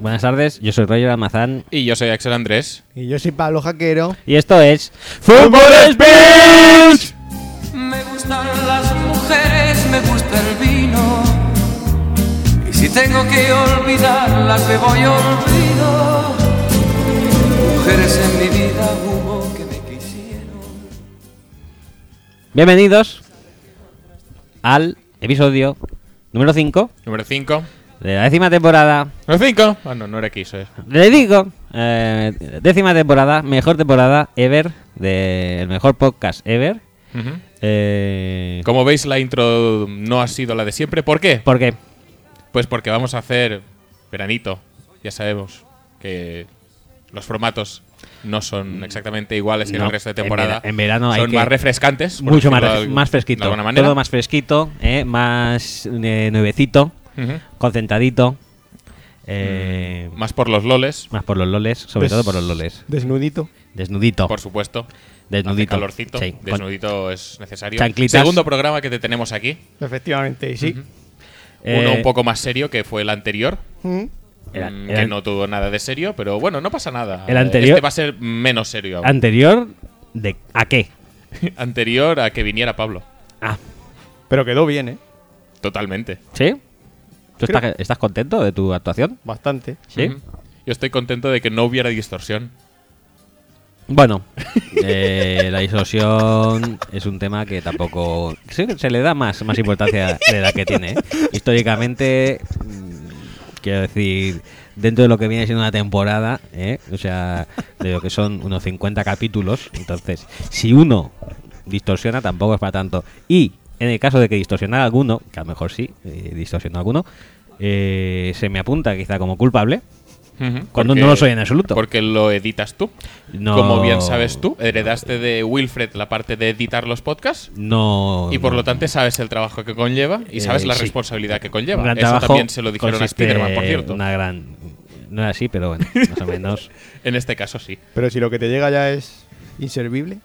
Buenas tardes, yo soy Roger Almazán Y yo soy Axel Andrés. Y yo soy Pablo Jaquero. y esto es Fútbol Speech. Me gustan las mujeres, me gusta el vino. Y si tengo que olvidarlas, me voy olvido. Mujeres en mi vida hubo que me quisieron. Bienvenidos al episodio número 5 Número 5. de la décima temporada. Número 5. Ah, no, no era aquí, eso es. Le digo, eh, décima temporada, mejor temporada ever, del mejor podcast ever. Ujú. Eh, Como veis, la intro no ha sido la de siempre. ¿Por qué? ¿Por qué? Pues porque vamos a hacer veranito. Ya sabemos que los formatos no son exactamente iguales que Mm. No, el resto de en vera- temporada. en verano hay son que- más refrescantes. por Mucho más, decirlo de ref- algu- más De fresquito. alguna manera. Todo más fresquito, eh, más eh, nuevecito, Ujú. concentradito. eh, Más por los loles, Más por los loles, sobre Pues Des- todo por los loles. Desnudito. Desnudito. por supuesto. Hace desnudito. calorcito. Sí, con- Desnudito es necesario. Chanclitas. Segundo programa que te tenemos aquí. Efectivamente, y sí. eh, Uno un poco más serio que fue el anterior. Mm. Era- Mm, era- que no tuvo nada de serio, pero bueno, no pasa nada. El Eh, anterior- Este va a ser menos serio aún. Anterior de a qué? anterior a que viniera Pablo. Ah, Pero quedó bien, ¿eh? Totalmente. ¿sí? ¿Tú Creo- estás, estás contento de tu actuación? Bastante. Sí. Ujú. Yo estoy contento de que no hubiera distorsión. Bueno, eh, la distorsión es un tema que tampoco sí, se le da más, más importancia de la que tiene. ¿eh? Históricamente, mm, quiero decir, dentro de lo que viene siendo una temporada, ¿eh? o sea, de lo que son unos 50 capítulos, entonces, si uno distorsiona, tampoco es para tanto. Y en el caso de que distorsionara alguno, que a lo mejor sí, eh, distorsionó alguno, eh, se me apunta quizá como culpable. Ujú. Cuando no lo soy en absoluto. Porque lo editas tú. No. Como bien sabes tú, heredaste de Wilfred la parte de editar los podcasts. No. Y por Oh, no. lo tanto sabes el trabajo que conlleva y Eh, sabes la sí. responsabilidad que Un conlleva. gran Eso trabajo también se lo dijeron a consiste Spiderman, por en cierto. Una gran. No era así, pero bueno, más o menos. En este caso sí. Pero si lo que te llega ya es inservible,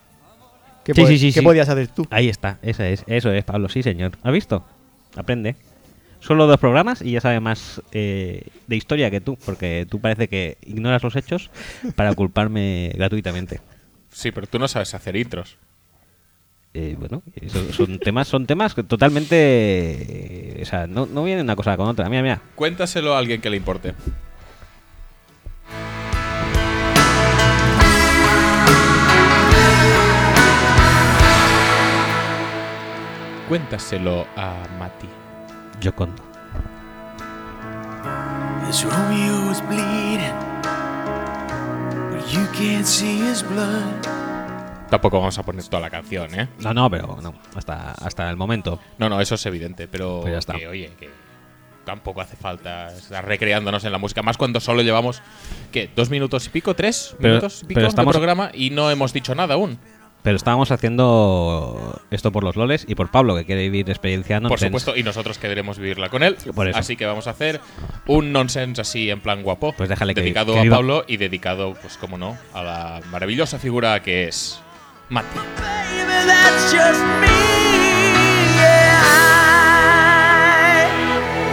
¿qué, Sí, pod- sí, sí, qué sí. podías hacer tú? Ahí está, esa es, eso es, Pablo, sí, señor. ¿Has visto? Aprende. Solo dos programas y ya sabe más eh, de historia que tú, porque tú parece que ignoras los hechos para culparme gratuitamente. Sí, pero tú no sabes hacer intros. Eh, bueno, eso- son temas, son temas que totalmente, eh, o sea, no, no viene una cosa con otra. Mira, mira, Cuéntaselo a alguien que le importe. Cuéntaselo a Mati. yo conto. His Romeo's bleeding, but you can't see his blood. Tampoco vamos a poner toda la canción, ¿eh? No, no, pero no, hasta, hasta el momento. No, no, eso es evidente, pero Pues ya está. que, oye, que tampoco hace falta estar recreándonos en la música, más cuando solo llevamos, ¿qué? ¿Dos minutos y pico? ¿Tres Pero- minutos y pero pico estamos- de programa? Y no hemos dicho nada aún. Pero estábamos haciendo esto por los loles y por Pablo, que quiere vivir experiencia Por nonsense. supuesto, y nosotros queremos vivirla con él. Por eso. Así que vamos a hacer un nonsense así en plan guapo. Pues déjale que- Dedicado que a viva. Pablo y dedicado, pues como no, a la maravillosa figura que es Mati. Baby, that's just me. Yeah, I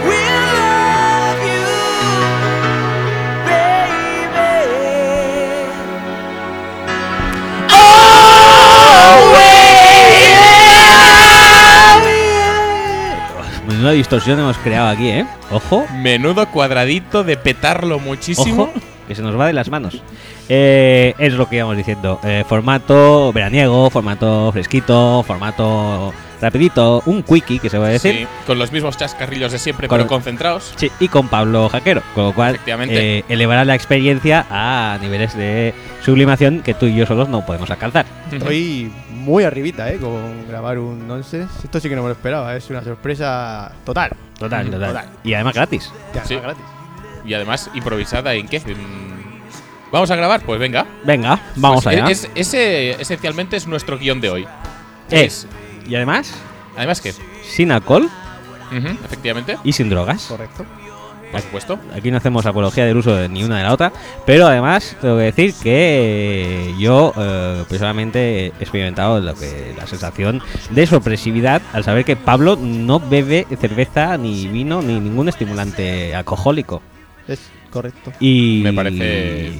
will love you, baby. Menuda distorsión hemos creado aquí, ¿eh? Ojo, Menudo cuadradito de petarlo muchísimo. ojo, que se nos va de las manos. Eh, es lo que íbamos diciendo. eh, formato veraniego, formato fresquito, formato rapidito, un quickie que se va a Sí, decir. con los mismos chascarrillos de siempre, Con- pero concentrados. Sí, y con Pablo Jaquero, con lo cual Efectivamente. eh, elevará la experiencia a niveles de sublimación que tú y yo solos no podemos alcanzar. Estoy muy arribita, ¿eh? Con grabar un nonsense. Esto sí que no me lo esperaba, ¿eh? es una sorpresa total. Total, Mm, total. Total. Y además gratis. Ya, Sí. gratis. Y además, improvisada en qué. Mm, ¿Vamos a grabar? Pues venga. Venga, vamos Pues allá. es- ese esencialmente es nuestro guión de hoy. Eh, Es, Y además, además que, sin alcohol ujú, efectivamente, y sin drogas. Correcto. Pues, por supuesto. Aquí no hacemos apología del uso de ni una de la otra, pero además tengo que decir que yo eh, personalmente he experimentado lo que, la sensación de sorpresividad al saber que Pablo no bebe cerveza, ni vino, ni ningún estimulante alcohólico. Es correcto. Y Me parece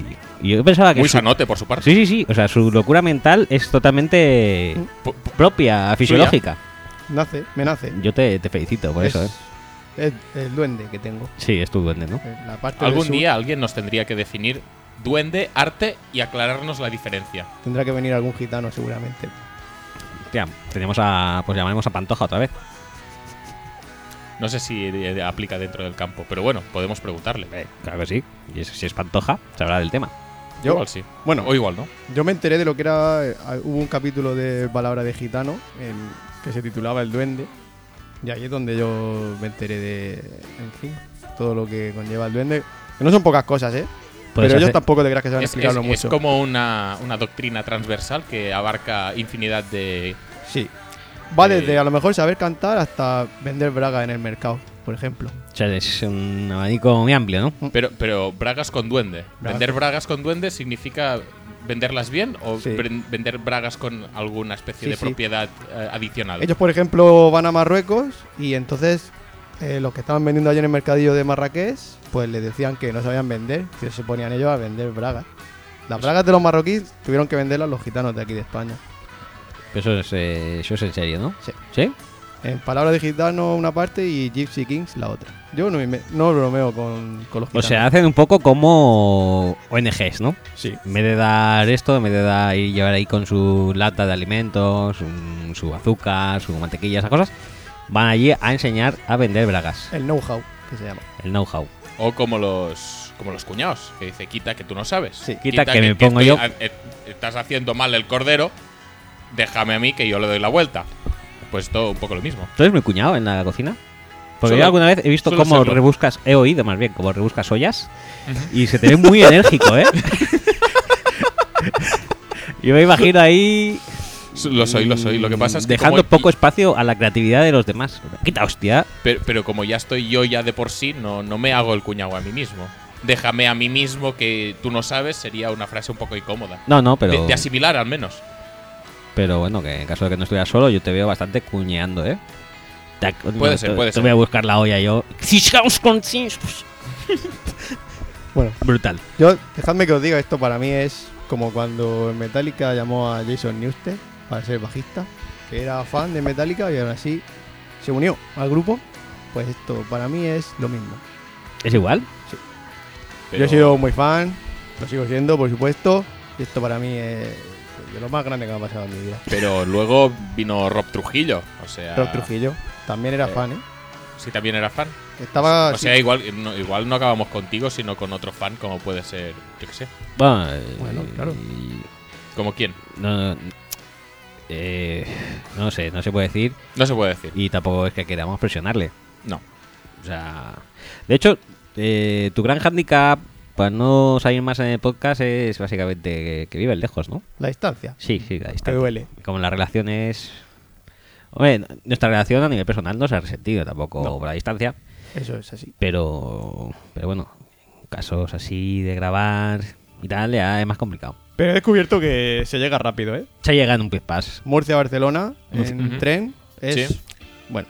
y yo pensaba que Muy su- sanote por su parte. Sí, sí, sí, o sea, su locura mental es totalmente P- p- propia, fisiológica. Nace, me nace. Yo te, te felicito por eso, ¿eh? es, es el duende que tengo. Sí, es tu duende, ¿no? Eh, La parte Algún del sur día alguien nos tendría que definir duende, arte y aclararnos la diferencia. Tendrá que venir algún gitano seguramente. Hostia, tenemos a pues llamaremos a Pantoja otra vez. No sé si eh, aplica dentro del campo, pero bueno, podemos preguntarle. Eh, Claro que sí. Y eso, si es Pantoja, se hablará del tema. Yo, Igual sí. Bueno, O igual no. yo me enteré de lo que era. eh, ah, hubo un capítulo de Palabra de Gitano en- que se titulaba El Duende. Y ahí es donde yo me enteré de. En fin, todo lo que conlleva el duende. Que no son pocas cosas, ¿eh? Pero Puedes ellos hacer- tampoco te creas que se van a Es, explicarlo es- es mucho. como una, una doctrina transversal que abarca infinidad de... Sí. Va Eh, desde a lo mejor saber cantar hasta vender braga en el mercado, por ejemplo. o sea, es un abanico muy amplio, ¿no? Pero, pero bragas con duende. Vender bragas con duende significa venderlas bien o Sí. ven- vender bragas con alguna especie Sí, de sí. propiedad eh, adicional. Ellos, por ejemplo, van a Marruecos y entonces eh, los que estaban vendiendo allí en el mercadillo de Marrakech, pues les decían que no sabían vender, que se ponían ellos a vender bragas. Pues Las bragas de los marroquíes tuvieron que venderlas los gitanos de aquí de España. Eso es, eh, eso es en serio, ¿no? Sí. ¿Sí? En palabras de gitano una parte y Gypsy Kings la otra. Yo no, me- no bromeo con, con O los gitanos. sea, hacen un poco como ONGs, ¿no? sí. En vez de dar esto, en vez de dar, ir llevar ahí con su lata de alimentos, un- su azúcar, su mantequilla, esas cosas, van allí a enseñar a vender bragas. El know-how, que se llama. El know-how. O como los como los cuñados, que dice, quita que tú no sabes. Sí. Quita que me pongo yo. a- eh, estás haciendo mal el cordero, déjame a mí que yo le doy la vuelta. Pues todo un poco lo mismo. ¿Tú eres muy cuñado en la cocina? Porque Suelo- yo alguna vez he visto suelo cómo serlo. rebuscas, he oído más bien, cómo rebuscas ollas y se te ve muy enérgico, ¿eh? yo me imagino ahí. Lo soy, lo soy. Lo que pasa es que. Dejando como- poco espacio a la creatividad de los demás. Quita hostia. Pero, pero como ya estoy yo ya de por sí, no, no me hago el cuñado a mí mismo. Déjame a mí mismo que tú no sabes sería una frase un poco incómoda. No, no, De, pero. de asimilar al menos. Pero bueno, que en caso de que no estuvieras solo, yo te veo bastante cuñeando, ¿eh? Tac, Puede ser, te- puede te ser. voy a buscar la olla yo. Sigamos con cinchos. Bueno, Brutal. Yo, dejadme que os diga, esto para mí es como cuando en Metallica llamó a Jason Newsted para ser bajista, que era fan de Metallica y ahora sí se unió al grupo. Pues esto para mí es lo mismo. ¿Es igual? Pero Yo he sido muy fan, lo sigo siendo, por supuesto, y esto para mí es de lo más grande que me ha pasado en mi vida. Pero luego vino Rob Trujillo. O sea. Rob Trujillo también era Eh, fan, ¿eh? Sí, también era fan. Estaba. O sea, igual no, igual no acabamos contigo, sino con otro fan, como puede ser, yo qué sé, Bueno, eh, Bueno, claro. como quién. No, no, eh, no sé, no se puede decir. No se puede decir. Y tampoco es que queramos presionarle. No. O sea, de hecho, eh, tu gran handicap para no salir más en el podcast es básicamente que, que vives lejos, ¿no? la distancia. Sí, sí, ahí está. Te duele. Como las relaciones. Hombre, n- nuestra relación a nivel personal no se ha resentido tampoco por la distancia, Eso es así. pero, pero bueno, casos así de grabar y tal, ya es más complicado. Pero he descubierto que se llega rápido, ¿eh? Se llega en un pispas. Murcia-Barcelona en Ujú. tren es. Sí. Bueno,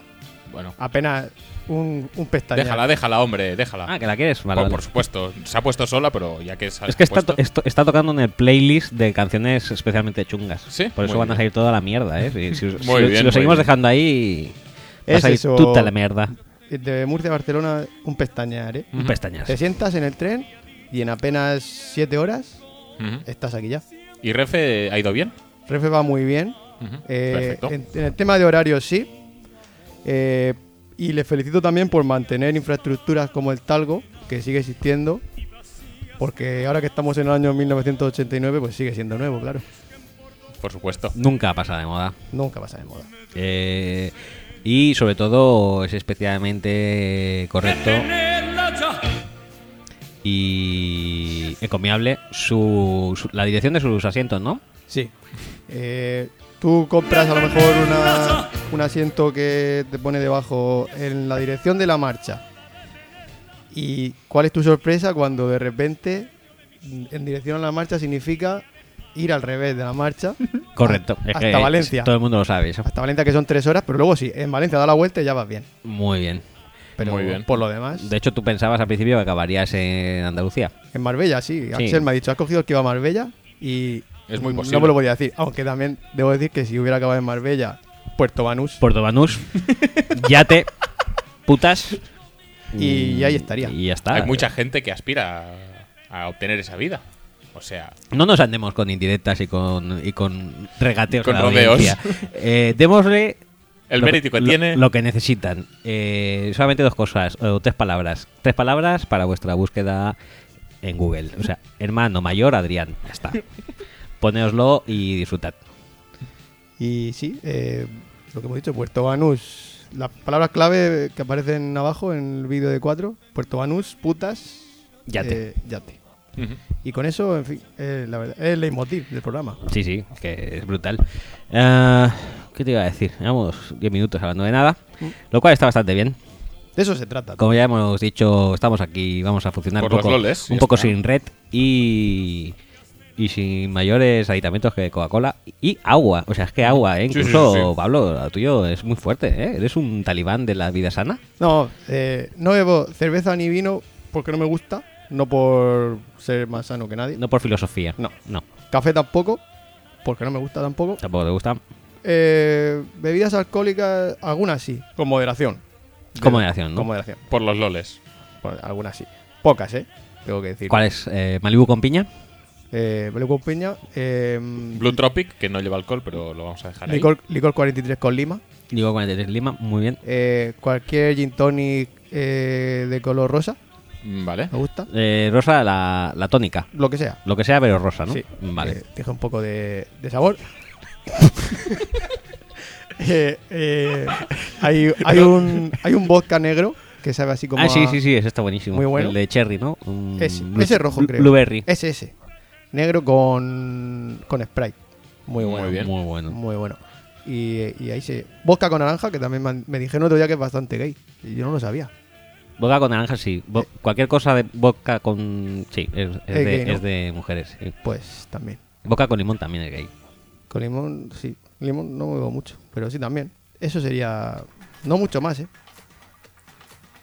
Bueno, apenas un, un pestañeo. déjala, déjala, hombre, déjala. Ah, que la quieres, vale. Por- vale. Por supuesto, se ha puesto sola, pero ya que se ha Es que está, puesto- to- esto- está tocando en el playlist de canciones especialmente chungas. Sí, Por eso muy van a bien. salir toda la mierda, ¿eh? Si, si- si- Muy si bien, lo muy seguimos bien. dejando ahí, va a Es salir eso- tuta la mierda. De Murcia a Barcelona, un pestañear, Mm. ¿eh? Un pestañas. Te sientas en el tren y en apenas 7 horas Ujú. estás aquí ya. ¿Y Refe ha ido bien? Refe va muy bien. Ujú. Eh, Perfecto. en, en el tema de horarios, sí. Eh, y les felicito también por mantener infraestructuras como el Talgo, que sigue existiendo. Porque ahora que estamos en el año 1989, pues sigue siendo nuevo, claro. Por supuesto. Nunca pasa de moda. Nunca pasa de moda. Eh, y sobre todo es especialmente correcto y encomiable su, su- la dirección de sus asientos, ¿no? Sí. Eh, tú compras a lo mejor una- un asiento que te pone debajo en la dirección de la marcha. ¿Y cuál es tu sorpresa cuando de repente mm, en dirección a la marcha significa ir al revés de la marcha? Correcto. A- Es Ah, hasta que Valencia. Todo el mundo lo sabe eso. Hasta Valencia que son tres horas, pero luego sí, en Valencia da la vuelta y ya vas bien. Muy bien. pero Muy bien. por lo demás. De hecho, tú pensabas al principio que acabarías en Andalucía. En Marbella, sí. Axel me ha dicho, has cogido el que iba a Marbella y Es muy no posible. me lo podía decir. Aunque también debo decir que si hubiera acabado en Marbella, Puerto Banús, Puerto Banús, Yate, putas. Y- Mm, y ahí estaría. Y ya está. Hay mucha gente que aspira a, a obtener esa vida. O sea, No nos andemos con indirectas y con, y con regateos. Con a la rodeos. audiencia. Eh, démosle el lo mérito que lo- tiene. Lo que necesitan. Eh, solamente dos cosas, o tres palabras. Tres palabras para vuestra búsqueda en Google. O sea, hermano mayor Adrián. Ya está. Poneoslo y disfrutad. Y sí, eh, lo que hemos dicho, Puerto Banús. Las palabras clave que aparecen abajo en el vídeo de 4, Puerto Banús, putas, Yate. eh, yate. Ujú. Y con eso, en fin, eh, la verdad, es el leitmotiv del programa. Sí, sí, que es brutal. Ah, ¿Qué te iba a decir? Llevamos 10 minutos hablando de nada, lo cual está bastante bien. De eso se trata. Como ya hemos dicho, estamos aquí, vamos a funcionar Por un los poco, loles, un ya poco está. sin red y, y sin mayores aditamentos que Coca-Cola y agua. O sea, es que agua, ¿eh? Sí, sí, incluso sí, sí. Pablo, lo tuyo es muy fuerte. ¿eh? Eres un talibán de la vida sana. No, eh, no bebo cerveza ni vino porque no me gusta, no por ser más sano que nadie. No por filosofía. No. no. Café tampoco, porque no me gusta tampoco. Tampoco te gusta. Eh, bebidas alcohólicas, algunas sí, con moderación. Con moderación, ¿no? Con moderación, Por los loles. pues, algunas sí. Pocas, ¿eh? Tengo que decir. ¿Cuál es? Eh, ¿Malibu con piña? Eh, Blue con piña, em, Blue Tropic, que no lleva alcohol, pero lo vamos a dejar ahí. licor, licor 43 con lima. Digo 43 Lima, muy bien. eh, cualquier gin tonic eh, de color rosa, Mm, Vale. me gusta. Eh, rosa, la, la tónica. Lo que sea. Lo que sea, pero rosa, ¿no? Sí. Vale. Eh, deja un poco de, de sabor. Eh, eh, hay, hay un, hay un vodka negro que sabe así como. ah, a- sí, sí, sí, ese está buenísimo. Muy bueno. El de cherry, ¿no? Un Ese, blue- ese rojo, blu- creo. Mm, Blueberry. Ese, ese. Negro con, con Sprite. Muy bueno. Muy bien. Muy bueno. Muy bueno. Y, y ahí se. Vodka con naranja, que también me, han- me dijeron otro día que es bastante gay. Y yo no lo sabía. Vodka con naranja, sí. Eh. Vo- cualquier cosa de vodka con. Sí, es, es Es de, gay, ¿no? es de mujeres. sí. Pues también. Vodka con limón también es gay. Con limón, sí. Limón no bebo mucho, pero sí también. Eso sería. No mucho más, ¿eh?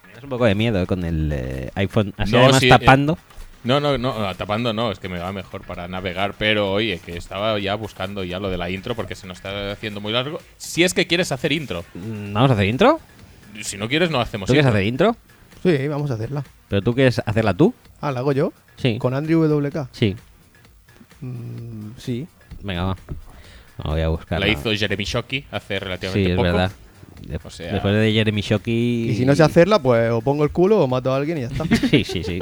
Me das un poco de miedo eh, con el eh, iPhone. Así No, además sí, eh, tapando. No, no, no, no, tapando no, es que me va mejor para navegar, pero oye, que estaba ya buscando ya lo de la intro porque se nos está haciendo muy largo. Si es que quieres hacer intro, Mm, ¿Vamos a hacer intro? si no quieres no hacemos ¿Tú quieres intro. hacer intro? Sí, vamos a hacerla. ¿Pero tú quieres hacerla tú? Ah, ¿la hago yo? Sí. ¿Con Andrew WK? Sí. Mm, sí. Venga, va. No, voy a buscar. La hizo Jeremy Shockey hace relativamente Sí, es poco. verdad. De- O sea- Después de Jeremy Shockey. Y si no sé hacerla, pues o pongo el culo o mato a alguien y ya está. Sí, sí, sí.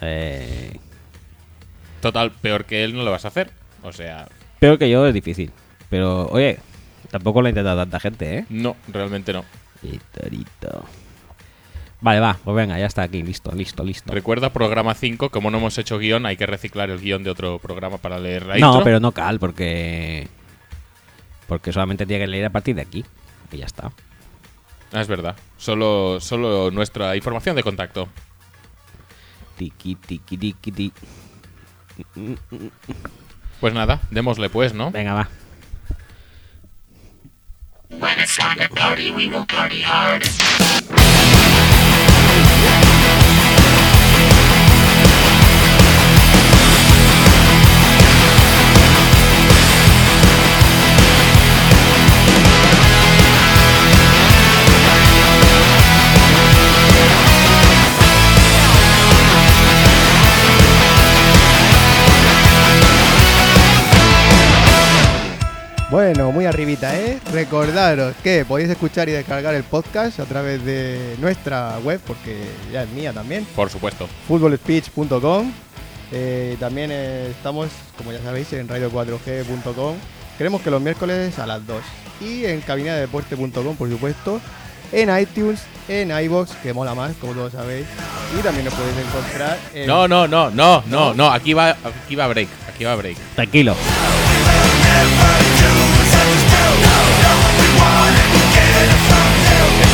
eh. Total, peor que él no lo vas a hacer. O sea, Peor que yo es difícil. Pero, oye, tampoco lo ha intentado tanta gente, ¿eh? no, realmente no. Torito. Vale, va, pues venga, ya está aquí, listo, listo, listo. Recuerda programa 5, como no hemos hecho guión, hay que reciclar el guión de otro programa para leer la No, intro. pero no cal, porque. Porque solamente tiene que leer a partir de aquí. Y ya está. Ah, es verdad. Solo, solo nuestra información de contacto. Tiki, tiki, tiki, ti. Pues nada, démosle pues, ¿no? Venga, va. Bueno, muy arribita, ¿eh? Recordaros que podéis escuchar y descargar el podcast a través de nuestra web, porque ya es mía también, Por supuesto. futbolspeech.com. Eh, también eh, estamos, como ya sabéis, en radio4g.com. Creemos que los miércoles a las 2. Y en cabinedeporte.com, por supuesto. En iTunes, en iBox, que mola más, como todos sabéis. Y también nos podéis encontrar en... No, no, no, no, no, no. Aquí va, aquí va break. Aquí va break. Tranquilo.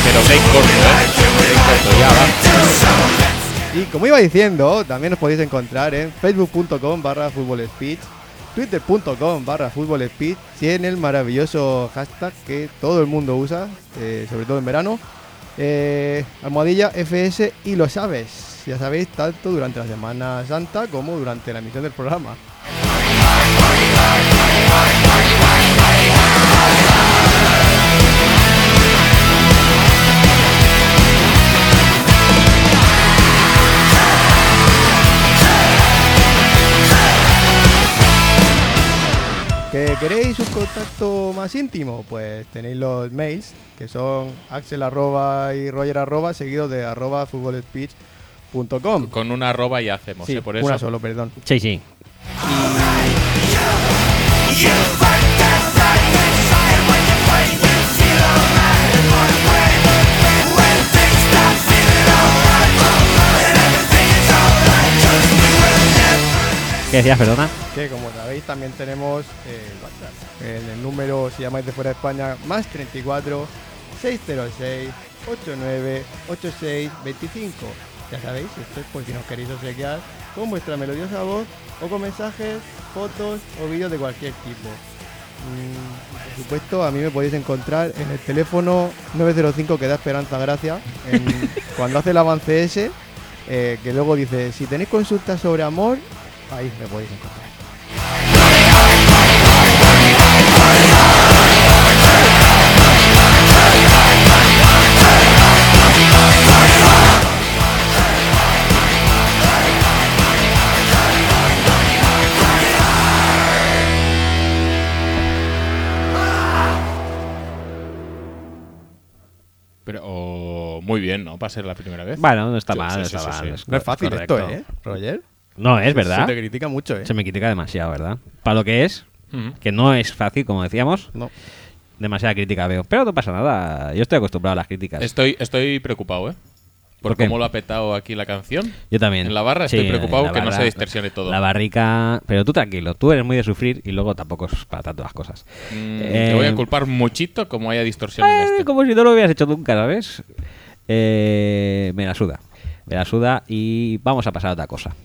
Pero break corto, ¿eh? Break corto, ya va. Y como iba diciendo, también nos podéis encontrar en facebook.com barra futbolspeech, twitter.com barra futbolspeech y en el maravilloso hashtag que todo el mundo usa, eh, sobre todo en verano, Eh, almohadilla FS y lo sabes. Ya sabéis, tanto durante la Semana Santa como durante la emisión del programa. ¿Que queréis un contacto más íntimo? Pues tenéis los mails que son axel arroba y roger arroba seguidos de arroba futbolspeech.com. Con una arroba y hacemos, Sí, ¿eh? Por una eso. solo, perdón. Sí, sí. ¿Qué decías, perdona? Que como sabéis también tenemos eh, el WhatsApp. En el número, si llamáis de fuera de España, más 34 606 89 86 25. Ya sabéis, esto es por si nos queréis obsequiar con vuestra melodiosa voz o con mensajes, fotos o vídeos de cualquier tipo. Mm, Por supuesto, a mí me podéis encontrar en el teléfono 905 que da esperanza, gracias. en- cuando hace el avance ese, eh, que luego dice, si tenéis consultas sobre amor, ahí me podéis encontrar. Pero oh, muy bien, ¿no? Para ser la primera vez. Bueno, no está Sí, mal, sí, no sí, está sí, mal. sí. es No es fácil correcto. esto, ¿eh, Roger? No, es verdad. Se te critica mucho, ¿eh? Se me critica demasiado, ¿verdad? Para lo que es, Ujú. que no es fácil, como decíamos, No. demasiada crítica veo. Pero no pasa nada, yo estoy acostumbrado a las críticas. Estoy, estoy preocupado, ¿eh? Por, ¿Por qué? cómo lo ha petado aquí la canción. Yo también. En la barra estoy Sí, preocupado en la que no barra- se distorsione todo. La barrica. Pero tú tranquilo, tú eres muy de sufrir y luego tampoco es para tanto las cosas. Mm, Eh, Te voy a culpar muchito como haya distorsión en este. eh, esto. como si no lo hubieras hecho nunca, ¿sabes? Eh, me la suda. Me la suda y vamos a pasar a otra cosa.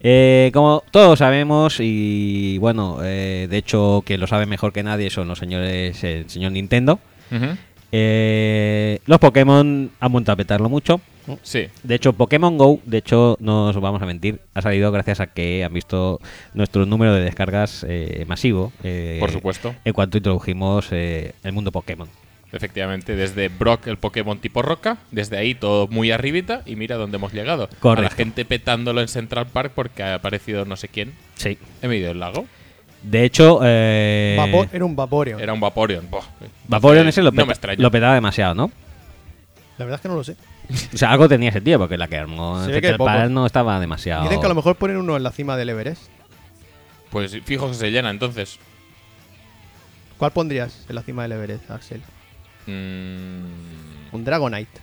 Eh, como todos sabemos, y bueno, eh, de hecho, que lo sabe mejor que nadie son los señores, el señor Nintendo. Ujú. Eh, los Pokémon han vuelto a petarlo mucho. Sí. De hecho, Pokémon Go, de hecho, no os vamos a mentir, ha salido gracias a que han visto nuestro número de descargas eh, masivo. eh, Por supuesto. En cuanto introdujimos eh, el mundo Pokémon. Efectivamente, desde Brock, el Pokémon tipo roca, desde ahí todo muy arribita y mira dónde hemos llegado. A la Correcto. gente petándolo en Central Park porque ha aparecido no sé quién Sí. en medio del lago. De hecho, eh, Vapor- era un vaporeo. Era un Vaporeon. Buah. Vaporeon Eh, ese lo, No me peta- extraña. lo petaba demasiado, ¿no? La verdad es que no lo sé. O sea, algo tenía sentido porque la que armó en Se ve que Central poco. Park no estaba demasiado. Dicen que a lo mejor ponen uno en la cima del Everest. Pues fijo que se llena entonces. ¿Cuál pondrías en la cima del Everest, Axel? Mm, Un Dragonite.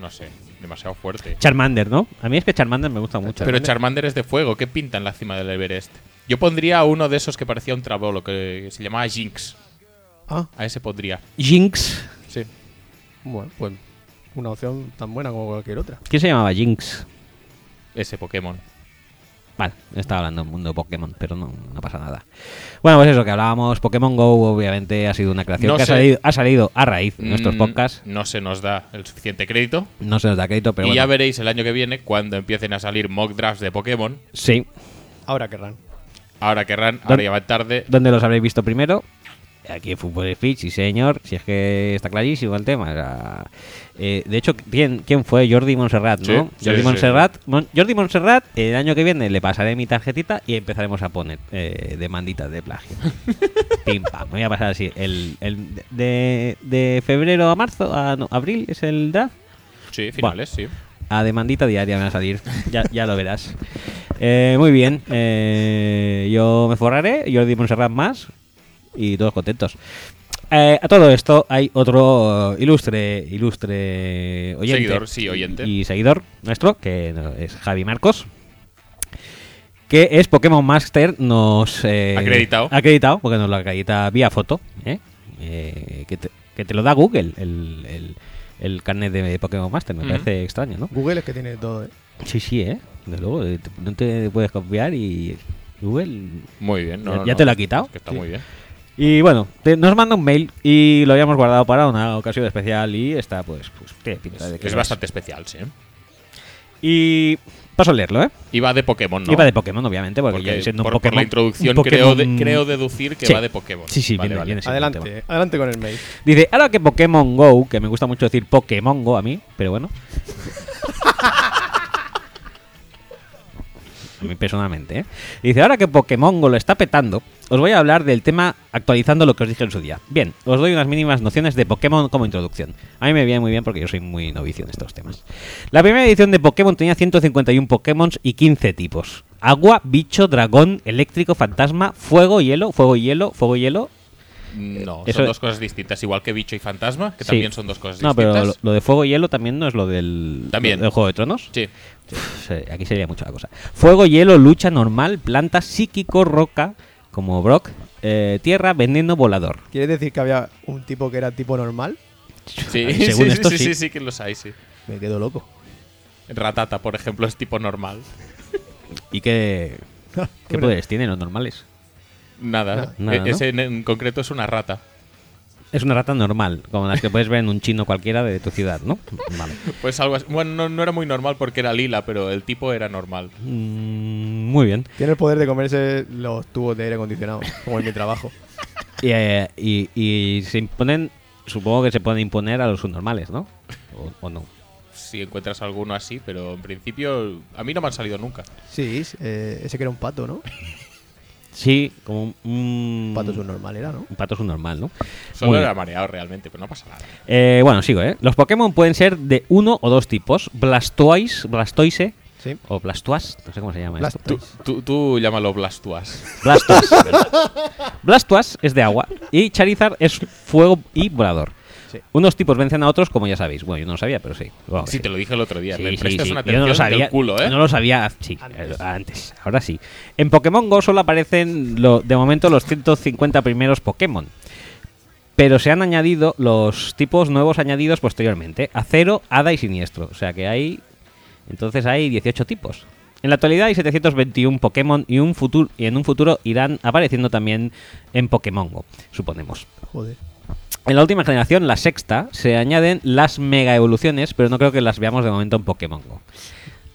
no sé, demasiado fuerte. Charmander, ¿no? A mí es que Charmander me gusta mucho. Pero Charmander es de fuego, ¿qué pinta en la cima del Everest? Yo pondría a uno de esos que parecía un trabolo, que se llamaba Jinx. Ah, A ese podría. Jinx. Sí. bueno, pues una opción tan buena como cualquier otra. ¿Quién se llamaba Jinx? Ese Pokémon. Vale, estaba hablando del mundo Pokémon, pero no, no pasa nada. Bueno, pues eso, que hablábamos, Pokémon Go obviamente ha sido una creación No que ha sé. salido, ha salido a raíz de nuestros Mm, podcasts. No se nos da el suficiente crédito. No se nos da crédito, pero y bueno. ya veréis el año que viene cuando empiecen a salir mock drafts de Pokémon. Sí, Ahora querrán. Ahora querrán, ¿Dónde- ahora ya va tarde. ¿dónde los habréis visto primero? Aquí en Fútbol de Fitch, sí señor, si es que está clarísimo el tema. o sea, eh, de hecho, ¿quién, ¿quién fue? Jordi Montserrat, Sí, ¿no? sí, Jordi sí. Montserrat. Mon- Jordi Montserrat, el año que viene le pasaré mi tarjetita y empezaremos a poner eh, demanditas de plagio. Pim pam, me voy a pasar así. El, el de, de febrero a marzo, a no, abril es el draft. Sí, finales, sí. A demandita diaria van a salir, ya, ya lo verás. Eh, muy bien, eh, yo me forraré, Jordi Monserrat más y todos contentos. Eh, a todo esto hay otro ilustre, ilustre oyente. Seguidor, sí, oyente. Y, y seguidor nuestro, que no- es Javi Marcos. Que es Pokémon Master, nos. eh, Acreditado. Acreditado, porque nos lo acredita vía foto. ¿eh? Eh, que, te, que te lo da Google, el, el, el carnet de Pokémon Master. Me Ujú. parece extraño, ¿no? Google es que tiene todo, ¿eh? Sí, sí, ¿eh? De luego, eh, te- no te puedes confiar y Google Muy bien. no, ¿Ya- no, ya no. te lo ha quitado? Es que está Sí. muy bien. Y bueno, te- nos manda un mail y lo habíamos guardado para una ocasión especial y está, pues, pues tiene pinta de que Es lo bastante especial, sí. Y paso a leerlo, ¿eh? Iba de Pokémon, ¿no? Iba de Pokémon, obviamente, porque, Porque yo siendo un por, por Pokémon. la un introducción creo, Pokémon- de- creo deducir que Sí. va de Pokémon. Sí, sí, Vale, viene- vale. viene siendo un tema. Adelante, adelante con el mail. Dice, ahora que Pokémon Go, que me gusta mucho decir Pokémon Go a mí, pero bueno. a mí personalmente, ¿eh? Dice, ahora que Pokémon Go lo está petando, os voy a hablar del tema actualizando lo que os dije en su día. Bien, os doy unas mínimas nociones de Pokémon como introducción. A mí me viene muy bien porque yo soy muy novicio en estos temas. La primera edición de Pokémon tenía 151 Pokémon y 15 tipos. Agua, bicho, dragón, eléctrico, fantasma, fuego, hielo, fuego, hielo, fuego, hielo, Mm, No, Eso- son dos cosas distintas. Igual que Bicho y Fantasma, que Sí. también son dos cosas No, distintas. pero lo, lo de fuego y hielo también no es lo del, También. del Juego de Tronos. Sí. Pff, se- Aquí sería mucho la cosa. Fuego, hielo, lucha normal, planta, psíquico, roca, como Brock, eh, tierra, veneno, volador. ¿Quieres decir que había un tipo que era tipo normal? Sí, Según sí, esto, sí, sí. sí, sí, que los hay, sí. Me quedo loco. Ratata, por ejemplo, es tipo normal. ¿Y qué, qué Bueno, poderes tienen los normales? Nada. Nada, E- ¿no? Ese en, en concreto es una rata. Es una rata normal, como las que puedes ver en un chino cualquiera de tu ciudad, ¿no? Vale. Pues algo así. Bueno, no, no era muy normal porque era lila, pero el tipo era normal. Mm, muy bien. Tiene el poder de comerse los tubos de aire acondicionado, como en mi trabajo. Y, eh, y- y se imponen, supongo que se pueden imponer a los subnormales, ¿no? O- o no. Si encuentras alguno así, pero en principio a mí no me han salido nunca. Sí, eh, ese que era un pato, ¿no? Sí, como un... Un pato subnormal era, ¿no? Un pato es un normal, ¿no? Solo Muy era bien. mareado realmente, pero no pasa nada. Eh, bueno, sigo, ¿eh? Los Pokémon pueden ser de uno o dos tipos. Blastoise, Blastoise Sí. o Blastoise, no sé cómo se llama. esto. Tú, tú- tú llámalo Blastuas. Blastoise. Blastoise es de agua y Charizard es fuego y volador. Sí. Unos tipos vencen a otros, como ya sabéis. Bueno, yo no lo sabía, pero sí. Bueno, Sí, te lo dije el otro día. Sí, Le sí, prestas sí. Yo una atención no lo sabía. del culo, ¿eh? No lo sabía, ah, sí, antes. antes. Ahora sí. En Pokémon Go solo aparecen lo- de momento los 150 primeros Pokémon. Pero se han añadido los tipos nuevos añadidos posteriormente. Acero, hada y siniestro. O sea que hay. Entonces hay 18 tipos. En la actualidad hay 721 Pokémon y, un futuro, y en un futuro irán apareciendo también en Pokémon Go, suponemos. Joder. En la última generación, la sexta, se añaden las mega evoluciones, pero no creo que las veamos de momento en Pokémon Go.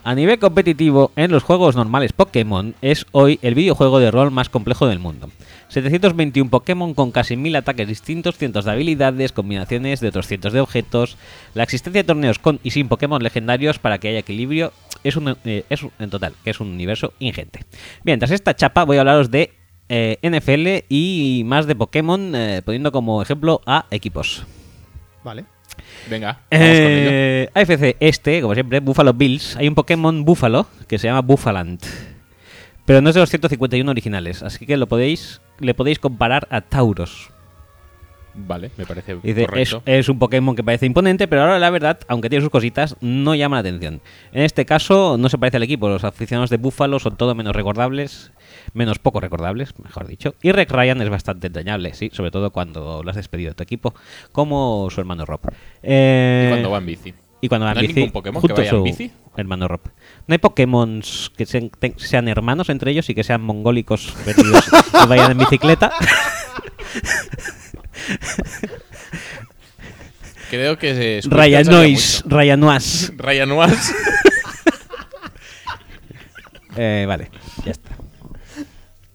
A nivel competitivo, en los juegos normales Pokémon es hoy el videojuego de rol más complejo del mundo. 721 Pokémon con casi 1000 ataques distintos, cientos de habilidades, combinaciones de otros cientos de objetos. La existencia de torneos con y sin Pokémon legendarios para que haya equilibrio es un, eh, es un- en total, que es un universo ingente. Bien, tras esta chapa voy a hablaros de eh, NFL y más de Pokémon, eh, poniendo como ejemplo a equipos. Vale. Venga, vamos con ello. Eh, AFC este, como siempre, Buffalo Bills. Hay un Pokémon Búfalo que se llama Buffalant. Pero no es de los 151 originales, así que lo podéis, le podéis comparar a Tauros. Vale, me parece Dice, es, correcto. es un Pokémon que parece imponente, pero ahora la verdad, aunque tiene sus cositas, no llama la atención. En este caso, no se parece al equipo. Los aficionados de Búfalo son todo menos recordables, menos poco recordables, mejor dicho. Y Rex Ryan es bastante entrañable, sí, sobre todo cuando lo has despedido de tu equipo, como su hermano Rob. Eh, Y cuando va en bici. y cuando van ¿No en hay bici, ningún Pokémon junto que vaya a en su bici? Hermano Rob. No hay Pokémon que sean, te- sean hermanos entre ellos y que sean mongólicos perdidos que vayan en bicicleta. Creo que se escucha, Rayanois, Rayanoas. sabía mucho. Rayanuas. Eh, vale, ya está.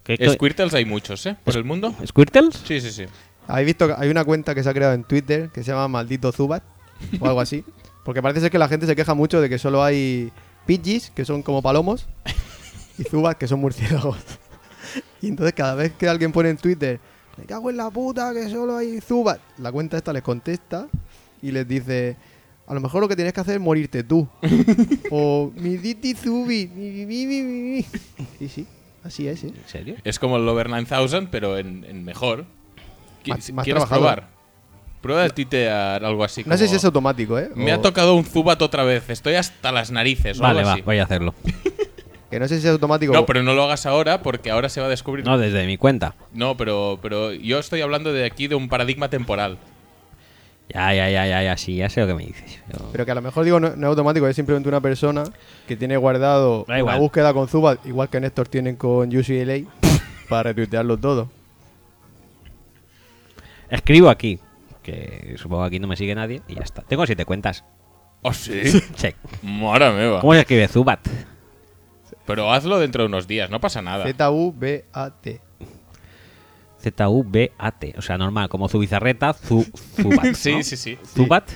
¿Qué- qué- Squirtles hay muchos, ¿eh? ¿Por el mundo? ¿Squirtles? Sí, sí, sí. ¿Habéis visto que hay una cuenta que se ha creado en Twitter que se llama Maldito Zubat o algo así? Porque parece ser que la gente se queja mucho de que solo hay Pidgeys, que son como palomos, y Zubat, que son murciélagos. Y entonces cada vez que alguien pone en Twitter, me cago en la puta que solo hay Zubat, la cuenta esta les contesta y les dice, a lo mejor lo que tienes que hacer es morirte tú. o mi diti Zubi, mi, mi, mi, mi, mi, mi". Sí, sí, así es, ¿eh? ¿En serio? Es como el Over 9000, pero en, en mejor. Qui- Más- más ¿Quieres trabajador. probar? Prueba de titear algo así. No sé como, si es automático, ¿eh? Me O- ha tocado un Zubat otra vez. Estoy hasta las narices. o Vale, Pues algo va, así. voy a hacerlo. Que no sé si es automático. No, pero no lo hagas ahora porque ahora se va a descubrir. No, No, desde mi cuenta. pero, pero yo estoy hablando de aquí de un paradigma temporal. Ya, ya, ya, ya, ya, sí, ya sé lo que me dices. Yo- Pero que a lo mejor digo, no, no es automático, es simplemente una persona que tiene guardado Da una igual. búsqueda con Zubat, igual que Néstor tienen con UCLA, para retuitearlo todo. Escribo aquí, que supongo que aquí no me sigue nadie, y ya está. Tengo siete cuentas. ¿Oh, sí? Check. Mora me va. ¿Cómo se escribe Zubat? Pero hazlo dentro de unos días, no pasa nada. Z-U-B-A-T. Z-U-B-A-T. O sea, normal, como Zubizarreta, Zu- Zubat. ¿no? Ah, Sí, sí, sí. Zubat,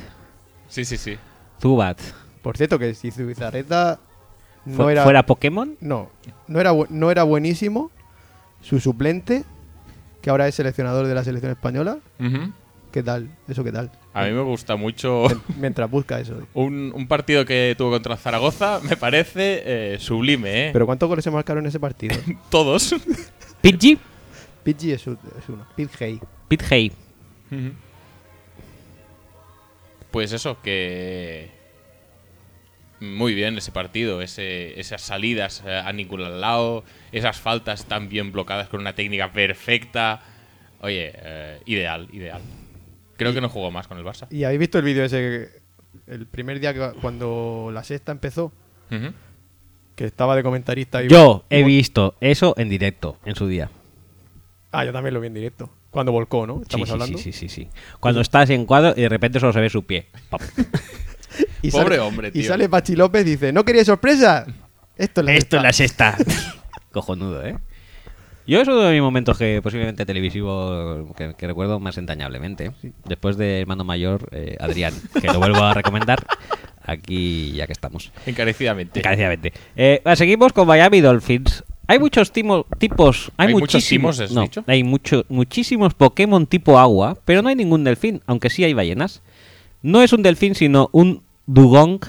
Sí, sí, sí. Zubat. Por cierto, que si Zubizarreta no Fu- era. ¿Fuera Pokémon? No, no era, bu- no era buenísimo. Su suplente, que ahora es seleccionador de la selección española. Ujú. ¿Qué tal? ¿Eso qué tal? A mí me gusta mucho Mientras busca Eh. eso. un, un partido que tuvo contra Zaragoza, me parece eh, sublime, ¿eh? ¿Pero cuántos goles se marcaron en ese partido? Todos. Pidgey, Pidgey es, un- es uno. Pidgey. Pidgey. Pues eso, que. Muy bien ese partido, ese- esas salidas eh, a ningún lado, esas faltas tan bien bloqueadas con una técnica perfecta. Oye, eh, ideal, ideal. Creo que no jugó más con el Barça. ¿Y habéis visto el vídeo ese? El primer día que- cuando la sexta empezó, Ujú. que estaba de comentarista. y- Yo he visto eso en directo, en su día. Ah, yo también lo vi en directo. Cuando volcó, ¿no? Sí, Estamos sí, hablando. sí, sí, sí, sí. Cuando estás en cuadro y de repente solo se ve su pie. Pop. Y Pobre sale- hombre, Y tío. sale Pachi López y dice: ¿No quería sorpresa? Esto es la Esto es sexta". la sexta. Cojonudo, ¿eh? Yo es uno de mis momentos que posiblemente televisivo que, que recuerdo más entrañablemente. Después de Hermano Mayor, eh, Adrián, que lo vuelvo a recomendar aquí ya que estamos. Encarecidamente. Encarecidamente. Eh, va, seguimos con Miami Dolphins. Hay muchos timo- tipos. Hay, ¿Hay muchos muchísimos. timos, has no, dicho? Hay mucho, muchísimos Pokémon tipo agua, pero no hay ningún delfín, aunque sí hay ballenas. No es un delfín, sino un dugong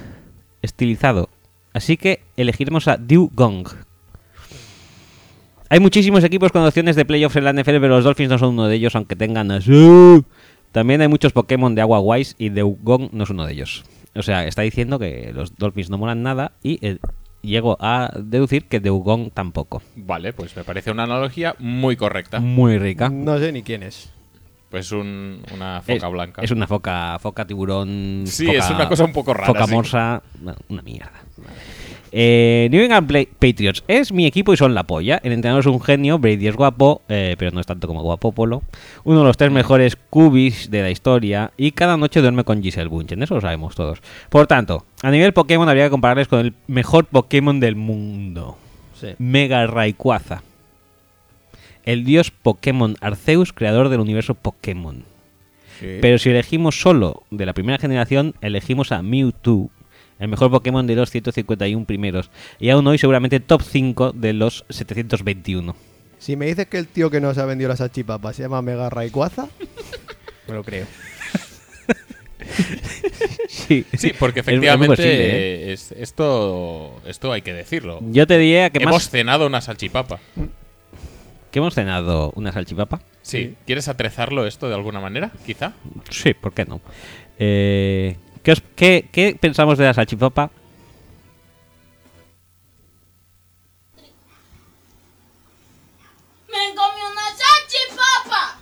estilizado. Así que elegiremos a Dugong. Hay muchísimos equipos con opciones de playoffs en la NFL, pero los Dolphins no son uno de ellos, aunque tengan a su. También hay muchos Pokémon de agua guays y Dugong no es uno de ellos. O sea, está diciendo que los Dolphins no molan nada y eh, llego a deducir que Dugong tampoco. Vale, pues me parece una analogía muy correcta. Muy rica. No sé ni quién es. Pues un- una foca es, blanca. Es una foca, foca tiburón. Sí, foca- es una cosa un poco rara, Foca sí. morsa, no, una mierda. Eh, New England Play- Patriots es mi equipo y son la polla. El entrenador es un genio, Brady es guapo, eh, pero no es tanto como guapo Polo. Uno de los tres mejores cubis de la historia y cada noche duerme con Giselle Bunchen, eso lo sabemos todos. Por tanto, a nivel Pokémon habría que compararles con el mejor Pokémon del mundo. Sí. Mega Rayquaza. El dios Pokémon Arceus, creador del universo Pokémon. Pero si elegimos solo de la primera generación, elegimos a Mewtwo, el mejor Pokémon de los 151 primeros, y aún hoy seguramente top 5 de los 721. Si me dices que el tío que nos ha vendido las salchipapas se llama Mega Rayquaza, me lo creo. Sí, Sí, porque Es- es muy efectivamente posible, ¿eh? eh, es- esto, esto hay que decirlo. Yo te diría que Hemos más cenado una salchipapa. que hemos cenado una salchipapa. Sí. ¿Quieres atrezarlo esto de alguna manera? Quizá. Sí, ¿por qué no? Eh, ¿qué, os- qué- qué pensamos de la salchipapa? Me comí una salchipapa.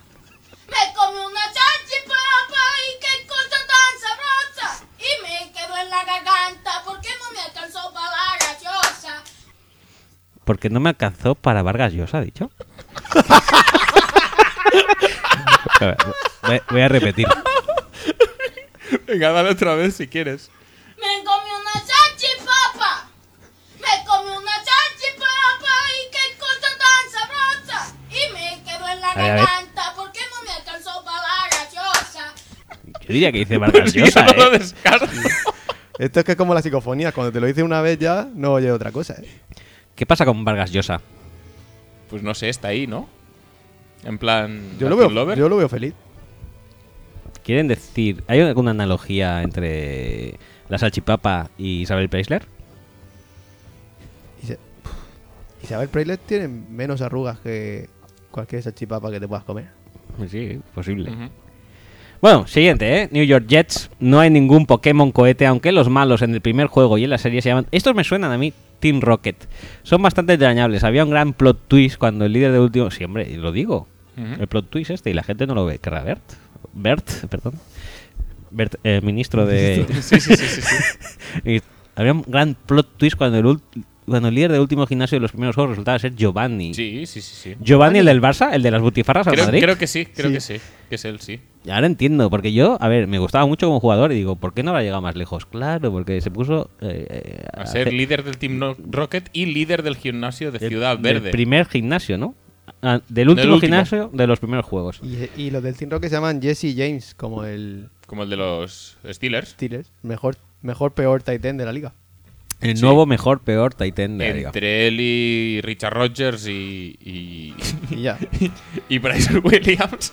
Me comí una salchipapa y qué cosa tan sabrosa. Y me quedó en la garganta porque no me alcanzó para la gaseosa. Porque no me alcanzó para Vargas Llosa, ha dicho. A ver, voy- voy a repetir. Venga, dale otra vez si quieres. Me comí una salchipapa. Me comí una salchipapa y qué cosa tan sabrosa. Y me quedó en la ver, a ver. garganta porque no me alcanzó para la gaseosa. Yo diría que dice Vargas Yo Llosa, no lo ¿eh? descarto. Esto es que es como la psicofonía, cuando te lo dice una vez ya no oye otra cosa. ¿eh? ¿Qué pasa con Vargas Llosa? Pues no sé, está ahí, ¿no? En plan. Yo, lo Latin veo, Lover. yo lo veo feliz. ¿Quieren decir, hay alguna analogía entre la salchipapa y Isabel Preisler? Isa- Isabel Preisler tiene menos arrugas que cualquier salchipapa que te puedas comer. Pues Sí, posible. Ujú. Bueno, siguiente, ¿eh? New York Jets. No hay ningún Pokémon cohete, aunque los malos en el primer juego y en la serie se llaman... Estos me suenan a mí, Team Rocket. Son bastante dañables. Había un gran plot twist cuando el líder de último... Sí, hombre, lo digo. Ujú. El plot twist este y la gente no lo ve. ¿Querrá Bert? Bert, perdón. Bert, eh, ministro de... Sí, sí, sí, sí. sí. Y había un gran plot twist cuando el, ult- cuando el líder del último gimnasio de los primeros juegos resultaba ser Giovanni. Sí, sí, sí, sí. Giovanni, el del Barça, el de las butifarras al Creo, Madrid. creo que sí, creo Sí. que sí. Que es él, sí. Y Ahora entiendo, porque yo, a ver, me gustaba mucho como jugador y digo, ¿por qué no habrá llegado más lejos? Claro, porque se puso eh, eh, A ser líder del Team No- Rocket y líder del gimnasio de del- Ciudad del Verde. primer gimnasio, ¿no? Ah, del último último. gimnasio de los primeros juegos. Y, y los del Team Rocket se llaman Jesse y James, como el Como el de los Steelers. Steelers. Mejor, mejor peor tight end de la liga. El nuevo, mejor, peor Titan de la liga. Entre él y Richard Rogers y. y, Y ya. y Bryce Williams.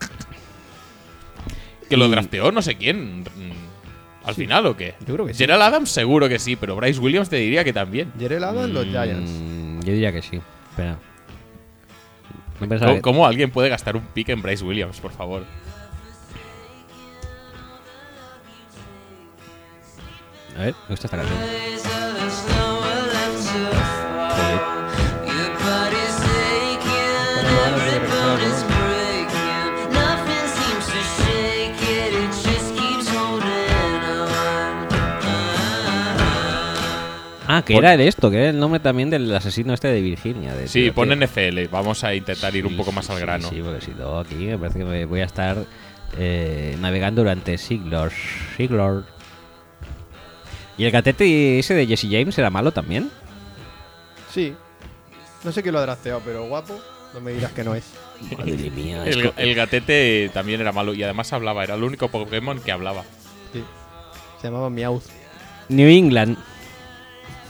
que lo drafteó no sé quién. mm, ¿Al final o qué? Yo creo que sí. Gerald Adams seguro que sí, pero Bryce Williams te diría que también. Jerel Adams, los Giants. Mm, yo diría que sí. Espera. No pensaba ¿Cómo, que- cómo alguien puede gastar un pick en Bryce Williams, por favor? A ver, me gusta esta canción. Ah, que Pon- era de esto, que era el nombre también del asesino este de Virginia. de- Sí, de- pon de- NFL. Vamos a intentar ir un Sí, poco sí, más al sí, grano. Sí, porque si no, aquí me parece que me voy a estar eh, navegando durante siglos. Siglos. ¿Y el gatete ese de Jesse James era malo también? Sí. No sé quién lo ha drafteado, pero guapo, no me dirás que no es. Madre mía. es El, co- el gatete también era malo y además hablaba. Era el único Pokémon que hablaba. Sí. Se llamaba Meowth. New England.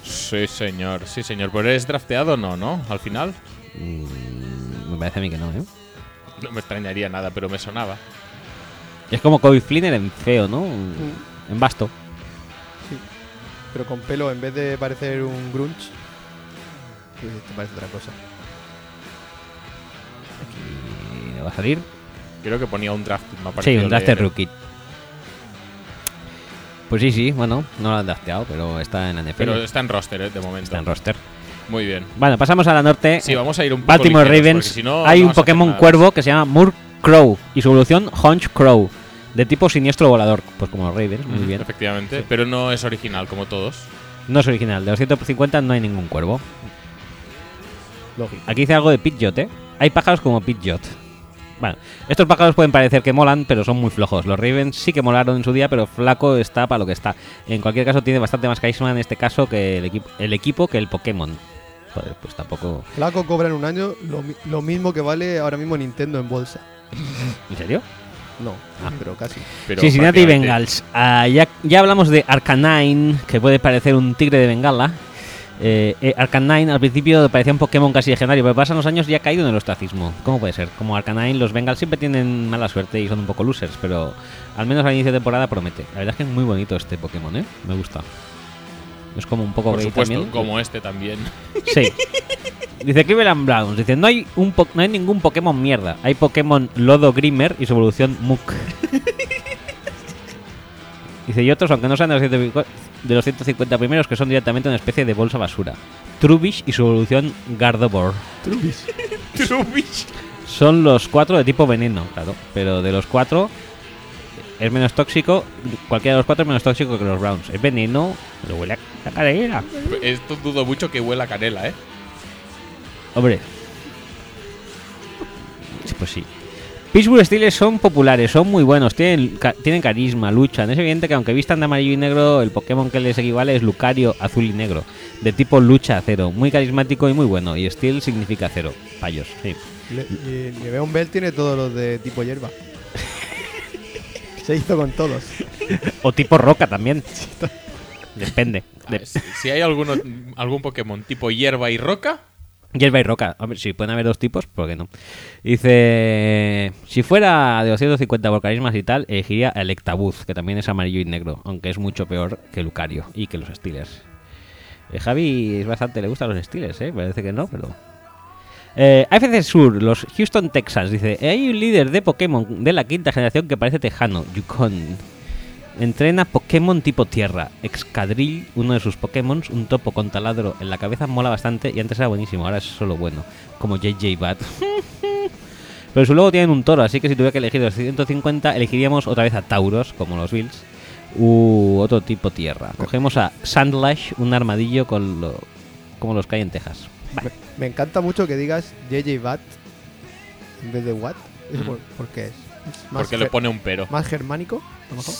Sí, señor, sí, señor. Pero eres drafteado o no, ¿no? Al final. Mm, me parece a mí que no, ¿eh? No me extrañaría nada, pero me sonaba. Es como Kobe Flinner en feo, ¿no? En basto. Pero con pelo, en vez de parecer un grunge, pues te parece otra cosa. Y va a salir. Creo que ponía un draft. Me ha Sí, parecido un draft de leer. rookie. Pues sí, sí, bueno, no lo han drafteado, pero está en la NFL. Pero está en roster, ¿eh? De momento. está en roster. Muy bien. Bueno, pasamos a la norte. Sí, vamos a ir un poco Baltimore ligeros, Ravens. porque si no, Hay no un vas a hacer Pokémon nada. cuervo que se llama Murkrow Crow y su evolución Hunch Crow, de tipo siniestro volador. Pues como los Ravens, muy Mm, bien. Efectivamente. Pero no es original, como todos. No es original, de los 150 no hay ningún cuervo. Lógico. Aquí dice algo de Pidgeot, ¿eh? Hay pájaros como Pidgeot. Bueno, estos pájaros pueden parecer que molan, pero son muy flojos. Los Ravens sí que molaron en su día, pero flaco está para lo que está. En cualquier caso, tiene bastante más carisma en este caso que el, equipo el equipo que el Pokémon. Joder, pues tampoco. Flaco cobra en un año lo, mi- lo mismo que vale ahora mismo Nintendo en bolsa. ¿En serio? No, Ah. pero casi. Pero Cincinnati prácticamente- Bengals. Ah, ya, ya hablamos de Arcanine, que puede parecer un tigre de Bengala. Eh, eh, Arcanine al principio parecía un Pokémon casi legendario, pero pasan los años y ha caído en el ostracismo. ¿Cómo puede ser? Como Arcanine, los Bengals siempre tienen mala suerte y son un poco losers, pero al menos al inicio de temporada promete. La verdad es que es muy bonito este Pokémon, ¿eh? Me gusta. Es como un poco Por gay supuesto, también. como este también. Sí. Dice Cleveland Browns, dice, no hay, un po- no hay ningún Pokémon mierda, hay Pokémon Lodo Grimmer y su evolución Muk. dice, y otros, aunque no sean de los, 150 de los 150 primeros, que son directamente una especie de bolsa basura. Trubish y su evolución Gardobor. Trubich. Son los cuatro de tipo veneno, claro, pero de los cuatro es menos tóxico, cualquiera de los cuatro es menos tóxico que los Browns. Es veneno, pero huele a a canela. Esto dudo mucho que huela a canela, ¿eh? Hombre. Sí, Pues sí. Pittsburgh Steelers son populares, son muy buenos, tienen, ca- tienen carisma, luchan. Es evidente que aunque vistan de amarillo y negro, el Pokémon que les equivale es Lucario azul y negro, de tipo lucha acero, muy carismático y muy bueno. Y Steel significa acero, payos, sí. Le, y el Le'Veon Bell tiene todos los de tipo hierba. Se hizo con todos. O tipo roca también. Depende. Ah, De- si- si hay alguno, algún Pokémon tipo hierba y roca, Hierba y roca. Hombre, si pueden haber dos tipos, ¿por qué no? Dice, si fuera de 250 por carismas y tal, elegiría el Ectabuz, que también es amarillo y negro, aunque es mucho peor que Lucario y que los Steelers. Eh, Javi es bastante, le gustan los Steelers, ¿eh? Parece que no, pero... Eh, AFC Sur, los Houston Texans, dice, hay un líder de Pokémon de la quinta generación que parece tejano, Yukon. Entrena Pokémon tipo tierra. Excadrill, uno de sus Pokémon, un topo con taladro en la cabeza, mola bastante y antes era buenísimo, ahora es solo bueno. Como JJ Bat. Pero su logo tienen un toro, así que si tuviera que elegir los 150, elegiríamos otra vez a Tauros, como los Bills. u otro tipo tierra. Cogemos a Sandlash, un armadillo con lo, como los que hay en Texas. Me, me encanta mucho que digas JJ Bat en vez de What. ¿Eso por, por qué es? ¿Es Porque ge- le pone un pero. ¿Más germánico? A lo mejor.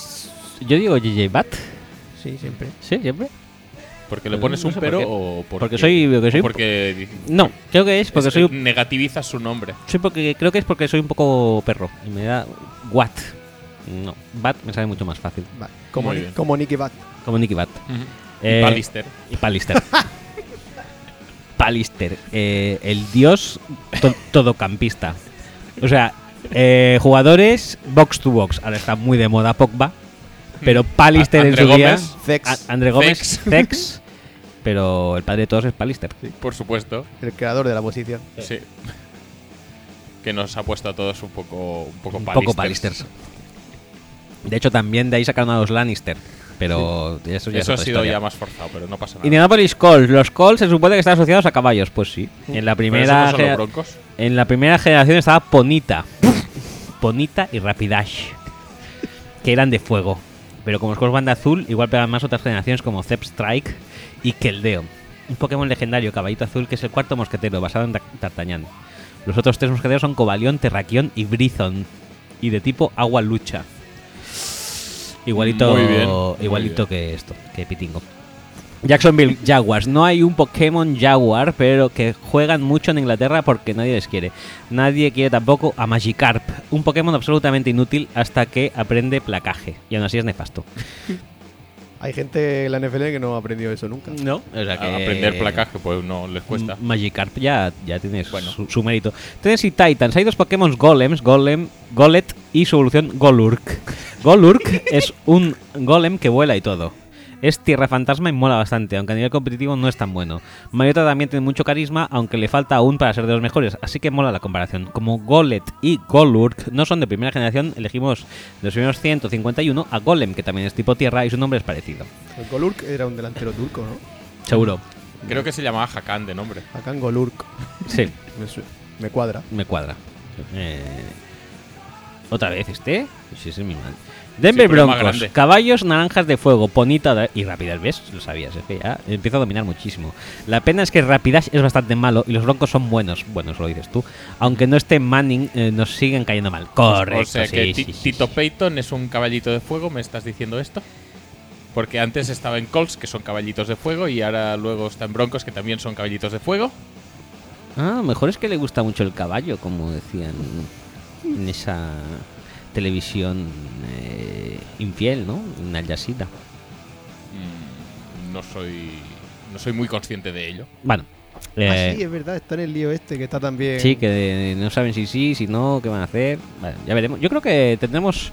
Yo digo JJ Bat, Sí, siempre. ¿sí? Siempre. Porque le No pones sé un por pero qué. o porque, Porque soy- porque soy- o porque No, creo que es porque es- soy, un- negativiza su nombre. soy porque creo que es porque soy un poco perro y me da What. No, Bat me sale mucho más fácil. Va, Como, Muy Ni- bien. como Nicky Bat. Como Nicky Bat. Y Eh, Pallister. Y Palister. Palister, eh, el dios to- todocampista. O sea, eh, jugadores box to box. Ahora está muy de moda Pogba. Pero Palister Hmm. A- en André su día. Gómez, Zex. A- André Gómez, Zex. Zex, Pero el padre de todos es Palister. Por supuesto. El creador de la posición. Sí. Que nos ha puesto a todos un poco un poco Un Pallisters. poco Palisters. De hecho, también de ahí sacaron a los Lannister. Pero eso ya es Eso ha otra sido historia. ya más forzado, pero no pasa nada. Indianapolis Colts. Los Colts se supone que están asociados a caballos. Pues sí. En la Pero primera. esos no son los genera- broncos. En la primera generación estaba Ponita. Ponita y Rapidash. Que eran de fuego. Pero como los juegos van de azul, igual pegan más otras generaciones como Zep Strike y Keldeo. Un Pokémon legendario, caballito azul, que es el cuarto mosquetero, basado en Ta- Tartañán. Los otros tres mosqueteros son Cobalión, Terraquión y Brizon. Y de tipo agua lucha. Igualito, Muy bien, muy igualito que esto, que Pitingo. Jacksonville Jaguars. No hay un Pokémon Jaguar, pero que juegan mucho en Inglaterra porque nadie les quiere. Nadie quiere tampoco a Magikarp, un Pokémon absolutamente inútil hasta que aprende placaje. Y aún así es nefasto. Hay gente en la NFL que no ha aprendido eso nunca. No, o sea que... A- Aprender placaje pues no les cuesta. mm, Magikarp ya, ya tienes Bueno. su, su mérito. Tennessee Titans. Hay dos Pokémon Golems, Golem, Golet y su evolución Golurk. Golurk es un golem que vuela y todo. Es tierra fantasma y mola bastante, aunque a nivel competitivo no es tan bueno. Mayota también tiene mucho carisma, aunque le falta aún para ser de los mejores, así que mola la comparación. Como Golet y Golurk no son de primera generación, elegimos de los primeros 151 a Golem, que también es tipo tierra y su nombre es parecido. El Golurk era un delantero turco, ¿no? Seguro. Creo que se llamaba Hakan de nombre. Acá en Golurk. Sí. Me, su- me cuadra. Me cuadra. Eh, ¿Otra vez este? Sí, es el mismo. Denver Sí, pero es más Broncos, grande. caballos, naranjas de fuego, ponita da- y Rapidash, ¿ves? Lo sabías, es que ya empieza a dominar muchísimo. La pena es que Rapidash es bastante malo y los Broncos son buenos. Bueno, eso lo dices tú. Aunque no esté Manning, eh, nos siguen cayendo mal. Correcto, o sea sí, que sí, Ti- sí, Tito sí. Payton es un caballito de fuego, ¿me estás diciendo esto? Porque antes estaba en Colts, que son caballitos de fuego, y ahora luego está en Broncos, que también son caballitos de fuego. Ah, mejor es que le gusta mucho el caballo, como decían en esa televisión eh, infiel, ¿no? En Al Jazeera. No soy. No soy muy consciente de ello. Bueno. eh, Ah, sí, es verdad, está en el lío este que está también. Sí, que de- no saben si sí, si no, qué van a hacer. Bueno, ya veremos. Yo creo que tendremos.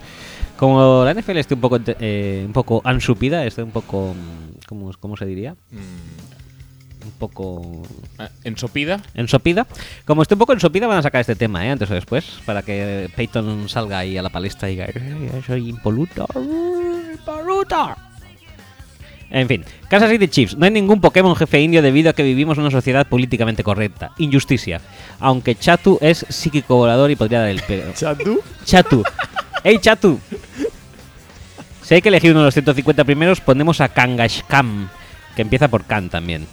Como la NFL esté un poco, ente- eh, un poco ansupida, esté un poco. mm, ¿cómo, cómo se diría? Mm, Un poco. ah, En Sopida, Ensopida. Como esté un poco ensopida, van a sacar este tema, ¿eh? Antes o después, para que Peyton salga ahí a la palestra y diga: "Eh, yo Soy impoluto. uh, Impoluto. En fin, Kansas City Chiefs. No hay ningún Pokémon jefe indio debido a que vivimos en una sociedad políticamente correcta. Injusticia. Aunque Chatu es psíquico volador y podría dar el pelo. Chandu. Chatu. ¡Ey, Chatu! Si hay que elegir uno de los 150 primeros, ponemos a Kangashkam, que empieza por Kan también.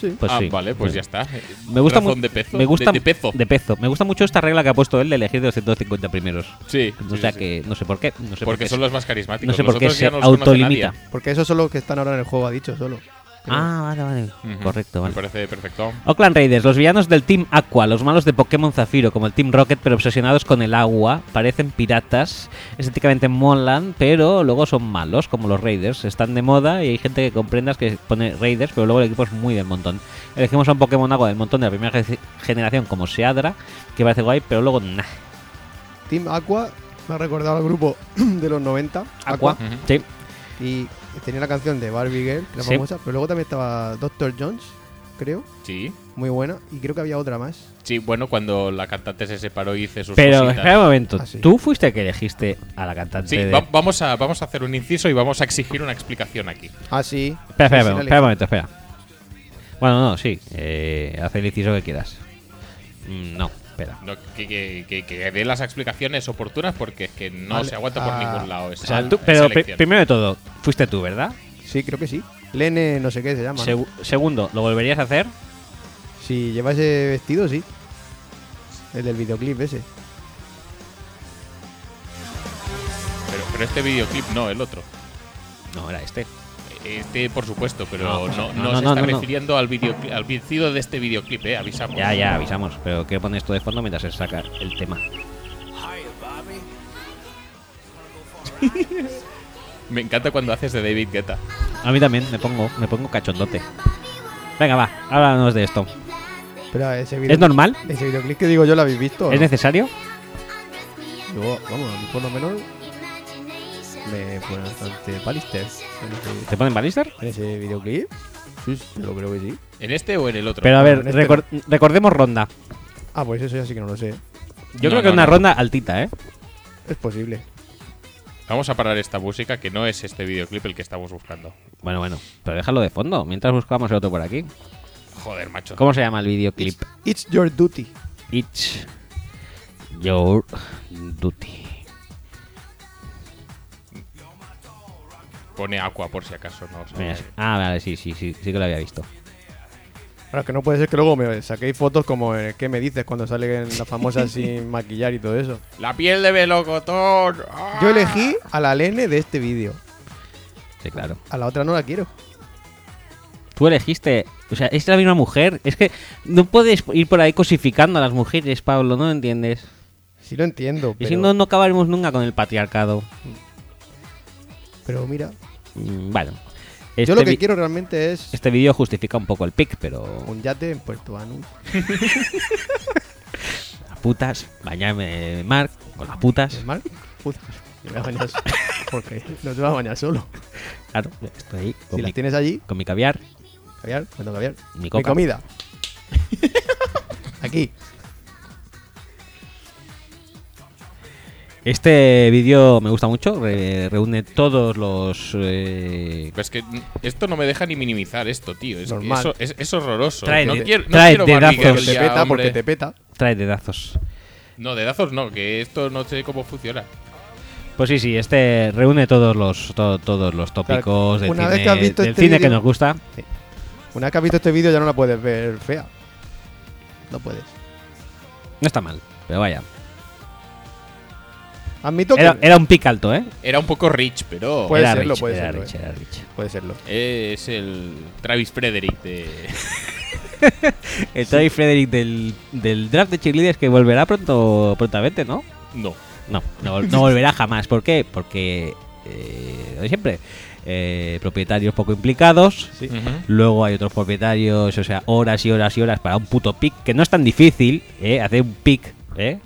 Sí. Pues ah, sí. vale, pues ya está. Eh, Me gusta Razón mu- de peso. Me gusta de, de pezo. de pezo. Me gusta mucho esta regla que ha puesto él de elegir de los 150 primeros. sí. O sí, sea sí, que no sé por qué. No sé sí. por Porque qué son se- los más carismáticos. No sé por qué Los otros se ya no los conoce nadie. autolimita. Porque esos son los que están ahora en el juego, ha dicho solo. Pero Ah, vale, vale. Ujú, Correcto, vale. Me parece perfecto. Oakland Raiders, los villanos del Team Aqua, los malos de Pokémon Zafiro, como el Team Rocket, pero obsesionados con el agua, parecen piratas, estéticamente molan, pero luego son malos, como los Raiders. Están de moda y hay gente que comprendas que pone Raiders, pero luego el equipo es muy del montón. Elegimos a un Pokémon Agua del montón de la primera ge- generación, como Seadra, que parece guay, pero luego nah. Team Aqua me ha recordado al grupo de los 90. Aqua, Ujú. sí. Y tenía la canción de Barbie Girl, que era Sí. famosa. Pero luego también estaba Doctor Jones, creo. Sí. Muy buena. Y creo que había otra más. Sí, bueno, cuando la cantante se separó y hice sus Pero cositas. espera un momento, Ah, sí. tú fuiste el que elegiste a la cantante Sí, de- va- vamos, a, vamos a hacer un inciso y vamos a exigir una explicación aquí. Ah, sí. Sí, Espera, espera, sí, espera, la espera un elegí. momento, espera. Bueno, no, sí. Eh, haz el inciso que quieras. Mm, no, espera. No, que, que- que- que dé las explicaciones oportunas porque es que no Vale, se aguanta por ah, ningún lado. O esa- sea, tú- esa pero pri- elección. primero de todo, fuiste tú, ¿verdad? Sí, creo que sí. Lene, no sé qué se llama. ¿no? Segu- segundo, ¿lo volverías a hacer? Si lleva ese vestido, sí. El del videoclip ese. pero, pero este videoclip no, el otro. No, era este. Este, por supuesto, pero No, no, no, no, no, se no, está no, no. refiriendo al, videoclip, al vestido de este videoclip, eh, avisamos. Ya, ya, avisamos. Pero quiero poner esto de fondo mientras se saca el tema. Me encanta cuando haces de David Guetta. A mí también, me pongo, me pongo cachondote. Venga, va, háblanos de esto. Pero ese ¿Es videoclip, normal? ese videoclip que digo yo lo habéis visto. o ¿Es no? necesario? Yo, vamos, a mí por lo menos me pone bastante Pallister en ese- ¿Te ponen balister? en ese videoclip. Sí, sí, yo creo que sí. ¿En este o en el otro? Pero a ver, en este recor- recordemos ronda. Ah, pues eso ya sí que no lo sé. Yo No, creo que no, una no. ronda altita, ¿eh? Es posible. Vamos a parar esta música que no es este videoclip el que estamos buscando. Bueno, bueno, pero déjalo de fondo mientras buscamos el otro por aquí. Joder, macho. ¿Cómo se llama el videoclip? It's your duty. It's Your Duty. Pone Aqua por si acaso. No, o sea, Mira, Ah, vale, sí, sí, sí, sí que lo había visto. Ahora, que no puede ser que luego me saquéis fotos como en el que me dices cuando salen las famosas sin maquillar y todo eso. La piel de melocotón. ¡Ah! Yo elegí a la Lene de este vídeo. Sí, claro. A la otra no la quiero. Tú elegiste, o sea, es la misma mujer. Es que no puedes ir por ahí cosificando a las mujeres, Pablo, ¿no lo entiendes? Sí lo entiendo, Y pero, si no, no acabaremos nunca con el patriarcado. pero mira. Mm, Bueno, yo lo que vi- quiero realmente es este vídeo justifica un poco el pic, pero un yate en Puerto Anu. a putas, bañarme en el mar con las putas. ¿Es mal? Puta, me voy a bañar solo. Porque no te vas a bañar solo. Claro, estoy ahí con, Si las mi, tienes allí, con mi caviar, caviar, cuando caviar. mi Mi coca. comida. Aquí. Este vídeo me gusta mucho, re- reúne todos los... eh, Pues que mm, esto no me deja ni minimizar esto, tío. Es, que Normal. eso, es, es horroroso. Trae no de- quiero, no trae quiero Barbie dedazos. Girl Porque te ya, peta, hombre. porque te peta. trae dedazos. No, dedazos no, que esto no sé cómo funciona. Pues sí, sí, este reúne todos los to- todos los tópicos del, una cine, vez que has visto del este cine que vídeo- nos gusta. Una vez que has visto este vídeo ya no la puedes ver fea. No puedes. No está mal, pero vaya. Admito que Era, era un pic alto, ¿eh? Era un poco rich, pero Puede era serlo, rich, puede era serlo, rich, eh. era rich. puede serlo. es el Travis Frederick de. El Travis Frederick del, del draft de cheerleaders que volverá pronto prontamente, ¿no? No. No, no, vol- no volverá jamás. ¿Por qué? Porque, eh, lo de siempre, eh, propietarios poco implicados. Sí. Ujú. Luego hay otros propietarios, o sea, horas y horas y horas para un puto pick, que no es tan difícil, ¿eh? Hacer un pick, ¿eh?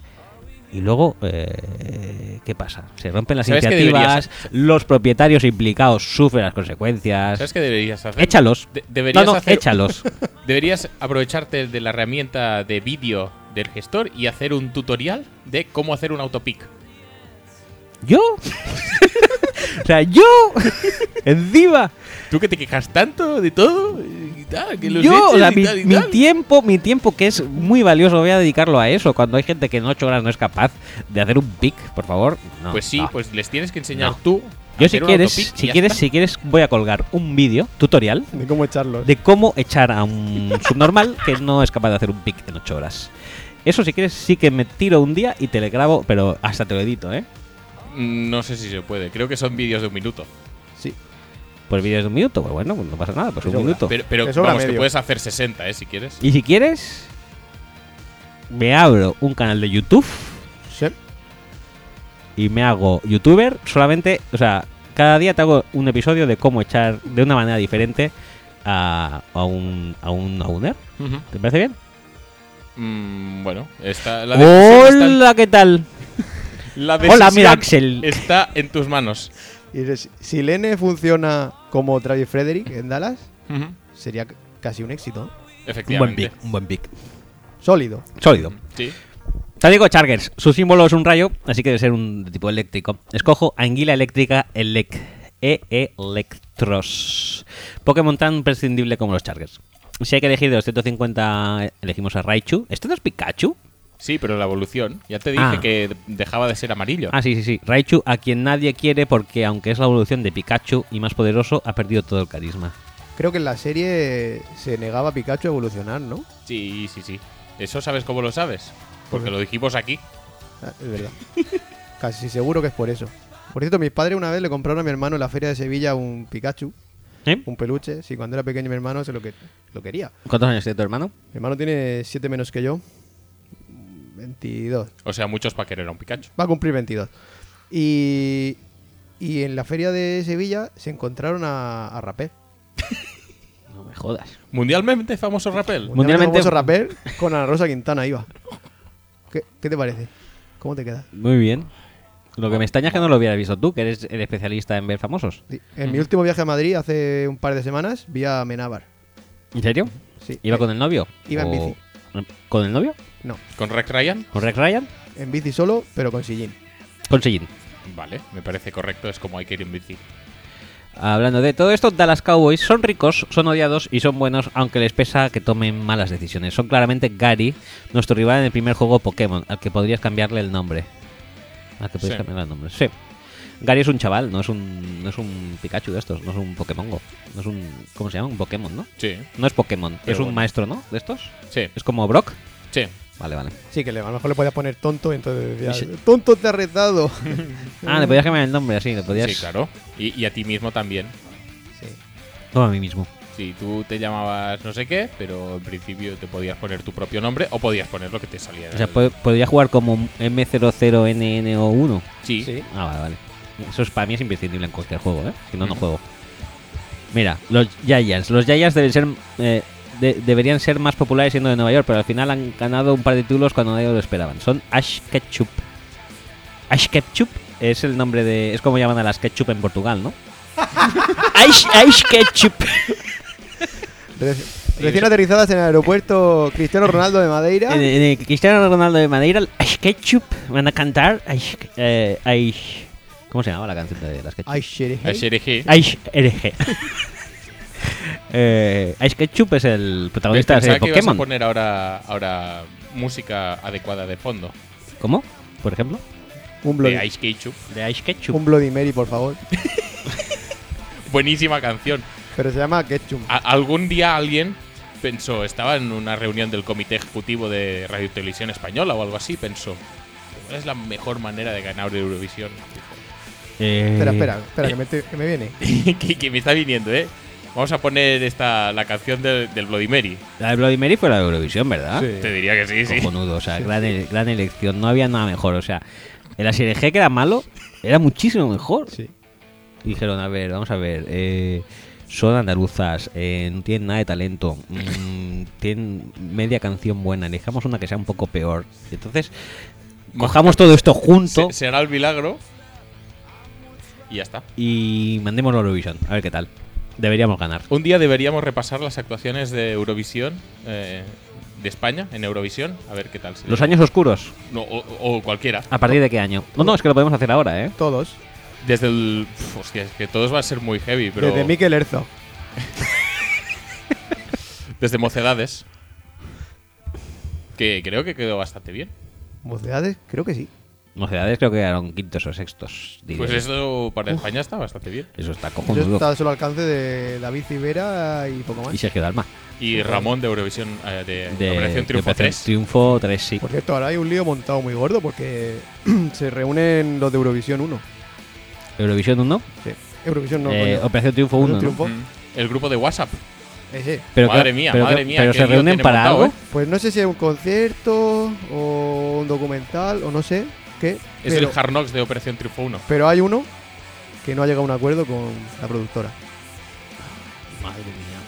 Y luego, eh, ¿qué pasa? Se rompen las ¿Sabes qué iniciativas, deberías los propietarios implicados sufren las consecuencias. ¿Sabes qué deberías hacer? Échalos. De- deberías no, no, hacer- échalos. Deberías aprovecharte de la herramienta de vídeo del gestor y hacer un tutorial de cómo hacer un autopic. ¿Yo? o sea, yo, encima, Tú que te quejas tanto de todo y tal, que los yo, o sea, eches y mi, tal y mi tal. tiempo, mi tiempo que es muy valioso, voy a dedicarlo a eso. Cuando hay gente que en 8 horas no es capaz de hacer un pick, por favor. no, Pues sí, no. pues les tienes que enseñar No. tú. Yo a si hacer un quieres, autopic y si ya quieres, está. si quieres, voy a colgar un vídeo tutorial De cómo echarlos. de cómo echar a un subnormal que no es capaz de hacer un pick en 8 horas. Eso si quieres sí que me tiro un día y te le grabo, pero hasta te lo edito, ¿eh? Mm, No sé si se puede, creo que son vídeos de un minuto. Sí. Pues vídeos de un minuto, pues bueno, no pasa nada, pues un Pero- minuto. Pero, pero Te sobra vamos, que medio. puedes hacer 60, ¿eh? Si quieres. Y si quieres, me abro un canal de YouTube Sí. y me hago youtuber solamente, o sea, cada día te hago un episodio de cómo echar de una manera diferente a, a un a un owner. ¿Te parece bien? Mm, bueno, está la decisión está- Hola, ¿qué tal? la Hola, decisión mira Axel. Está en tus manos. Y dices, si Lene funciona como Travis Frederick en Dallas, sería c- casi un éxito. ¿no? Un buen Efectivamente. pick, un buen pick. Sólido. Sólido. Sí. Te digo Chargers, su símbolo es un rayo, así que debe ser un de tipo eléctrico. Escojo Anguila Eléctrica Elec. E Electros. Pokémon tan prescindible como los Chargers. Si hay que elegir de los 150, elegimos a Raichu. ¿Este no es Pikachu? Sí, pero la evolución. Ya te dije Ah. que dejaba de ser amarillo. Ah, sí, sí, sí. Raichu, a quien nadie quiere porque, aunque es la evolución de Pikachu y más poderoso, ha perdido todo el carisma. Creo que en la serie se negaba a Pikachu a evolucionar, ¿no? Sí, sí, sí. ¿Eso sabes cómo lo sabes? Porque Pues- lo dijimos aquí. Ah, Es verdad. Casi seguro que es por eso. Por cierto, mis padres una vez le compraron a mi hermano en la feria de Sevilla un Pikachu, ¿Eh? un peluche. Sí, cuando era pequeño mi hermano se lo, que, lo quería. ¿Cuántos años tiene tu hermano? Mi hermano tiene 7 menos que yo. 22. O sea, muchos para querer a un Pikachu. Va a cumplir 22. Y, y en la feria de Sevilla se encontraron a, a Rapel. No me jodas. Mundialmente famoso Rappel. Mundialmente- famoso Rapel con Ana Rosa Quintana iba. ¿Qué, qué te parece? ¿Cómo te queda? Muy bien. Lo que me extraña es que no lo hubieras visto tú, que eres el especialista en ver famosos. Sí, En Mm. mi último viaje a Madrid hace un par de semanas vi a Menábar. ¿En serio? Sí. ¿Iba Eh, con el novio? iba en ¿O- bici. ¿Con el novio? No, ¿Con Rex Ryan? ¿Con Rex Ryan? en bici solo, pero con sillín. Con Sillín. Vale, me parece correcto. Es como hay que ir en bici. Hablando de todo esto, Dallas Cowboys son ricos, son odiados y son buenos, aunque les pesa que tomen malas decisiones. Son claramente Gary, nuestro rival en el primer juego Pokémon, al que podrías cambiarle el nombre. Al que podrías Sí. cambiarle el nombre, sí. Gary es un chaval, no es un, no es un Pikachu de estos, no es un Pokémongo. No es un. ¿Cómo se llama? Un Pokémon, ¿no? Sí, No es Pokémon, Pero es un bueno. maestro, ¿no? De estos. sí, Es como Brock. sí. Vale, vale. Sí, que le- a lo mejor le podías poner tonto, entonces decías, Y tonto te has retado. Ah, le podías cambiar el nombre así, le podías. Sí, claro. Y, y a ti mismo también. Sí. Todo a mí mismo. Sí, tú te llamabas no sé qué, pero en principio te podías poner tu propio nombre o podías poner lo que te saliera. O sea, po- podría jugar como M00NNO1. sí, sí. Ah, vale, vale. Eso es, para mí es imprescindible en cualquier juego, ¿eh? Si no, no juego. Mira, los Giants. Los Giants deben ser, eh, de- deberían ser más populares siendo de Nueva York, pero al final han ganado un par de títulos cuando nadie lo esperaban. Son Ash Ketchup. Ash Ketchup es el nombre de... Es como llaman a las ketchup en Portugal, ¿no? Ash, Ash Ketchup. Reci- Recién aterrizadas en el aeropuerto Cristiano Ronaldo de Madeira. Eh, eh, Cristiano Ronaldo de Madeira, el Ash Ketchup. Van a cantar Ash... eh, Ash- ¿Cómo se llamaba la canción de las ketchup? Ay, Sherry. A SRG. Ice RG. eh, Ice Ketchup es el protagonista de la Pensaba serie que ibas a Pokémon. poner ahora, ahora música adecuada de fondo. ¿Cómo? Por ejemplo, Un De Bloody, Ice Ketchup. de Ice Ketchup. un Bloody Mary, por favor. Buenísima canción. Pero se llama Ketchup. A- algún día alguien pensó, estaba en una reunión del comité ejecutivo de Radio Televisión Española o algo así, pensó, ¿cuál es la mejor manera de ganar Eurovisión? Eh, Espera, espera, espera, que me, te- que me viene. que, que me está viniendo, ¿eh? Vamos a poner esta la canción del, del Bloody Mary. Eh, La de Bloody Mary fue la de Eurovisión, Ah, ¿verdad? Te diría que sí, sí. Cojonudo, o sea, gran, ele- gran elección. No había nada mejor, o sea, el Ice RG que era malo, era muchísimo mejor. Sí. Dijeron, a ver, vamos a ver, eh, son andaluzas, eh, no tienen nada de talento, mm, tienen media canción buena, elijamos una que sea un poco peor. Entonces, cojamos todo esto junto Se- será el milagro. Y ya está. y mandémoslo a Eurovision, a ver qué tal. Deberíamos ganar. Un día deberíamos repasar las actuaciones de Eurovisión eh, de España en Eurovisión, a ver qué tal. se- Los años oscuros, No, o, o cualquiera. ¿a partir de qué año? No, no, es que lo podemos hacer ahora, ¿eh? Todos. Desde el. Uf, hostia, es que todos va a ser muy heavy, pero. Desde Miquel Herzog. Desde Mocedades. Que creo que quedó bastante bien. Mocedades, creo que sí. Mocedades creo que eran quintos o sextos. diría Pues yo. eso para España está bastante bien. Eso está Yo cojonudo. estaba solo al alcance de David Civera y poco Y más. Sergio Dalma. Y Ramón de Eurovisión eh, de, De Operación Triunfo Operación 3. Triunfo 3, sí. Por cierto, ahora hay un lío montado muy gordo porque se reúnen los de Eurovisión 1. Eurovisión 1. Sí. Eurovisión no. eh, coño. Operación Triunfo 1. Operación ¿no? Triunfo. Mm. El grupo de WhatsApp. Ese. Pero Madre que- mía, pero madre que- mía, Pero qué se lío reúnen tiene para montado, algo. ¿eh? Pues no sé si es un concierto o un documental o no sé qué. Es pero, el Hard Knocks de Operación Triunfo 1. pero hay uno que no ha llegado a un acuerdo con la productora.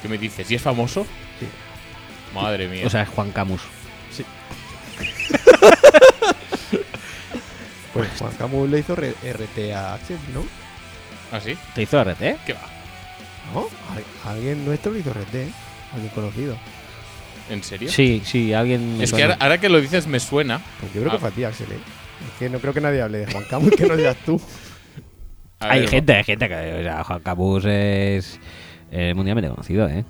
¿Qué me dices? ¿Y es famoso? Sí. Madre mía. O sea, es Juan Camus. Pues Juan Camus le hizo re- RT a Axel, ¿no? ¿Ah, sí? ¿Te hizo RT? ¿eh? ¿Qué va? ¿No? Al- Alguien nuestro le hizo RT, ¿eh? alguien conocido. ¿En serio? Sí, sí, alguien. me Es que suena. ahora, ahora que lo dices me suena. Pues yo creo Ah. que fue a ti, Axel, ¿eh? Es que no creo que nadie hable de Juan Camus que no seas tú. A Hay ver, gente, hay gente que. O sea, Juan Camus es. eh, mundialmente conocido, ¿eh?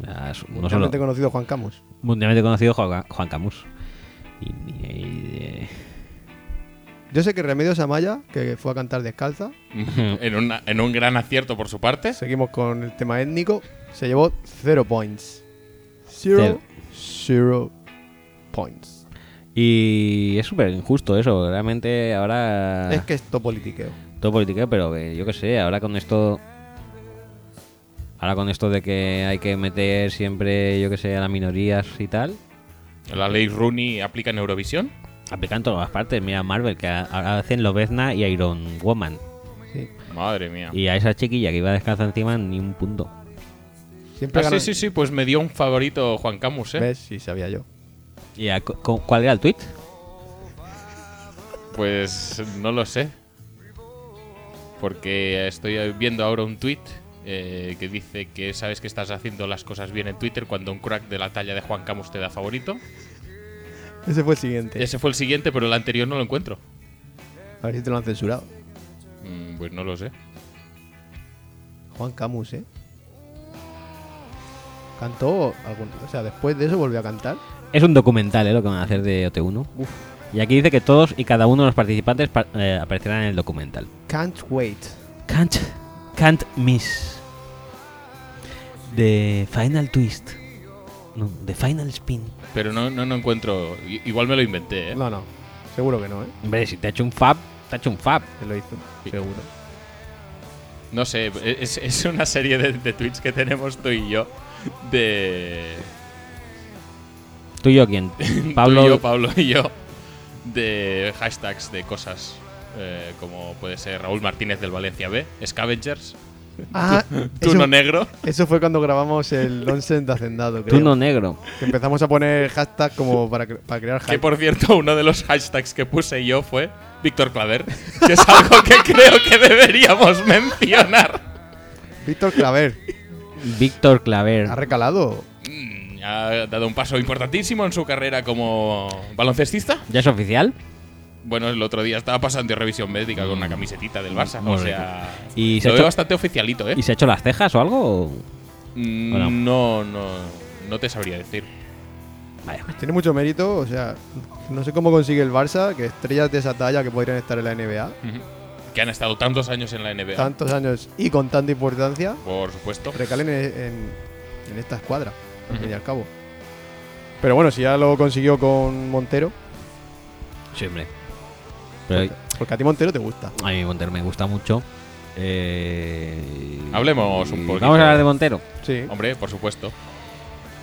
O sea, es- No solo. Solamente conocido Juan Camus. Mundialmente conocido Juan, Juan Camus. Y mira, y Yo sé que Remedios Amaya, que fue a cantar descalza, en, una- en un gran acierto por su parte. seguimos con el tema étnico, se llevó cero points. Zero, zero points. de- Y es súper injusto eso. Realmente ahora. Ah. Es que esto politiqueo. todo politiqueo, pero que yo qué sé, ahora con esto. Ahora con esto de que hay que meter siempre, yo qué sé, a las minorías y tal, La ley Rooney aplica en Eurovisión. aplican todas las partes. Mira Marvel, que a- ahora hacen Lobezna y Iron Woman. Madre mía. Ah, Y a esa chiquilla que iba descalza encima, ni un punto. Siempre Ah, sí, ganan- sí, sí, pues me dio un favorito Juan Camus, ¿eh? ¿Ves? Sí, sabía yo. ¿Y a cu- cu- cuál era el tweet? Pues no lo sé. Porque estoy viendo ahora un tweet que dice que sabes que estás haciendo las cosas bien en Twitter cuando un crack de la talla de Juan Camus te da favorito. Ese fue el siguiente. Ese fue el siguiente, pero el anterior no lo encuentro. A ver si te lo han censurado. Mm, pues no lo sé. Juan Camus, ¿eh? Cantó algún... O sea, después de eso volvió a cantar. Es un documental, ¿eh? Lo que van a hacer de OT1. Uf. Y aquí dice que todos y cada uno de los participantes pa- eh, aparecerán en el documental. Can't wait. Can't, can't miss. The final twist. No, the final spin. Pero no, no, no encuentro. I- Igual me lo inventé, ¿eh? No, no. Seguro que no, ¿eh? Hombre, si te ha hecho un fab, te ha hecho un fab. Se lo hizo. Seguro. No sé, es, es una serie de, de tweets que tenemos tú y yo. De. ¿Tú y yo quién? Tú y Pablo. yo, Pablo y yo. De hashtags de cosas. eh, como puede ser Raúl Martínez del Valencia B, Scavengers, Ah, eso, Turno Negro. eso fue cuando grabamos el Nonsense de Hacendado, creo. Tú no negro. Que empezamos a poner hashtag como para, cre- para crear Que hype. por cierto, uno de los hashtags que puse yo fue Víctor Claver. Que es algo que creo que deberíamos mencionar. Víctor Claver Víctor ha Claver. recalado. Mm, Ha dado un paso importantísimo en su carrera como baloncestista. ¿Ya es oficial? Bueno, el otro día estaba pasando revisión médica con una camisetita del Barça. Mm. Muy o sea, Y se ha lo veo hecho- bastante oficialito, ¿eh? ¿Y se ha hecho las cejas o algo? o? Mm, Hola. No, no, no te sabría decir. Vaya. Tiene mucho mérito, o sea, no sé cómo consigue el Barça que estrellas de esa talla que podrían estar en la NBA, Ujú. Que han estado tantos años en la NBA. tantos años y con tanta importancia, por supuesto. recalen en, en- en esta escuadra, al fin y al cabo. Pero bueno, si ya lo consiguió con Montero, Siempre. Pero porque a ti Montero te gusta. a mí Montero me gusta mucho. Eh, Hablemos y un poquito. Vamos a hablar de Montero. Sí. Hombre, por supuesto.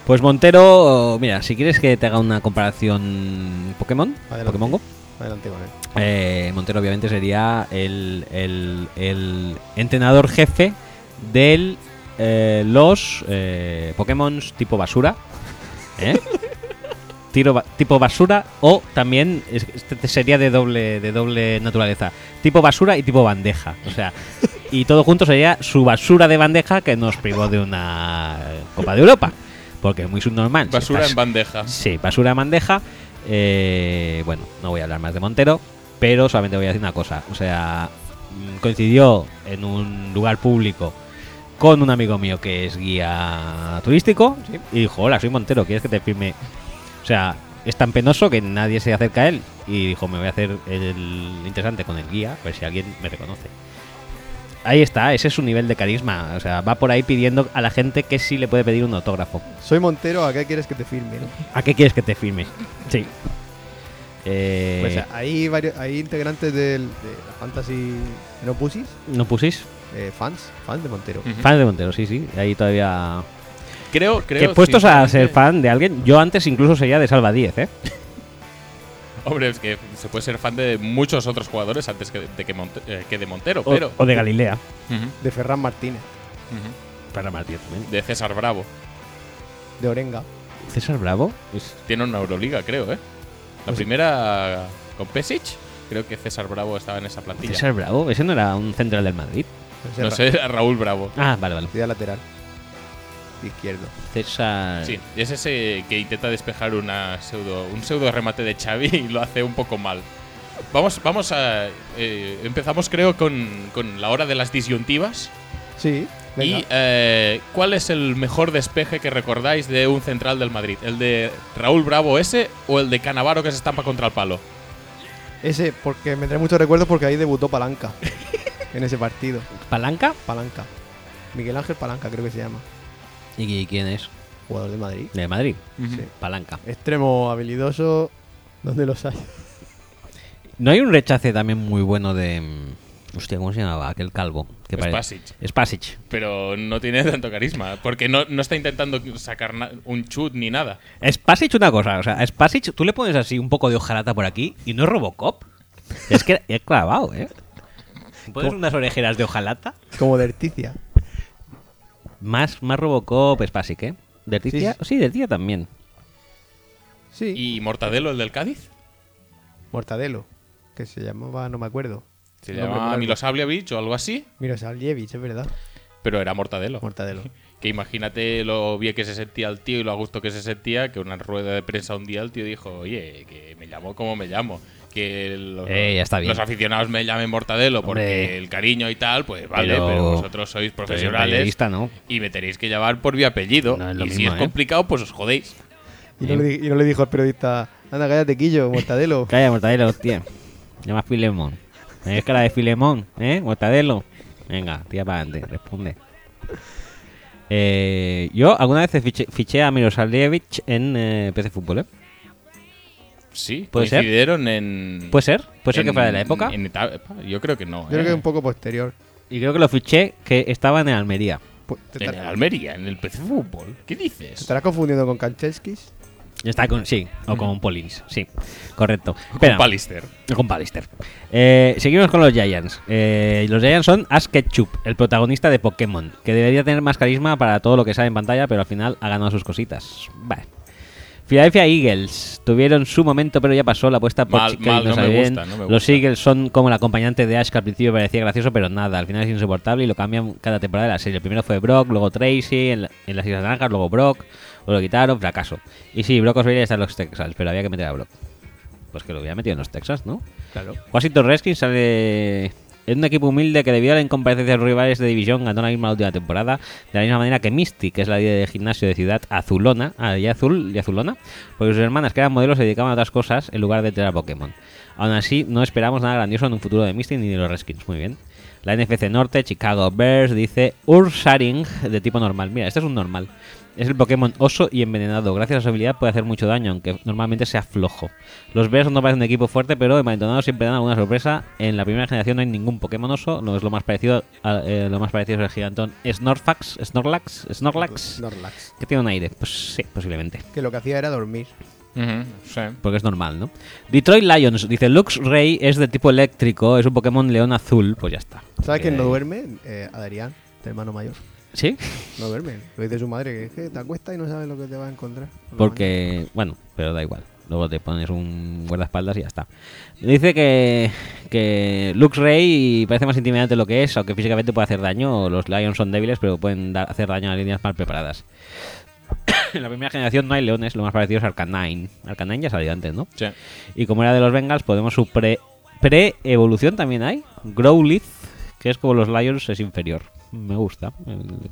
Pues Montero, mira, si quieres que te haga una comparación Pokémon, Adelante. Pokémon Go, Adelante con él. eh, Montero obviamente sería el, el- el entrenador jefe de los eh, Pokémon tipo basura. ¿eh? Tiro ba- tipo basura o también es- este sería de doble, de doble naturaleza. Tipo basura y tipo bandeja. O sea, y todo junto sería su basura de bandeja que nos privó de una eh, Copa de Europa. Porque es muy subnormal. Si Basura estás- en bandeja. Sí, basura en bandeja. Eh, bueno, no voy a hablar más de Montero, pero solamente voy a decir una cosa. O sea, mm, coincidió en un lugar público con un amigo mío que es guía turístico y dijo, hola, soy Montero, ¿quieres que te firme? O sea, es tan penoso que nadie se acerca a él y dijo, me voy a hacer el interesante con el guía, a ver si alguien me reconoce. Ahí está, ese es su nivel de carisma. O sea, va por ahí pidiendo a la gente que sí le puede pedir un autógrafo. Soy Montero, ¿a qué quieres que te firme? no? ¿A qué quieres que te firme? Sí. Eh, Pues hay, varios, hay integrantes del, de la Fantasy No Pussies, ¿No pusís? eh, fans, fans de Montero. Ujú. Fans de Montero, sí, sí. Ahí todavía. Creo, que creo. puestos a ser sinceramente- fan de alguien, yo antes incluso sería de Salva 10, ¿eh? Hombre, es que se puede ser fan de muchos otros jugadores antes que de, que Monte- eh, que de Montero, O, pero. o de Galilea. Ujú, De Ferran Martínez, ujú. Para Martínez también. De César Bravo. de Orenga. César Bravo. es- Tiene una Euroliga, creo, ¿eh? La primera con Pesic. Creo que César Bravo estaba en esa plantilla. César Bravo. Ese no era un central del Madrid. Serra- No sé, era Raúl Bravo. Ah, vale, vale. Actividad lateral. Izquierdo. César. Sí, es ese que intenta despejar una pseudo, un pseudo remate de Xavi y lo hace un poco mal. Vamos, vamos a. eh, empezamos, creo, con, con la hora de las disyuntivas. Sí. Venga. ¿Y eh, cuál es el mejor despeje que recordáis de un central del Madrid? ¿El de Raúl Bravo ese o el de Canavaro que se estampa contra el palo? Ese, porque me trae muchos recuerdos porque ahí debutó Palanca. en ese partido. ¿Palanca? Palanca. Miguel Ángel Palanca, creo que se llama. ¿Y quién es? Jugador de Madrid. De Madrid. Sí. Palanca. Extremo habilidoso. ¿Dónde los hay? No hay un rechace también muy bueno de. mm, Hostia, ¿cómo se llamaba? Aquel calvo. que pare- Spasic. Spasic. Pero no tiene tanto carisma, porque no, no está intentando sacar na- un chut ni nada. Spasic una cosa, o sea, a Spasic tú le pones así un poco de hojalata por aquí y no es Robocop. Es que es clavado, ¿eh? Pones unas orejeras de hojalata. Como de Articia. Más, más Robocop Spasic, ¿eh? ¿De Ticia? Sí, de Ticia también. Sí. ¿Y Mortadelo, el del Cádiz? Mortadelo. Que se llamaba, no me acuerdo. Se Nombre llamaba largo. Milosavljevic o algo así, Mira, Saljevic, es verdad. pero era Mortadelo. Mortadelo. Que imagínate lo bien que se sentía el tío y lo a gusto que se sentía, que una rueda de prensa un día el tío dijo, oye, que me llamo como me llamo. Que los, Eh, ya está bien. los aficionados me llamen Mortadelo porque Hombre. el cariño y tal, pues vale, Pero- pero, vosotros sois eres profesionales periodista, ¿no? y me tenéis que llamar por mi apellido. No es y lo si mismo, es ¿eh? complicado, pues os jodéis. Y no, le, di- y no le dijo al periodista, anda, cállate, Quillo, Mortadelo. Calla, Mortadelo, hostia. Llama Filemón. Es cara de Filemón, ¿eh? Mortadelo. Venga, tía para adelante, responde. Eh, yo alguna vez fiché, fiché a Mirosalevich en eh, PC Fútbol, ¿eh? Sí, ¿Puede ser? coincidieron en... ¿Puede ser? ¿Puede ser que en- fuera de la época? en etapa- Yo creo que no. Yo creo ¿eh? que es un poco posterior. Y creo que lo fiché que estaba en Almería. Pues, te, En estar- el Almería, en el PC Fútbol. ¿Qué te dices? estarás confundiendo con Kancheskis. Está con, sí, o con Polins, sí, correcto. Con Espera, Pallister. con Pallister. Eh, seguimos con los Giants. Eh, los Giants son Ash Ketchup, el protagonista de Pokémon, que debería tener más carisma para todo lo que sale en pantalla, pero al final ha ganado sus cositas. Vale. Philadelphia Eagles tuvieron su momento, pero ya pasó la apuesta por Mal- Chicago mal, y no me sale gusta, bien. no me Los gusta. Eagles son como el acompañante de Ash, que al principio parecía gracioso, pero nada, al final es insoportable y lo cambian cada temporada de la serie. El primero fue Brock, luego Tracy, en, la- en las Islas Naranjas, luego Brock, luego lo quitaron, fracaso. Y sí, Brock Osweiler está en los Texas, pero había que meter a Brock. Pues que lo hubiera metido en los Texas, ¿no? Claro. Washington Redskins sale en un equipo humilde que debido a la incomparecencia de los rivales de división ganó la misma última temporada, de la misma manera que Misty, que es la líder de gimnasio de ciudad azulona, ah, y azul y azulona, porque sus hermanas que eran modelos se dedicaban a otras cosas en lugar de entrenar Pokémon. Aún así, no esperamos nada grandioso en un futuro de Misty ni de los Redskins, muy bien. La NFC Norte, Chicago Bears, dice Ursaring de tipo normal. Mira, este es un normal. Es el Pokémon oso y envenenado. Gracias a su habilidad puede hacer mucho daño, aunque normalmente sea flojo. Los Bears no parecen un equipo fuerte, pero envalentonados siempre dan alguna sorpresa. En la primera generación no hay ningún Pokémon oso. No es lo más parecido. a- eh, lo más parecido es el gigantón Snorlax. Snorlax. Snorlax. Norlax. Que tiene un aire. Pues sí, posiblemente. Que lo que hacía era dormir. Ujú, sí. Porque es normal, ¿no? Detroit Lions. Dice Luxray es de tipo eléctrico. Es un Pokémon león azul. Pues ya está. ¿Sabes Eh, quién no duerme? Eh, Adrián, tu hermano mayor. Sí. No duerme. Lo dice su madre, que es que te acuestas y no sabes lo que te vas a encontrar. por la mañana. Porque, bueno, pero da igual. Luego te pones un guardaespaldas y ya está. Dice que, que Lux Ray parece más intimidante de lo que es, aunque físicamente puede hacer daño. Los Lions son débiles, pero pueden dar- hacer daño a líneas mal preparadas. en la primera generación no hay leones, lo más parecido es Arcanine. Arcanine ya salió antes, ¿no? Sí. Y como era de los Bengals, podemos su pre- pre-evolución también hay. Growlithe, que es como los Lions, es inferior. Me gusta.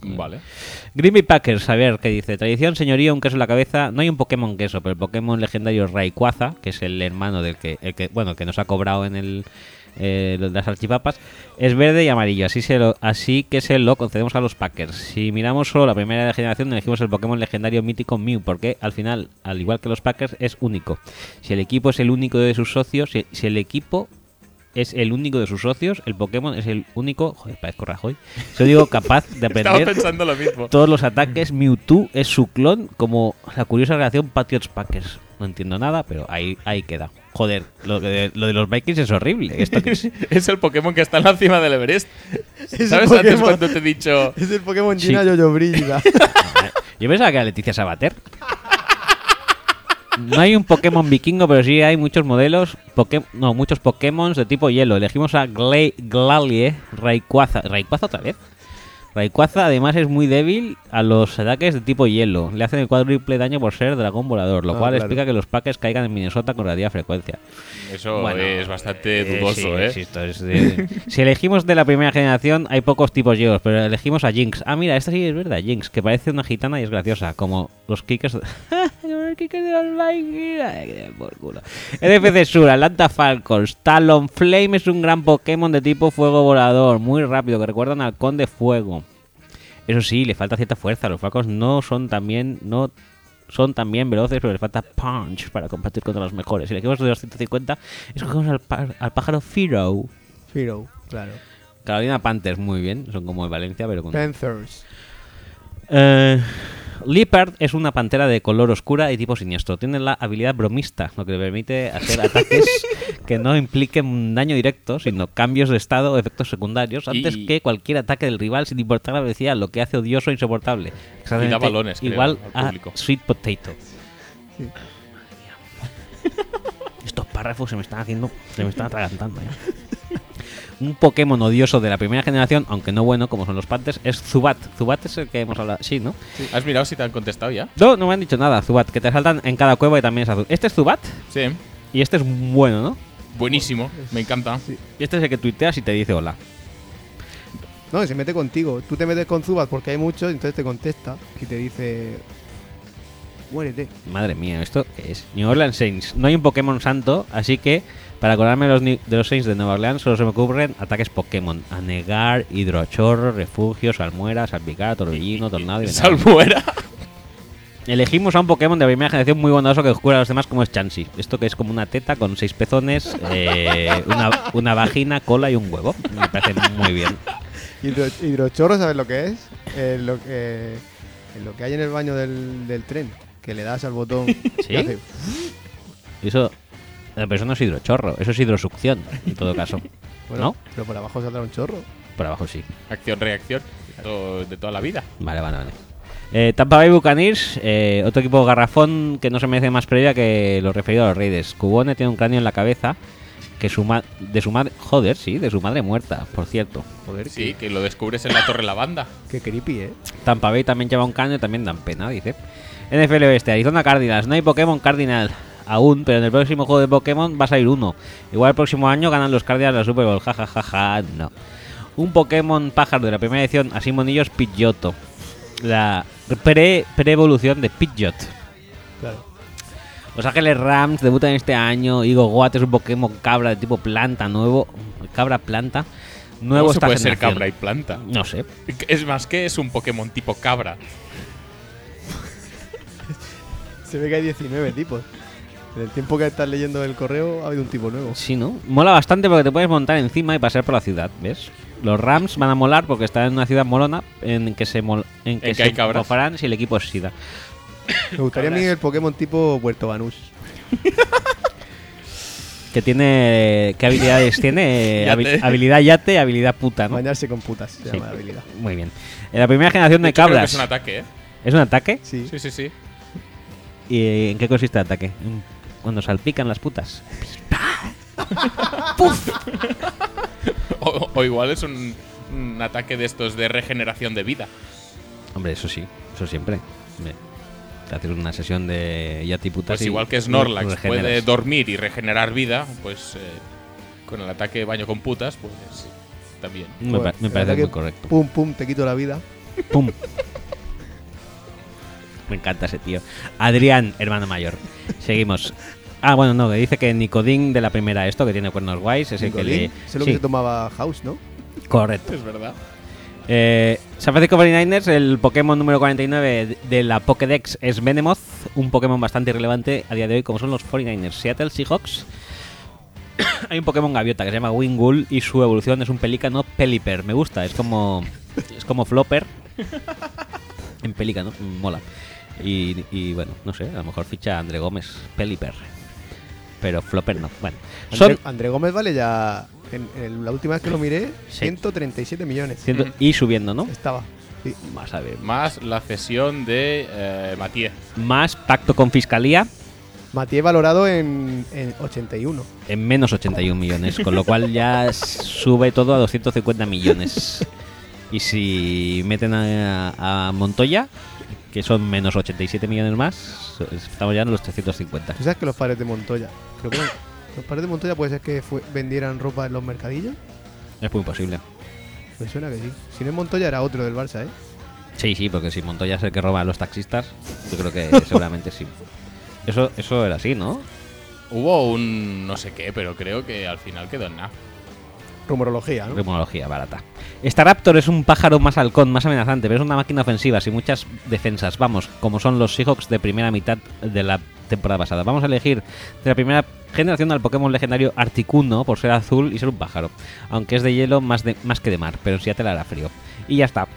Vale. Green Bay Packers, a ver qué dice. Tradición, señoría, un queso en la cabeza. No hay un Pokémon queso, pero el Pokémon legendario Rayquaza, que es el hermano del que, el que bueno, el que nos ha cobrado en el eh, lo de las archipapas, es verde y amarillo. Así se lo, así que se lo concedemos a los Packers. Si miramos solo la primera generación, elegimos el Pokémon legendario mítico Mew, porque al final, al igual que los Packers, es único. Si el equipo es el único de sus socios, si- si el equipo es el único de sus socios, el Pokémon es el único, joder, parezco Rajoy, yo digo capaz de Estaba aprender pensando lo mismo. todos los ataques, Mewtwo es su clon, como la curiosa relación Patriots-Packers. No entiendo nada, pero ahí, ahí queda. Joder, lo de, lo de los Vikings es horrible. ¿Esto qué es? Es el Pokémon que está en la cima del Everest. Es el ¿Sabes antes Pokémon. cuando te he dicho Es el Pokémon Sí. Gina Yoyo Brígida. Yo pensaba que era Leticia Sabater. No hay un Pokémon vikingo, pero sí hay muchos modelos, Poké- no, muchos Pokémon de tipo hielo. Elegimos a Gla Glalie, Rayquaza. ¿Rayquaza otra vez? Rayquaza además es muy débil a los ataques de tipo hielo. Le hacen el cuádruple daño por ser dragón volador, lo Ah, cual claro. explica que los paques caigan en Minnesota con relativa frecuencia. Eso Bueno, es bastante Eh, dudoso, sí, ¿eh? sí, esto es de- si elegimos de la primera generación, hay pocos tipos hielos, pero elegimos a Jinx. Ah, mira, esta sí es verdad, Jinx, que parece una gitana y es graciosa, como los kickers. como los kickers de los Vikings. Ay, que den por culo. NFC Sur, Atlanta Falcons, Talon Flame es un gran Pokémon de tipo fuego volador, muy rápido, que recuerdan al Conde Fuego. Eso sí, le falta cierta fuerza. Los Falcons no son también, no son también veloces, pero le falta punch para combatir contra los mejores. Si le elegimos de los 150, escogemos al, pá- al pájaro Firo. Firo, claro. Carolina Panthers, muy bien. Son como el Valencia, pero con... Panthers. Eh, Leopard es una pantera de color oscura y tipo siniestro. Tiene la habilidad bromista, lo que le permite hacer ataques que no impliquen un daño directo, sino cambios de estado o efectos secundarios antes Y- que cualquier ataque del rival, sin importar la velocidad, lo que hace odioso e insoportable. Exactamente balones, creo, Igual al a público. Sweet Potato. Estos párrafos se me están haciendo, se me están atragantando. ¿eh? Un Pokémon odioso de la primera generación, aunque no bueno, como son los Panthers, es Zubat. Zubat es el que hemos hablado. Sí, ¿no? ¿Has mirado si te han contestado ya? No, no me han dicho nada, Zubat, que te saltan en cada cueva y también es azul. Este es Zubat Sí. y este es bueno, ¿no? Buenísimo, me encanta. Y este es el que tuiteas y te dice hola. No, y se mete contigo. Tú te metes con Zubat porque hay muchos, entonces te contesta y te dice. Muérete. Madre mía, ¿esto qué es? New Orleans Saints. No hay un Pokémon santo, así que para acordarme de los, ni- de los Saints de Nueva Orleans solo se me ocurren ataques Pokémon. Anegar, Hidrochorro, Refugio, Salmuera, Salpicar, Torbellino, Tornado y Venablo. Salmuera. Elegimos a un Pokémon de primera generación muy bondadoso que cura a los demás como es Chansey. Esto que es como una teta con seis pezones, eh, una, una vagina, cola y un huevo. Me parece muy bien. Hidro- hidrochorro, ¿sabes lo que es? Eh, lo, que, eh, lo que hay en el baño del, del tren. Que le das al botón. ¿Sí? Eso, eh, pero eso no es hidrochorro, eso es hidrosucción, en todo caso. Bueno, ¿No? Pero por abajo saldrá un chorro. Por abajo sí. Acción-reacción todo- de toda la vida. Vale, vale, vale. Eh, Tampa Bay Buccaneers, eh, otro equipo garrafón que no se merece más previa que lo referido a los Raiders. Cubone tiene un cráneo en la cabeza que su ma- de su madre, joder, sí, de su madre muerta, por cierto. Joder, Sí, que lo descubres en la Torre Lavanda. qué, qué creepy, ¿eh? Tampa Bay también lleva un cráneo, también dan pena, dice. NFL Oeste, Arizona Cardinals, no hay Pokémon Cardinal aún, pero en el próximo juego de Pokémon va a salir uno. Igual el próximo año ganan los Cardinals la Super Bowl, jajajaja, no. Un Pokémon pájaro de la primera edición, así monillos, Pidgeotto. La pre- pre-evolución de Pidgeot. Claro. Los Ángeles Rams debutan este año. Igo Goat es un Pokémon cabra de tipo planta nuevo. Cabra planta. Nuevo ¿Cómo se esta puede ser generación. cabra y planta? No sé. Es más, que es un Pokémon tipo cabra? Se ve que hay 19 tipos. En el tiempo que estás leyendo el correo ha habido un tipo nuevo. Sí, ¿no? Mola bastante porque te puedes montar encima y pasear por la ciudad, ¿ves? Los Rams van a molar porque están en una ciudad molona en que se mol- en que que se hay cabras. mofarán si el equipo es SIDA. Me gustaría a mí el Pokémon tipo Puerto Banús. Que tiene qué habilidades tiene? Yate. Habil- habilidad yate, y habilidad puta, ¿no? Bañarse con putas, se Sí. llama la habilidad. Muy bien. En la primera generación de hecho, creo que cabras. es un ataque, ¿eh? ¿Es un ataque? Sí. Sí, sí, sí. ¿Y en qué consiste el ataque? Cuando salpican las putas. O, o igual es un, un ataque de estos de regeneración de vida. Hombre, eso sí, eso siempre. Hombre, Te haces una sesión de yati putas. Pues y igual que Snorlax regeneras. puede dormir y regenerar vida, pues eh, con el ataque de baño con putas, pues también. Me, pa- me parece Joder, la Pues, verdad muy que correcto. Pum, pum, te quito la vida. ¡Pum! Me encanta ese tío. Adrián, hermano mayor. Seguimos. Ah, bueno, no, que dice que Nicodín de la primera, esto que tiene cuernos guays, es el que Nicolín, le. Eso es lo Sí, que se tomaba House, ¿no? correcto. Es verdad. Eh, San Francisco 49ers, el Pokémon número 49 de- de la Pokédex es Venemoth, un Pokémon bastante irrelevante a día de hoy como son los 49ers. Seattle Seahawks. Hay un Pokémon gaviota que se llama Wingull y su evolución es un pelícano Pelipper. Me gusta, es como es como Flopper en pelícano, mm, mola. Y, y, bueno, no sé, a lo mejor ficha a André Gómez, Pelipper. Pero Flopper no. Bueno, son André, André Gómez vale ya. En, en la última vez que lo miré, Sí. 137 millones. ciento- y subiendo, ¿no? Estaba. Sí. Más a ver. Más la cesión de eh, Matías. Más pacto con fiscalía. Matías valorado en, en 81. en menos 81 millones, con lo cual ya sube todo a 250 millones. Y si meten a, a Montoya, que son menos 87 millones más, so- estamos ya en los 350. ¿Tú sabes que los padres de Montoya? creo que los padres de Montoya puede ser que fue- vendieran ropa en los mercadillos. Es muy posible. Me suena que sí. Si no es Montoya, era otro del Barça, ¿eh? Sí, sí, porque si Montoya es el que roba a los taxistas, yo creo que seguramente sí. Eso, eso era así, ¿no? Hubo un no sé qué, pero creo que al final quedó en nada. Rumorología, ¿no? Rumorología barata. Staraptor es un pájaro más halcón, más amenazante, pero es una máquina ofensiva sin muchas defensas. Vamos, como son los Seahawks de primera mitad de la temporada pasada. Vamos a elegir de la primera generación al Pokémon legendario Articuno por ser azul y ser un pájaro. Aunque es de hielo más, de, más que de mar, pero en Seattle hará frío. Y ya está.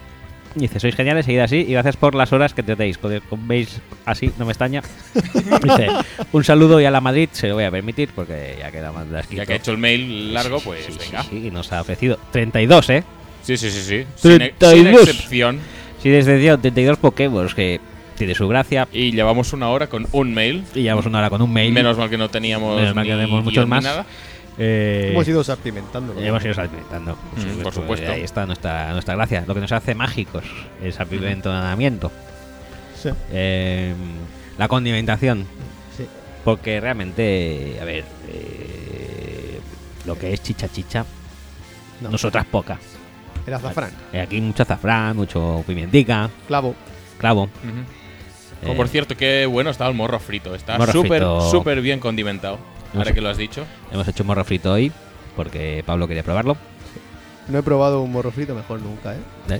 Y Dice, sois geniales, seguid así y gracias por las horas que entretéis. Joder, con- veis así, no me extraña. Dice, un saludo y a la Madrid, se lo voy a permitir porque ya queda más de Ya que he hecho el mail largo, pues venga. Sí, sí, y nos ha ofrecido 32, ¿eh? Sí, sí, sí, sí. Sin, e- 32. sin excepción. Sí, desde día 32 Pokémon, pues que tiene su gracia. Y llevamos una hora con un mail. Y llevamos una hora con un mail. Menos mal que no teníamos. Menos mal que ni tenemos muchos guión ni más. nada. Eh, Hemos ido salpimentando. ¿no? hemos ido salpimentando. Por Mm, supuesto. por supuesto. pues, Ahí está nuestra, nuestra gracia. Lo que nos hace mágicos. El salpimentamiento. Sí. Eh, la condimentación. Sí. Porque realmente, a ver, eh, lo que es chicha chicha, No. nosotras poca. El azafrán. Eh, Aquí mucho azafrán, mucho pimentica, Clavo. clavo. Ujú. eh, Oh, por cierto, qué bueno está el morro frito. Está Morro súper, frito. súper bien condimentado. No Ahora sé. que lo has dicho. hemos hecho un morro frito hoy porque Pablo quería probarlo. No he probado un morro frito mejor nunca, ¿eh? ¿Eh?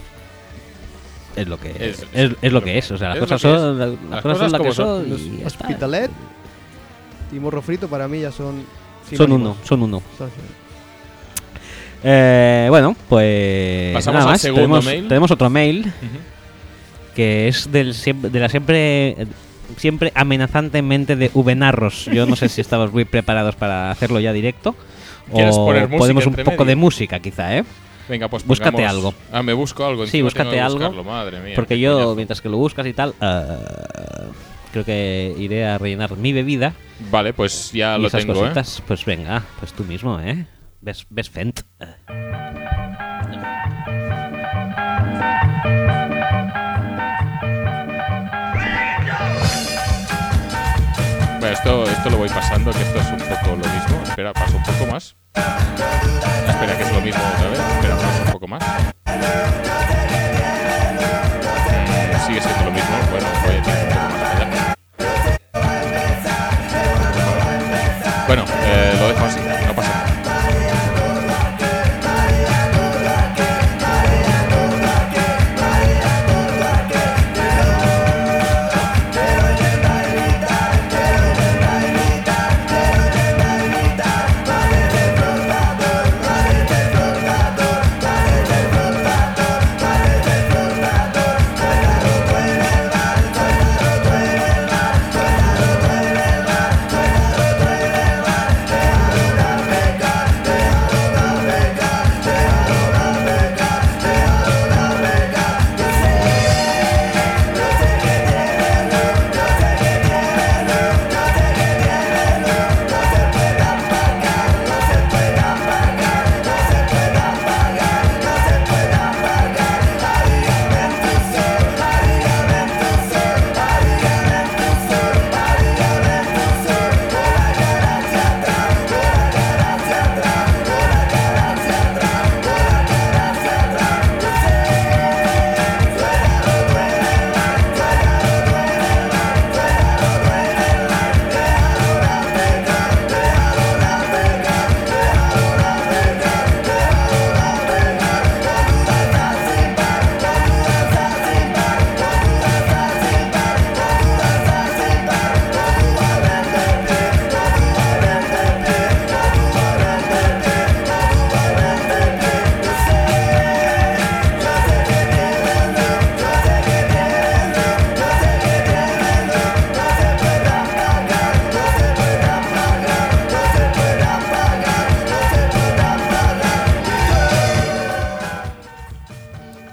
Es lo que es, Es- es, lo es- que es, o sea, las es cosas lo que son las, Las cosas son las cosas que como son. son. y ya está. Hospitalet y morro frito para mí ya son. Son sinónimos. uno, son uno. Son sinónimos. Eh, bueno, pues Pasamos nada al más. segundo tenemos, mail. tenemos otro mail Ujú. que es del siemp- de la siempre siempre amenazantemente de Ubenarros. Yo no sé si estamos muy preparados para hacerlo ya directo ¿Quieres o poner música podemos un entre poco de medio? música quizá, ¿eh? Venga, pues Búscate pongamos- algo. Ah, me busco algo. Sí, encima búscate tengo que algo, buscarlo, Madre mía. Porque qué yo, coñazo. mientras que lo buscas y tal, ah, creo que iré a rellenar mi bebida Vale, pues ya y lo esas tengo, ¿eh? cositas. Pues venga, pues tú mismo, ¿eh? Ves, ves Fent. Bueno, esto, esto lo voy pasando, que esto es un poco lo mismo. Espera, paso un poco más. Espera, que es lo mismo otra vez. Espera, paso un poco más. Eh, Sigue siendo lo mismo. Bueno, voy a tirar un poco más para allá. Bueno, eh, lo dejo así, no pasa nada.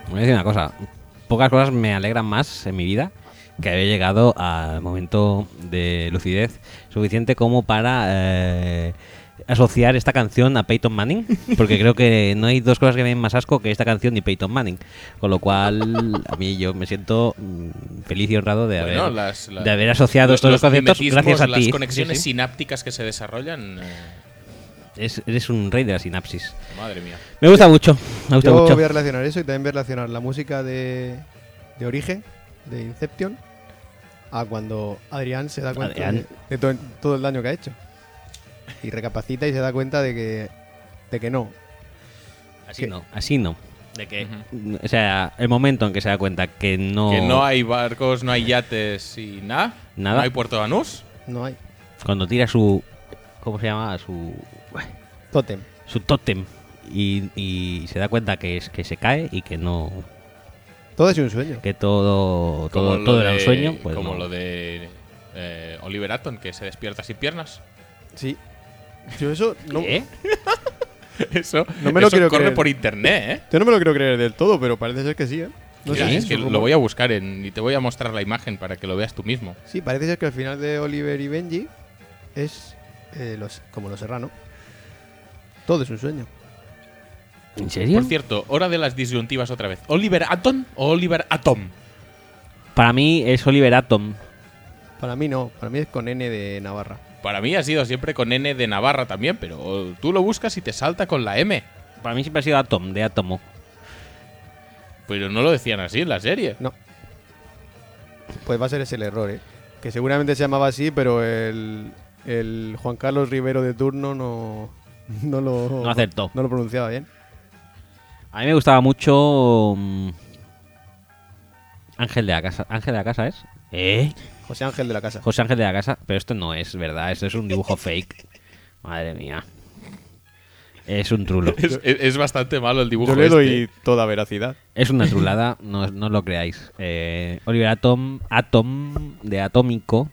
Voy a decir una cosa. Pocas cosas me alegran más en mi vida que haber llegado al momento de lucidez suficiente como para eh, asociar esta canción a Peyton Manning, porque creo que no hay dos cosas que me den más asco que esta canción y Peyton Manning. Con lo cual, a mí yo me siento mm, feliz y honrado de haber, Bueno, las- la- de haber asociado los- estos los conceptos mimetismos, gracias a ti. Las conexiones Sí, sí. sinápticas que se desarrollan. eh, Es- eres un rey de la sinapsis. madre mía. Me gusta mucho, me gusta Yo mucho. voy a relacionar eso y también voy a relacionar la música de, de Origen, de Inception, a cuando Adrián se da cuenta Adrián. de, de to- todo el daño que ha hecho. Y recapacita y se da cuenta de que, de que no. Así que- no, así no. De que, Ujú. o sea, el momento en que se da cuenta que no, Que no hay barcos, no hay yates y nada. Nada. No hay Puerto Danús. No hay. cuando tira su, ¿cómo se llama? Su, Totem. su tótem y, y se da cuenta que es que se cae y que no, Todo es un sueño. que todo, Como todo, lo todo era un de- sueño. Pues como no. lo de eh, Oliver Atom, que se despierta sin piernas. Sí. Yo eso no, ¿Qué? Eso, No me lo eso quiero corre creer. por internet, ¿eh? yo no me lo quiero creer del todo, pero parece ser que sí, ¿eh? No Mira, sé si es que un lo rumor. voy a buscar en- y te voy a mostrar la imagen para que lo veas tú mismo. Sí, parece ser que el final de Oliver y Benji es eh, los, como los serrano. Todo es un sueño. ¿En serio? Por cierto, hora de las disyuntivas otra vez. ¿Oliver Atom o Oliver Atom? Para mí es Oliver Atom. Para mí no, para mí es con N de Navarra. Para mí ha sido siempre con N de Navarra también, pero tú lo buscas y te salta con la M. Para mí siempre ha sido Atom, de átomo. Pero no lo decían así en la serie. No. Pues va a ser ese el error, ¿eh? Que seguramente se llamaba así, pero el, el Juan Carlos Rivero de turno no, no lo No acertó. no lo pronunciaba bien. A mí me gustaba mucho. mm, Ángel de la Casa. ¿Ángel de la Casa es? ¿Eh? José Ángel de la Casa. José Ángel de la Casa. Pero esto no es verdad, esto es un dibujo fake. Madre mía. Es un trulo. Es, es- es bastante malo el dibujo. Yo le este. doy toda veracidad. Es una trulada, no, no os lo creáis. Eh, Oliver Atom, Atom de Atómico,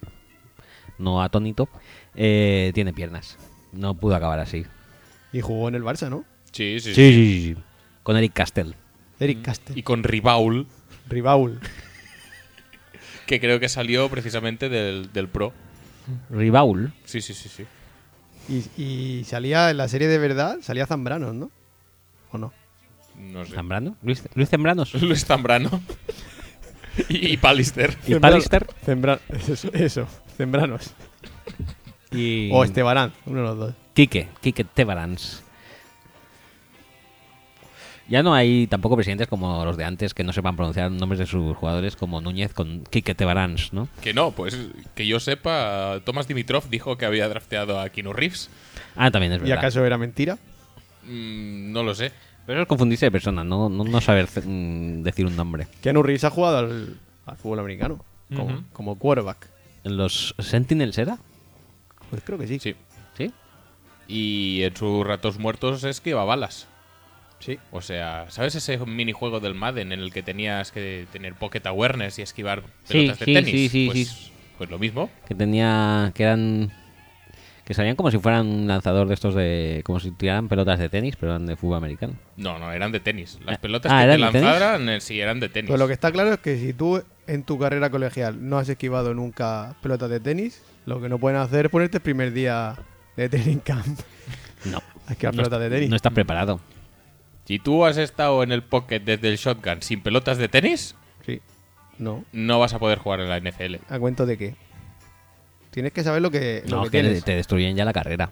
no Atónito, eh, tiene piernas. No pudo acabar así. Y jugó en el Barça, ¿no? Sí, sí, sí. Sí, sí, sí, sí. Con Eric Castell. Mm. Eric Castell. Y con Ribaul, Ribaul. que creo que salió precisamente del, del Pro. Ribaul. Sí, sí, sí, sí. Y, y salía en la serie de verdad, salía Zambranos, ¿no? ¿O no? No sé. ¿Zambrano? ¿Luis, Luis Zambranos? Luis Zambrano. y, y Pallister. ¿Y Pallister? Zembra- eso, eso, Zembranos. Y... O Estebarán, uno de los dos. Quique, Quique Tebarans. Ya no hay tampoco presidentes como los de antes que no sepan pronunciar nombres de sus jugadores como Núñez con Quique Tebarans, ¿no? Que no, pues que yo sepa, Thomas Dimitrov dijo que había drafteado a Kino Reeves. Ah, también es ¿Y verdad. acaso era mentira? Mm, no lo sé. Pero eso es confundirse de persona, no, no, no saber ce- mm, decir un nombre. Keanu Reeves ha jugado al, al fútbol americano como, Ujú. como quarterback. ¿Los Sentinels era? Pues creo que sí. Sí. ¿Sí? Y en sus ratos muertos esquiva balas. Sí. O sea, ¿sabes ese minijuego del Madden en el que tenías que tener pocket awareness y esquivar pelotas de sí, tenis? sí, sí, pues, sí. pues lo mismo. Que tenía. que eran. que salían como si fueran un lanzador de estos de. como si tiraran pelotas de tenis, pero eran de fútbol americano. No, no, eran de tenis. Las Ah, pelotas ah, que te ¿eran de tenis? lanzaran, eh, sí, eran de tenis. Pues lo que está claro es que si tú en tu carrera colegial no has esquivado nunca pelotas de tenis, lo que no pueden hacer es ponerte el primer día de training camp No. a esquivar No pelotas de tenis. No estás preparado. Si tú has estado en el pocket desde el shotgun sin pelotas de tenis, Sí. No. no vas a poder jugar en la NFL. ¿A cuento de qué? Tienes que saber lo que, lo No, que es que te- tienes. te destruyen ya la carrera.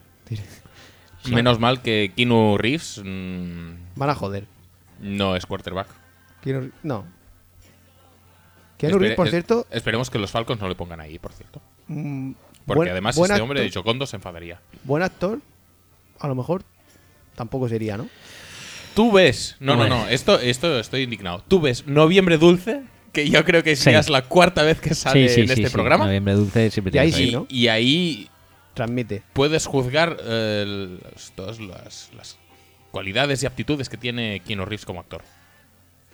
Menos mal que Kino Reeves mm, Van a joder. no es quarterback. Keanu Reeves- No. Keanu Reeves, Espere- por Este es- cierto, Esperemos que los Falcons no le pongan ahí, por cierto. mm, Porque buen- además buen este actor- hombre de Chocondo se enfadaría. Buen actor, a lo mejor tampoco sería, ¿no? Tú ves. No, no, Hombre. no. Esto, esto estoy indignado. Tú ves Noviembre Dulce, que yo creo que Sí. ya es la cuarta vez que sale en este programa. Noviembre dulce siempre Y ahí tienes sí, y, ¿no? y ahí Transmite. puedes juzgar eh, los- todas las, las cualidades y aptitudes que tiene Keanu Reeves como actor.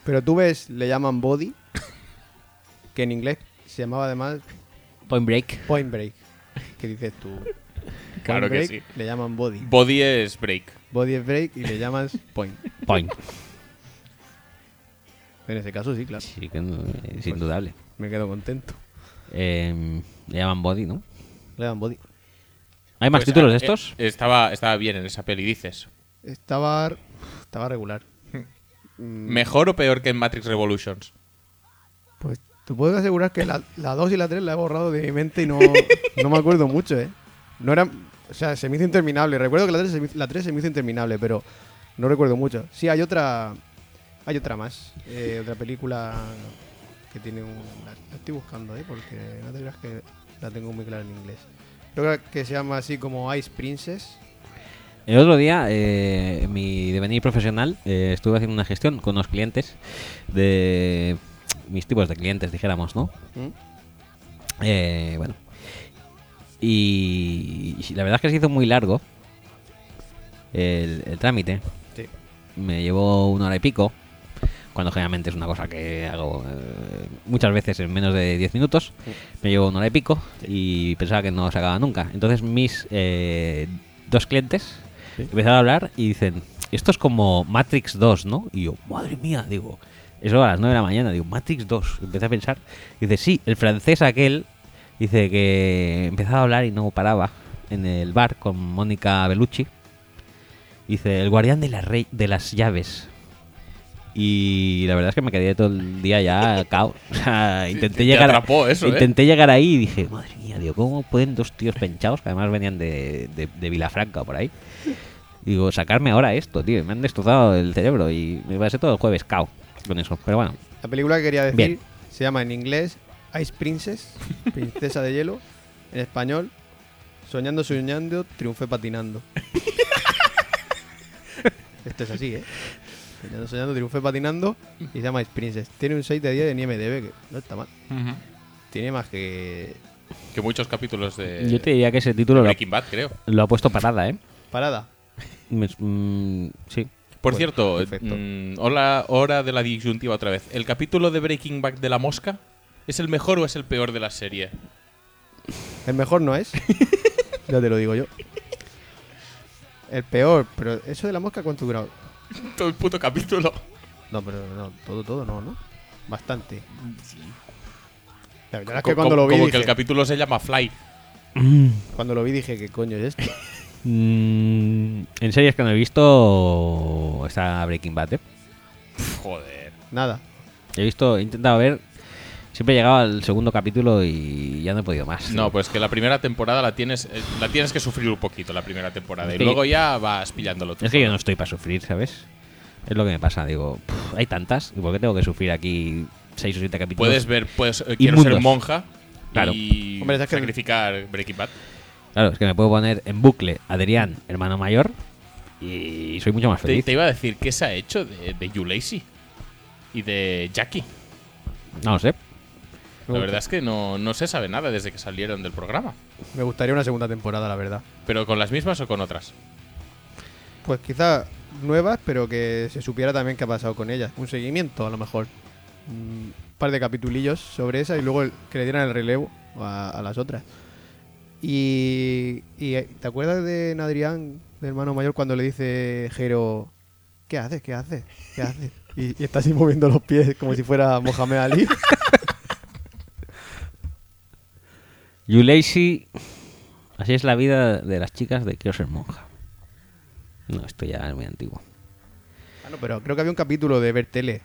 Pero tú ves, le llaman body, que en inglés se llamaba además Point Break. point break. ¿Qué dices tú? Point Claro que break, sí. Le llaman body. Body es break. Body es break y le llamas point. Point. En ese caso sí, claro. Sí, que no- es indudable. Me quedo contento. Eh, le llaman Body, ¿no? Le llaman body. ¿Hay más Pues, títulos ah, de eh, estos? Estaba, estaba bien en esa peli, dices. Estaba, estaba regular. Mm. ¿Mejor o peor que en Matrix Revolutions? Pues te puedo asegurar que la, la 2 y la 3 la he borrado de mi mente y no, no me acuerdo mucho, ¿eh? No era, o sea, se me hizo interminable. Recuerdo que la 3, se me, la 3 se me hizo interminable, pero no recuerdo mucho. Sí, hay otra hay otra más. eh, otra película que tiene un... La, la estoy buscando, ¿eh? Porque no te creas que la tengo muy clara en inglés. Creo que se llama así como Ice Princess. El otro día, eh, en mi devenir profesional, eh, estuve haciendo una gestión con unos clientes de mis tipos de clientes, dijéramos, ¿no? ¿Mm? ¿Mm? Eh, bueno. Y, y la verdad es que se hizo muy largo el, el trámite. Sí. Me llevó una hora y pico, cuando generalmente es una cosa que hago eh, muchas veces en menos de 10 minutos. Me llevó una hora y pico y pensaba que no se acababa nunca. Entonces mis eh, dos clientes empezaron a hablar y dicen, esto es como Matrix 2, ¿no? Y yo, madre mía, digo, eso a las 9 de la mañana, digo, Matrix 2. Empecé a pensar, dice, sí, el francés aquel dice que empezaba a hablar y no paraba en el bar con Mónica Bellucci. Dice, el guardián de, la rey, de las llaves. Y la verdad es que me quedé todo el día ya cao. O sea, intenté te llegar. a- atrapó eso, ¿eh? intenté llegar ahí y dije, madre mía, digo, ¿cómo pueden dos tíos penchados que además venían de, de, de Vilafranca o por ahí? Digo, sacarme ahora esto, tío. Me han destrozado el cerebro y me pasé todo el jueves cao con eso. Pero bueno, La película que quería decir Bien. se llama en inglés Ice Princess, Princesa de Hielo. En español, Soñando, soñando, triunfé patinando. Esto es así, ¿eh? Soñando, soñando, triunfé patinando y se llama Ice Princess. Tiene un 6 de 10 en IMDB, que no está mal. Tiene más que... Que muchos capítulos de, yo te diría que ese título de lo, Breaking Bad, creo. lo ha puesto parada, ¿eh? Parada. Me- mm, sí. Por Bueno, cierto, perfecto. mm, hola, hora de la disyuntiva otra vez. ¿El capítulo de Breaking Bad de la mosca es el mejor o es el peor de la serie? El mejor no es. ya te lo digo yo. El peor, pero eso de la mosca, ¿cuánto duró? Todo el puto capítulo. No, pero no, todo, todo no, ¿no? Bastante. La verdad es Co- que cuando como- lo vi, como dije, que el capítulo se llama Fly. cuando lo vi dije, ¿qué coño es esto? Mm, en series que no he visto está Breaking Bad. ¿eh? Joder. Nada. He visto, he intentado ver, siempre he llegado al segundo capítulo y ya no he podido más. No, pues que la primera temporada la tienes, eh, la tienes que sufrir un poquito la primera temporada y Sí. luego ya vas pillándolo tú. Es que yo no estoy para sufrir, ¿sabes? Es lo que me pasa, digo, "Puf, hay tantas, ¿y por qué tengo que sufrir aquí seis o siete capítulos? Puedes ver, puedes, eh, quiero ser Inmundos. monja Claro. y Hombre, es que- sacrificar Breaking Bad. Claro, es que me puedo poner en bucle Adrián, hermano mayor, y soy mucho más Te, feliz. te iba a decir qué se ha hecho de, de You Lazy y de Jackie. No lo sé. Me La gusta- verdad es que no, no se sabe nada desde que salieron del programa. Me gustaría una segunda temporada, la verdad. ¿Pero con las mismas o con otras? Pues quizás nuevas, pero que se supiera también qué ha pasado con ellas. Un seguimiento, a lo mejor. Un par de capitulillos sobre esa y luego el- que le dieran el relevo a, a las otras. Y, y, eh, ¿te acuerdas de Adrián, mi hermano mayor, cuando le dice Jero, ¿qué haces? ¿Qué haces? ¿Qué haces? Y, y está así moviendo los pies como si fuera Mohamed Ali. You lazy. Así es la vida de las chicas de Quiero ser monja. No, esto ya es muy antiguo. Ah, no, pero creo que había un capítulo de ver tele.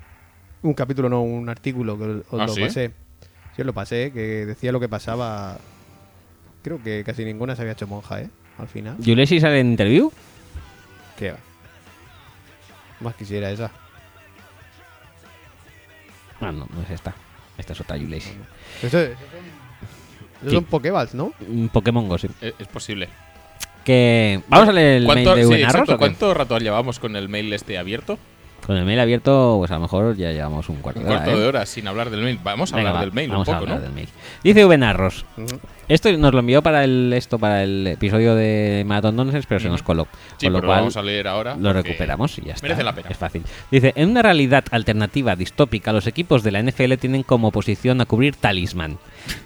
Un capítulo, no, un artículo que os Ah, lo ¿sí? pasé. Sí, os lo pasé, que decía lo que pasaba. Creo que casi ninguna se había hecho monja, ¿eh? Al final. ¿You lazy sale en interview? ¿Qué va? Más quisiera esa. Ah, no, no es esta. Esta es otra You lazy. Eso, esos son, esos Sí. son Pokéballs, ¿no? Un Pokémon Go, sí. Es, E, es posible. Que. Vamos a leer el mail ¿Cuánto, de sí, Buenarros, exacto, ¿o qué? ¿Cuánto rato llevamos con el mail este abierto? Con el mail abierto, pues a lo mejor ya llevamos un cuarto Un de hora. cuarto ¿eh? de hora sin hablar del mail. Vamos a Venga, hablar va, del mail un vamos a poco, hablar ¿no? del mail. Dice Venarros. Ujú. Esto nos lo envió para el esto para el episodio de Maratón Nonsense, pero se nos coló. Sí, con lo pero cual vamos a leer ahora. Lo porque recuperamos y ya está. merece la pena. Es fácil. Dice, en una realidad alternativa distópica, los equipos de la NFL tienen como posición a cubrir talismán.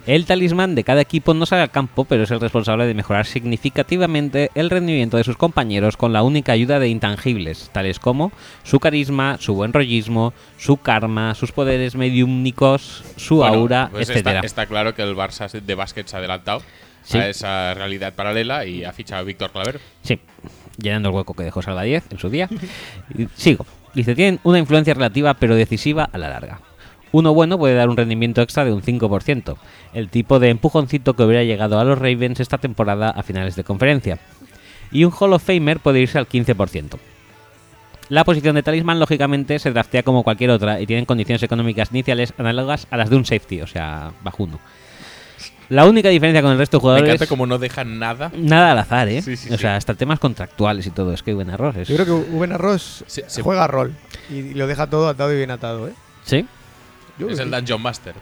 El talismán de cada equipo no sale al campo, pero es el responsable de mejorar significativamente el rendimiento de sus compañeros con la única ayuda de intangibles, tales como su carisma, su buen rollismo, su karma, sus poderes mediúmnicos, su Bueno, aura, pues está- etcétera. Está, claro que el Barça de básquet se ha adelantado este Sí. a esa realidad paralela y ha fichado a Víctor Claver. Sí, llenando el hueco que dejó Salva 10 en su día. Y Sigo. Dice, tienen una influencia relativa pero decisiva a la larga. Uno bueno puede dar un rendimiento extra de un 5%, el tipo de empujoncito que hubiera llegado a los Ravens esta temporada a finales de conferencia. Y un Hall of Famer puede irse al 15%. La posición de talismán, lógicamente, se draftea como cualquier otra y tienen condiciones económicas iniciales análogas a las de un safety, o sea, bajo uno. La única diferencia con el resto de Me jugadores... encanta como no dejan nada. Nada al azar, ¿eh? Sí, sí, o sí. sea, hasta temas contractuales y todo. Es que hay buen error. es- Yo creo que Uben Arroz Se- se- juega rol y, y lo deja todo atado y bien atado, ¿eh? Sí. Yo creo Es que el sí, Dungeon Master.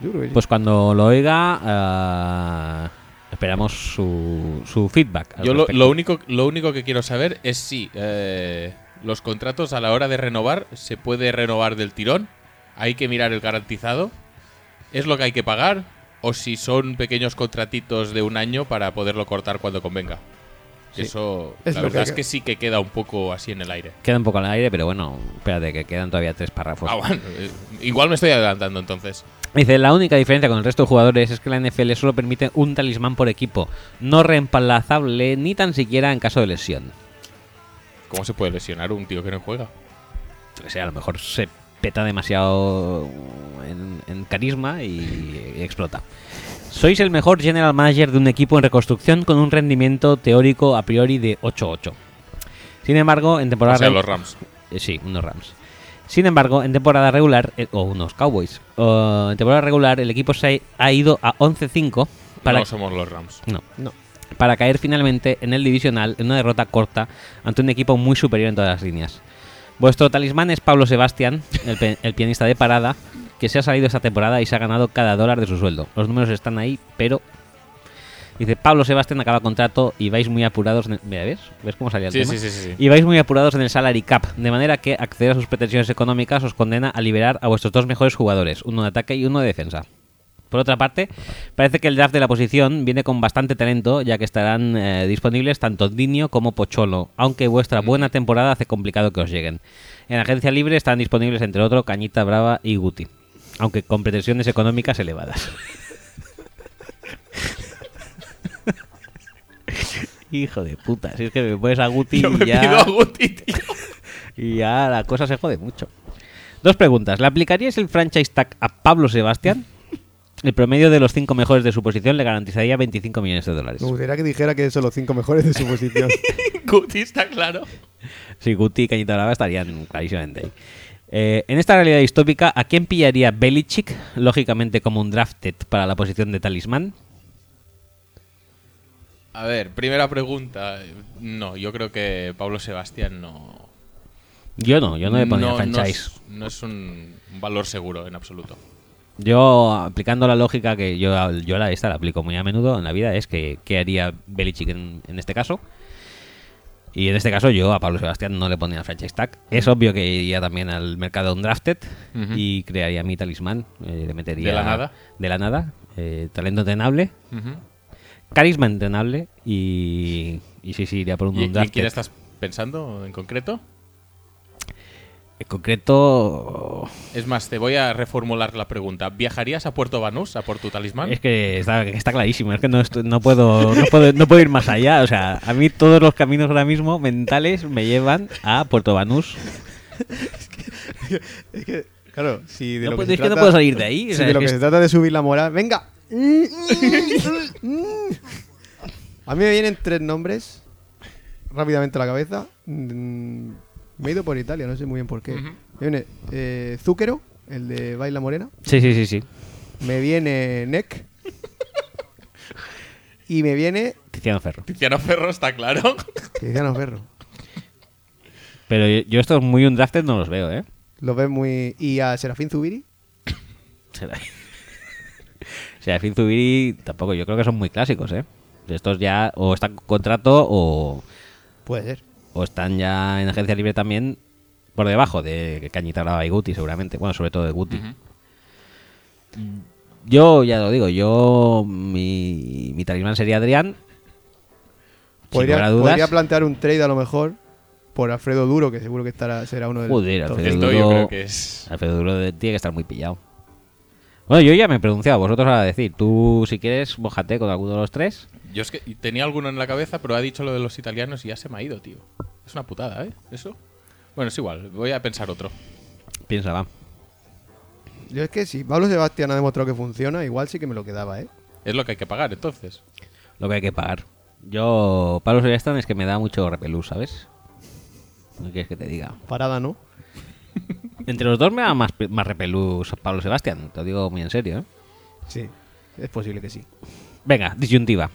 yo creo que sí. Pues cuando lo oiga, ah, esperamos su, su feedback. al Yo lo, respecto. lo único, lo único que quiero saber es si eh, los contratos a la hora de renovar se puede renovar del tirón. Hay que mirar el garantizado. ¿Es lo que hay que pagar? O si son pequeños contratitos de un año para poderlo cortar cuando convenga. Eso, Es la lo que verdad hay es que- que sí que queda un poco así en el aire. Queda un poco al aire, pero bueno, espérate, que quedan todavía tres párrafos. Ah, bueno, eh, igual me estoy adelantando entonces. Dice, la única diferencia con el resto de jugadores es que la NFL solo permite un talismán por equipo, no reemplazable ni tan siquiera en caso de lesión. ¿Cómo se puede lesionar un tío que no juega? Yo que sé, a lo mejor se peta demasiado en, en carisma y, explota. Sois el mejor general manager de un equipo en reconstrucción con un rendimiento teórico a priori de 8-8. Sin embargo, en temporada O sea, regu- los Rams. eh, sí, unos Rams. Sin embargo, en temporada regular eh, o unos Cowboys, o en temporada regular el equipo se ha, ha ido a 11-5 para No somos los Rams. no. No. Para caer finalmente en el divisional en una derrota corta ante un equipo muy superior en todas las líneas. Vuestro talismán es Pablo Sebastián, el, pe- el pianista de parada, que se ha salido esta temporada y se ha ganado cada dólar de su sueldo. Los números están ahí, pero. Dice Pablo Sebastián acaba contrato y vais muy apurados. En el... Mira, ¿ves? ¿Ves cómo salía el Sí, tema? sí, sí, sí, sí. Y vais muy apurados en el salary cap, de manera que acceder a sus pretensiones económicas os condena a liberar a vuestros dos mejores jugadores, uno de ataque y uno de defensa. Por otra parte, parece que el draft de la posición viene con bastante talento, ya que estarán eh, disponibles tanto Dinio como Pocholo, aunque vuestra buena temporada hace complicado que os lleguen. En agencia libre están disponibles, entre otros, Cañita Brava y Guti, aunque con pretensiones económicas elevadas. Hijo de puta, si es que me pones a Guti Yo me y ya... pido a Guti, tío. Y ya la cosa se jode mucho. Dos preguntas. ¿Le aplicarías el franchise tag a Pablo Sebastián? El promedio de los cinco mejores de su posición le garantizaría 25 millones de dólares. Me gustaría que dijera que son los cinco mejores de su posición. Guti está claro. Si Guti y Cañita Brava estarían clarísimamente ahí. Eh, en esta realidad distópica, ¿a quién pillaría Belichick? Lógicamente como un drafted para la posición de talismán. A ver, primera pregunta. No, yo creo que Pablo Sebastián no. Yo no, yo no le ponía Mm, no franchise. es, no es un valor seguro en absoluto. Yo, aplicando la lógica que yo, yo la, esta la aplico muy a menudo en la vida, es que ¿qué haría Belichick en, en este caso? Y en este caso yo a Pablo Sebastián no le ponía el franchise tag. Es obvio que iría también al mercado undrafted Ujú. y crearía mi talismán. eh, le metería... ¿De la nada? De la nada. eh, talento entrenable, carisma entrenable y... Y sí, sí, iría por un ¿Y, y en undrafted. quién estás pensando en concreto? En concreto... Es más, te voy a reformular la pregunta. ¿Viajarías a Puerto Banús, a por tu talismán? Es que está, está clarísimo, es que no, estu- no, puedo, no, puedo, no puedo ir más allá. O sea, a mí todos los caminos ahora mismo mentales me llevan a Puerto Banús. es que, claro, si de No lo puedo- que es se que no trata, puedo salir de ahí. o si sea, de es lo que que se es- trata de subir la moral, venga. A mí me vienen tres nombres rápidamente a la cabeza. Mm, Me he ido por Italia, no sé muy bien por qué. Me viene eh, Zúquero, el de Baila Morena. Sí, sí, sí, sí. Me viene Neck. Y me viene Tiziano Ferro. Tiziano Ferro está claro. Tiziano Ferro. Pero yo, yo estos muy un drafted no los veo, ¿eh? Los ves muy. Y a Serafín Zubiri. Será. O sea, Finn Zubiri tampoco, yo creo que son muy clásicos, ¿eh? De Estos ya o están con contrato o, Puede ser. o están ya en agencia libre también por debajo de Cañita Brava y Guti, seguramente. Bueno, sobre todo de Guti. Yo ya lo digo, yo mi, mi talismán sería Adrián. Sin lugar Podría, a dudas. podría plantear un trade a lo mejor por Alfredo Duro, que seguro que estará, será uno de los. Joder, top. Alfredo Esto yo Duro- creo que es. Alfredo Duro de- tiene que estar muy pillado. Bueno, yo ya me he pronunciado, vosotros ahora decir. Tú, si quieres, mojate con alguno de los tres. Yo es que tenía alguno en la cabeza, pero ha dicho lo de los italianos y ya se me ha ido, tío. Es una putada, ¿eh? Eso. Bueno, es igual, voy a pensar otro. Piensa, va. Yo es que si Pablo Sebastián ha demostrado que funciona, igual sí que me lo quedaba, ¿eh? Es lo que hay que pagar, entonces. Lo que hay que pagar. Yo, Pablo Sebastián es que me da mucho repelús, ¿sabes? No quieres que te diga. Parada, ¿no? Entre los dos me da más, pe- más repelús Pablo Sebastián, te lo digo muy en serio, ¿eh? Sí, es posible que sí. Venga, disyuntiva.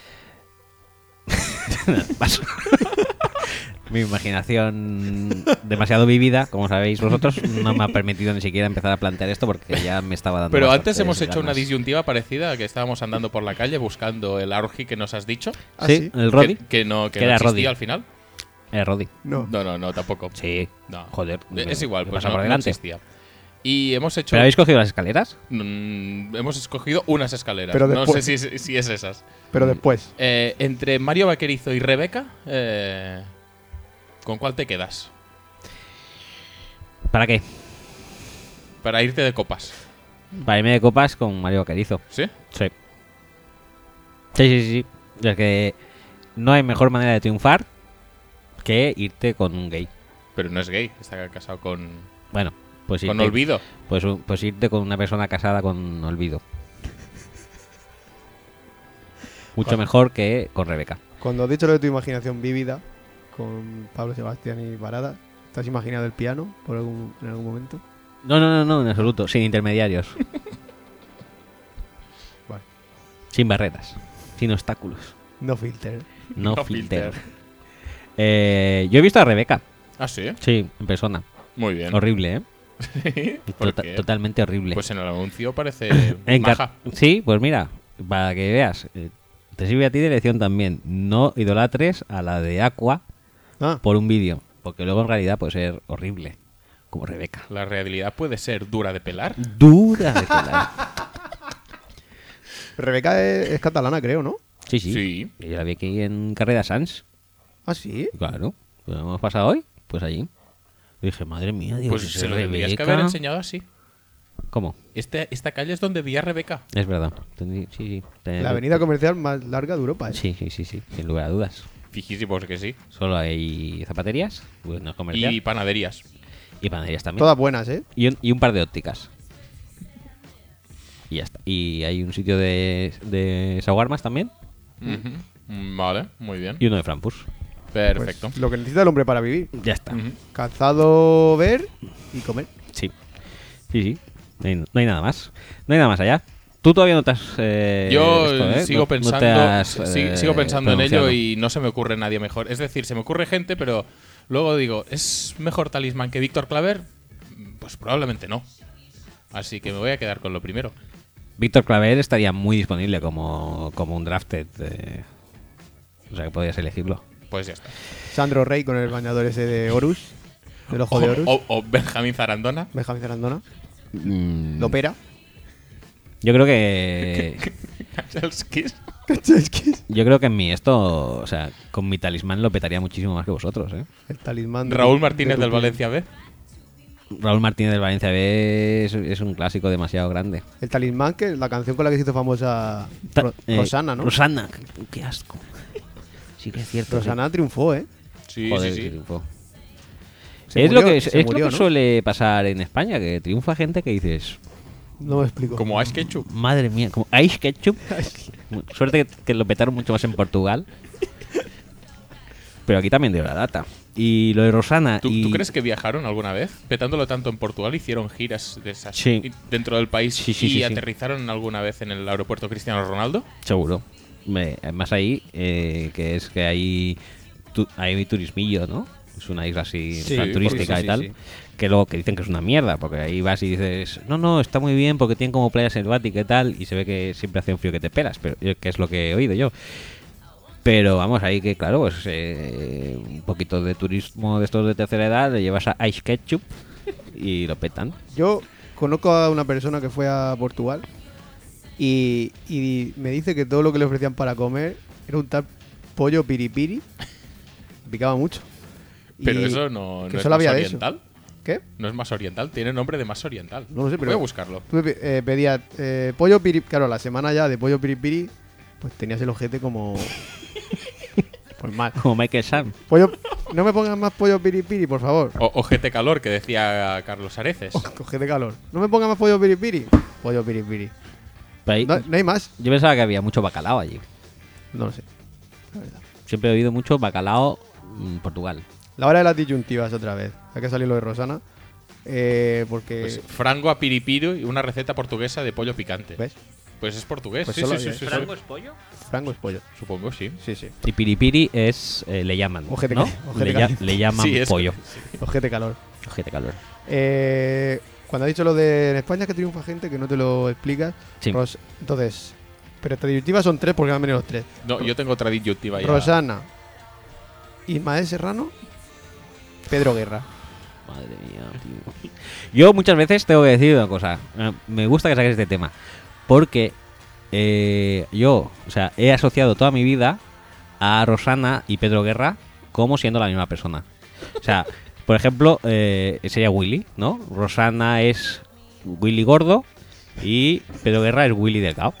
Paso. Mi imaginación demasiado vivida, como sabéis vosotros, no me ha permitido ni siquiera empezar a plantear esto porque ya me estaba dando. Pero bastantes antes hemos hecho una ganas. disyuntiva parecida, que estábamos andando por la calle buscando el Argi que nos has dicho. ¿Ah, Sí, sí? el Roddy. Que, que no, que Que no era existía Roddy. al final. El Roddy. No. No, no, no, tampoco. Sí. No. Joder. Eh, Es igual, ¿qué pues pasa no, por no delante? existía. Y hemos hecho. ¿Pero habéis cogido las escaleras? Mm, hemos escogido unas escaleras. Pero no sé después- si, es- si es esas. Pero después. Eh, entre Mario Vaquerizo y Rebeca, eh, ¿con cuál te quedas? ¿Para qué? Para irte de copas. Para irme de copas con Mario Vaquerizo. ¿Sí? Sí. Sí, sí, sí. sí. Es que no hay mejor manera de triunfar que irte con un gay. Pero no es gay, está casado con, Bueno, pues con irte- olvido. Pues, un- pues irte con una persona casada con olvido. Mucho mejor que con Rebeca. Cuando has dicho lo de tu imaginación vívida con Pablo Sebastián y Parada, ¿te has imaginado el piano por algún, en algún momento? No, no, no, no, en absoluto. Sin intermediarios. Vale. Sin barreras. Sin obstáculos. No filter. No, No filter. filter. Eh, yo he visto a Rebeca. Ah, sí. Sí, en persona. Muy bien. Horrible, ¿eh? ¿Por Tota- qué? totalmente horrible. Pues en el anuncio parece En Eh, car- maja. Sí, pues mira, para que veas, eh, te sirve a ti de lección también. No idolatres a la de Aqua Ah, por un vídeo, porque luego en realidad puede ser horrible, como Rebeca. La realidad puede ser dura de pelar. Dura de pelar. Rebeca es, es catalana, creo, ¿no? Sí, sí. Sí. Yo la vi aquí en Carrera Sans. Ah, sí. Claro. Pues hemos pasado hoy, pues allí. Y dije, madre mía, digo, Pues si se es lo tendrías que Rebeca- haber enseñado así. ¿Cómo? Este, esta calle es donde vi a Rebeca. Es verdad. Tendrí- Sí, sí. Ten- La avenida comercial más larga de Europa. ¿eh? Eh, Sí, sí, sí, sí. Sin lugar a dudas. Fijísimos que sí. Solo hay zapaterías, pues no es comercial. Y panaderías. Y panaderías también. Todas buenas, ¿eh? Y un, y un par de ópticas. Y ya está. Y hay un sitio de, de shawarmas también. Mm, Vale, muy bien. Y uno de Frankfurt. Pues, Perfecto. lo que necesita el hombre para vivir. Ya está. Ujú. Calzado, ver y comer. Sí. Sí, sí. No hay, no hay nada más. No hay nada más allá. Tú todavía no te has. eh, Yo esto, ¿eh? sigo No- no te pensando, has, si- eh, sigo pensando en ello pronunciado. y no se me ocurre nadie mejor. Es decir, se me ocurre gente, pero luego digo, ¿es mejor talismán que Víctor Claver? Pues probablemente no. Así que me voy a quedar con lo primero. Víctor Claver estaría muy disponible como, como un drafted. eh. O sea que podrías elegirlo. Pues ya está. Sandro Rey con el bañador ese de Horus. Del ojo O, de Oh. Horus. o- o Benjamín Zarandona. Benjamín Zarandona. Mm. Lopera. Yo creo que. Kaczynskis. Yo creo que en mí esto. O sea, con mi talismán lo petaría muchísimo más que vosotros, ¿eh? El talismán. de- Raúl Martínez de tu del piel. Valencia B. Raúl Martínez del Valencia B es, es un clásico demasiado grande. El talismán, que es la canción con la que se hizo famosa Ta- Ro- eh, Rosana, ¿no? Rosana, qué asco. Sí que es cierto. sí. Rosana triunfó, ¿eh? Sí, Joder, sí, que sí. triunfó. Se es murió- lo que, es, se es murió, lo que ¿no? suele pasar en España, que triunfa gente que dices, No me explico. Como Ice Ketchup. madre mía, como Ice Ketchup. Suerte que, que lo petaron mucho más en Portugal. Pero aquí también dio la data. Y lo de Rosana. ¿Tú, y- tú crees que viajaron alguna vez? Petándolo tanto en Portugal, hicieron giras de esas Sí. y- dentro del país Sí, sí, y sí, sí. aterrizaron alguna vez en el aeropuerto Cristiano Ronaldo. Seguro. Me- además ahí, eh, que es que hay, tu- hay turismillo, ¿no? Es una isla así Sí, tan turística sí, sí, y tal. sí. Que luego que dicen que es una mierda, porque ahí vas y dices, no, no, está muy bien porque tienen como playa selvática y tal, y se ve que siempre hace un frío que te pelas, pero eh, que es lo que he oído yo. Pero vamos, ahí que claro, pues eh, un poquito de turismo de estos de tercera edad, le llevas a Ice Ketchup y lo petan. Yo conozco a una persona que fue a Portugal y, y me dice que todo lo que le ofrecían para comer era un tal pollo piripiri. Picaba mucho. Pero Y eso no, no que es solo más había de eso. oriental. ¿Qué? No es más oriental, tiene nombre de más oriental. No lo sé, pero- Voy a buscarlo. Tú eh, pedías eh, pollo piripiri. Claro, la semana ya de pollo piripiri, pues tenías el ojete como. pues mal. Como Michael Sam. Pollo... No me pongas más pollo piripiri, por favor. O, ojete calor, que decía Carlos Areces. Coge de calor. No me pongas más pollo piripiri. Pollo piripiri. Pero ahí- No, no hay más. Yo pensaba que había mucho bacalao allí. No lo sé. Siempre he oído mucho bacalao mm, Portugal. La hora de las disyuntivas otra vez. Hay que salir lo de Rosana. Eh, porque. Pues, frango a piripiro y una receta portuguesa de pollo picante. ¿Ves? Pues es portugués. Pues sí, solo sí, sí, hay- sí, sí. pollo? Frango es pollo. Supongo, sí. Sí, sí. Y piripiri es. eh, le llaman. Ojete ¿no? cal- ojete Le, ya- caliente. le llaman Sí, es- pollo. Ojete calor. Ojete calor. Eh, cuando ha dicho lo de en España que triunfa gente que no te lo explicas. Sí. Ros- entonces. Pero estas disyuntivas son tres porque han venido los tres. No, yo tengo otra disyuntiva ya. Rosana. Ismael Serrano. Pedro Guerra. Madre mía, tío. Yo muchas veces tengo que decir una cosa. Eh, Me gusta que saques este tema. Porque eh, yo, o sea, he asociado toda mi vida a Rosana y Pedro Guerra como siendo la misma persona. O sea, por ejemplo, eh, sería Willy, ¿no? Rosana es Willy gordo y Pedro Guerra es Willy delgado.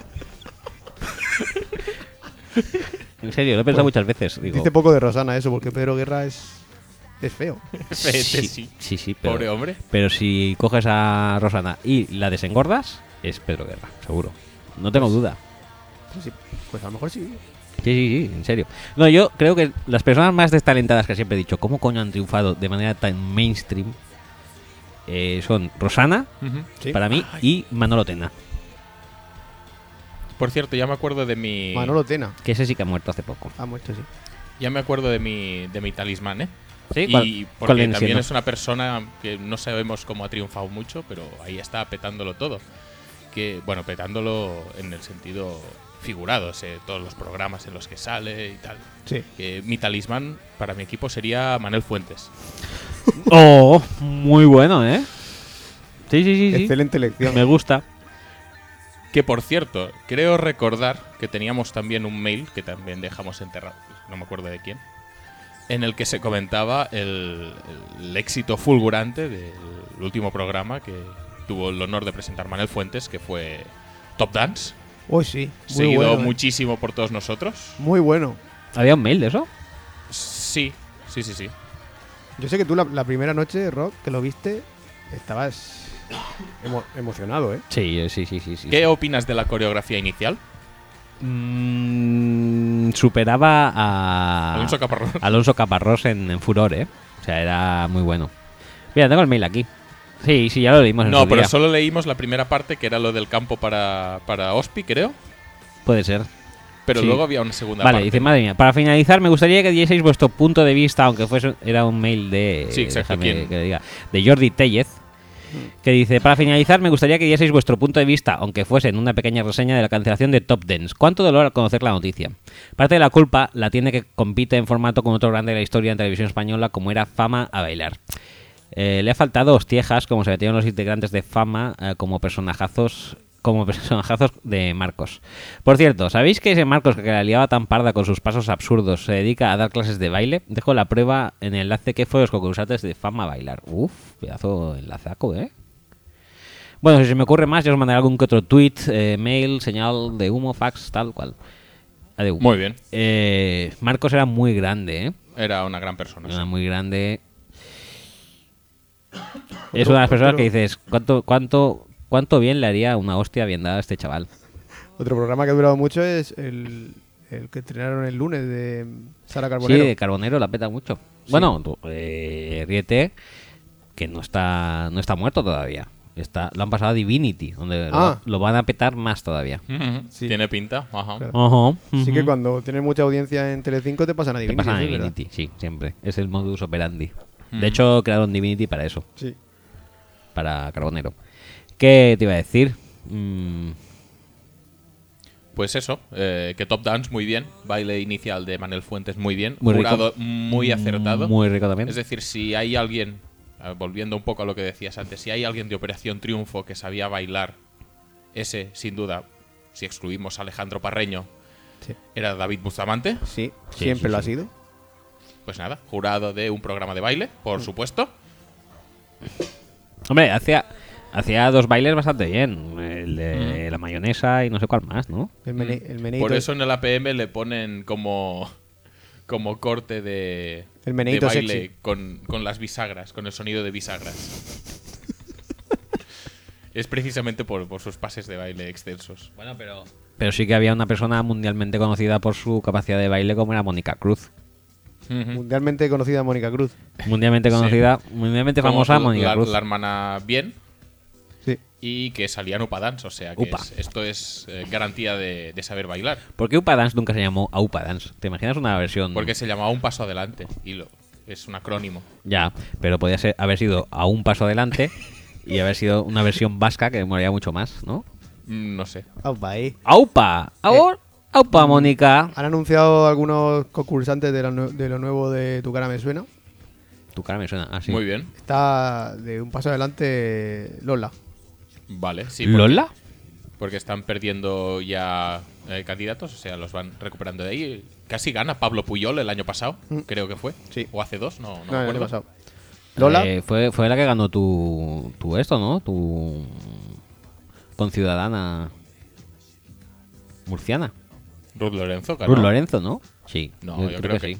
en serio, lo he pensado muchas veces. Digo, Dice poco de Rosana eso porque Pedro Guerra es. Es feo. Fete, sí, sí. sí, sí, pero- Pobre hombre. pero si coges a Rosana y la desengordas, es Pedro Guerra, seguro. No tengo duda. Pues, sí, pues a lo mejor sí. Sí, sí, sí, en serio. No, yo creo que las personas más destalentadas que siempre he dicho, ¿cómo coño han triunfado de manera tan mainstream? Eh, son Rosana, Ujú. Sí. para mí, y Manolo Tena, Por cierto, ya me acuerdo de mi. Manolo Tena. que ese sí que ha muerto hace poco. Ah, esto sí. Ya me acuerdo de mi, de mi talismán, ¿eh? ¿Sí? ¿Cuál- Y cuál porque viene también siendo? es una persona que no sabemos cómo ha triunfado mucho, pero ahí está petándolo todo. Que, bueno, petándolo en el sentido figurado, sé, todos los programas en los que sale y tal. Sí. Que mi talismán para mi equipo sería Manel Fuentes. Oh, muy bueno, ¿eh? Sí, sí, sí, sí. Excelente elección. Me gusta. Que por cierto, creo recordar que teníamos también un mail que también dejamos enterrado, no me acuerdo de quién, en el que se comentaba el, el éxito fulgurante del último programa que tuvo el honor de presentar Manuel Fuentes, que fue Top Dance, Uy, sí. Muy seguido bueno, eh. muchísimo por todos nosotros. Muy bueno. ¿Había un mail de eso? Sí, sí, sí, sí. Yo sé que tú la, la primera noche, Rock, que lo viste, estabas emo- emocionado, ¿eh? Sí, eh, sí, sí, sí. sí. ¿Qué opinas de la coreografía inicial? Mm, superaba a... Alonso Caparrós. Alonso Caparrós en, en Furor, ¿eh? O sea, era muy bueno. Mira, tengo el mail aquí. Sí, sí, ya lo leímos en No, su pero día. solo leímos la primera parte, que era lo del campo para, para Ospi, creo. Puede ser. Pero Sí. luego había una segunda Vale, parte. dice, madre mía, para finalizar me gustaría que dieseis vuestro punto de vista, aunque fuese era un mail de Sí, exacto, déjame ¿quién? que le diga, de Jordi Tellez, que dice, para finalizar me gustaría que dieseis vuestro punto de vista, aunque fuese en una pequeña reseña de la cancelación de Top Dance. Cuánto dolor al conocer la noticia. Parte de la culpa la tiene que compite en formato con otro grande de la historia en televisión española como era Fama a bailar. Eh, le ha faltado hostiejas como se metieron los integrantes de Fama eh, como personajazos como personajazos de Marcos. Por cierto, ¿sabéis que ese Marcos que la liaba tan parda con sus pasos absurdos se dedica a dar clases de baile? Dejo la prueba en el enlace que fue los concursantes de Fama a Bailar. Uf, pedazo de enlazaco, ¿eh? Bueno, si se me ocurre más, ya os mandaré algún que otro tweet, eh, mail, señal de humo, fax, tal cual. Adeu. Muy bien. Eh, Marcos era muy grande, ¿eh? Era una gran persona. sí. Era muy grande. Es una de las personas que dices, ¿cuánto, cuánto, ¿cuánto bien le haría una hostia bien dada a este chaval? Otro programa que ha durado mucho es el, el que estrenaron el lunes de Sara Sí, Carbonero. de Carbonero la peta mucho. Bueno, tú, eh, Riete, que no está, no está muerto todavía. Está, lo han pasado a Divinity, donde lo- Ah. lo, van a petar más todavía. Ujú, Sí. Tiene pinta. Ajá. Claro. Ajá, Así ujú. que cuando tienes mucha audiencia en Telecinco te pasan a Te Divinity. pasan a sí, es verdad. Mm. Divinity, sí, siempre. Es el modus operandi. De hecho, crearon Divinity para eso. Sí. para Carbonero. ¿Qué te iba a decir? Mm, Pues eso, eh, que Top Dance muy bien, baile inicial de Manuel Fuentes muy bien, Muy rico. Mm, jurado muy acertado. Muy rico también. es decir, si hay alguien, eh, volviendo un poco a lo que decías antes, si hay alguien de Operación Triunfo que sabía bailar, ese, sin duda, si excluimos a Alejandro Parreño, Sí. era David Bustamante. Sí, Sí, siempre sí, lo ha sí. sido. Mm. Pues nada, jurado de un programa de baile, por supuesto. Hombre, hacía, hacía dos bailes bastante bien. El Mm. de la mayonesa y no sé cuál más, ¿no? El, mene- el meneíto, Por eso en el APM le ponen como, como corte de, El meneíto de baile sexy. Con, con las bisagras, con el sonido de bisagras. es precisamente por, por sus pases de baile extensos. Bueno, pero. Pero sí que había una persona mundialmente conocida por su capacidad de baile, como era Mónica Cruz. mundialmente conocida Mónica Cruz. Mundialmente Sí. conocida, mundialmente Como famosa la- Mónica la, Cruz. la hermana bien Sí. y que salían upadans, o sea que Upa. es- esto es eh, garantía de, de saber bailar. ¿Por qué Upa Dance nunca se llamó a Upa Dance? ¿Te imaginas una versión? Porque se llamaba un paso adelante y lo, es un acrónimo. Ya, pero podía ser, haber sido a un paso adelante y haber sido una versión vasca que demoraría mucho más, ¿no? Mm, No sé. Aupa, ahí. ¡Aupa! Eh. ¡Ahora! ¡Aupa, Mónica! Han anunciado algunos concursantes de lo, nue- de lo nuevo de Tu cara me suena. Tu cara me suena así. Muy bien. Está de un paso adelante Lola. Vale. Sí, porque- ¿Lola? Porque están perdiendo ya eh, candidatos, o sea, los van recuperando de ahí. Casi gana Pablo Puyol el año pasado, creo que fue. Mm. Sí. O hace dos, no, no, No, me el año acuerdo. pasado. Lola, Eh, fue, fue la que ganó tu, tu esto, ¿no? Tu conciudadana murciana. Ruth Lorenzo, claro. Ruth Lorenzo, ¿no? Sí. No, yo, creo, que, sí.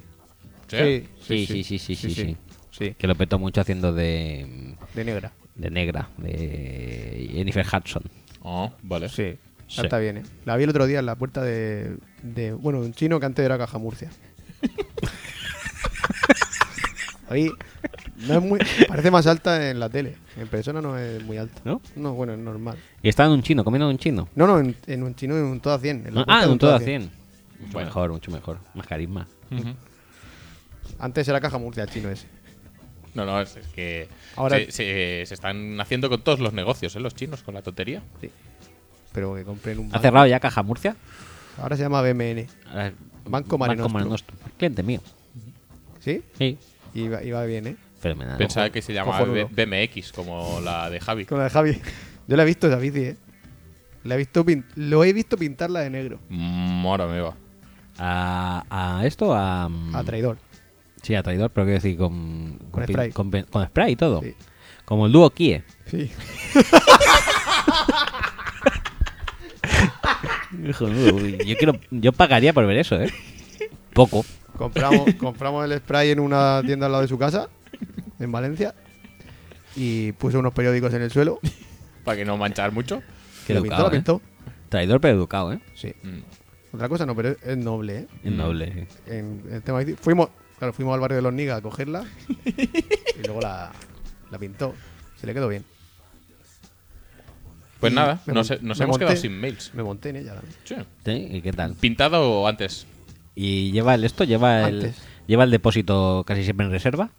sí. Sí, sí, sí, sí, sí, sí. Sí, Que lo petó mucho haciendo de, de negra. de negra, de Jennifer Hudson. Oh, vale. Sí. Sí. Está bien, ¿eh? La vi el otro día en la puerta de, de bueno, un chino que antes era Caja Murcia. Ahí no es muy, parece más alta en la tele. En persona no es muy alta. ¿No? No, bueno, es normal. Y estaba en un chino, comiendo en un chino. No, no, en, en un chino en un toda 100. en la puerta ah, de en un todo a Toda 100. Mucho Bueno. mejor, mucho mejor. Más carisma. Antes era Caja Murcia el chino ese. No, no, es, es que Ahora- se, se- se están haciendo con todos los negocios, ¿eh? Los chinos, con la tontería. Ah, Pero que compré en un ¿Ha banco. cerrado ya Caja Murcia? Ahora se llama BMN. Ahora es Eh, Banco Mare Nostrum. Mare Nostrum. Cliente mío. ¿Sí? Sí. Y va, y va bien, ¿eh? Fenomenal. Pensaba que se llamaba cojonudo. B- BMX, como la de Javi. Con la de Javi. Yo la he visto esa bici, ¿eh? La he visto pin- lo he visto pintarla de negro. Mm, ahora me va. A, a esto, a. mm, A traidor. Sí, a traidor, pero quiero decir, con. Con, pin- spray. con pe- con spray y todo. Sí. Como el dúo Kie. Sí. Cojonudo, uy, yo, quiero, yo pagaría por ver eso, ¿eh? Poco. Compramos, compramos el spray en una tienda al lado de su casa, en Valencia, y puso unos periódicos en el suelo. Para que no manchar mucho. Qué lo pintó, educado. lo pintó. ¿eh? Traidor, pero educado, ¿eh? Sí. Mm. Otra cosa no, pero es- es noble, ¿eh? Es noble. sí. En el tema bici- Fuimos, claro, fuimos al barrio de los Niga a cogerla y luego la, la pintó. Se le quedó bien. Pues Y nada, me nos, mon- nos me hemos monté. quedado sin mails. Me monté en ella. también. Sí. Sí, ¿Y qué tal? ¿Pintado antes? Y lleva el esto, lleva el, Antes. lleva el depósito casi siempre en reserva.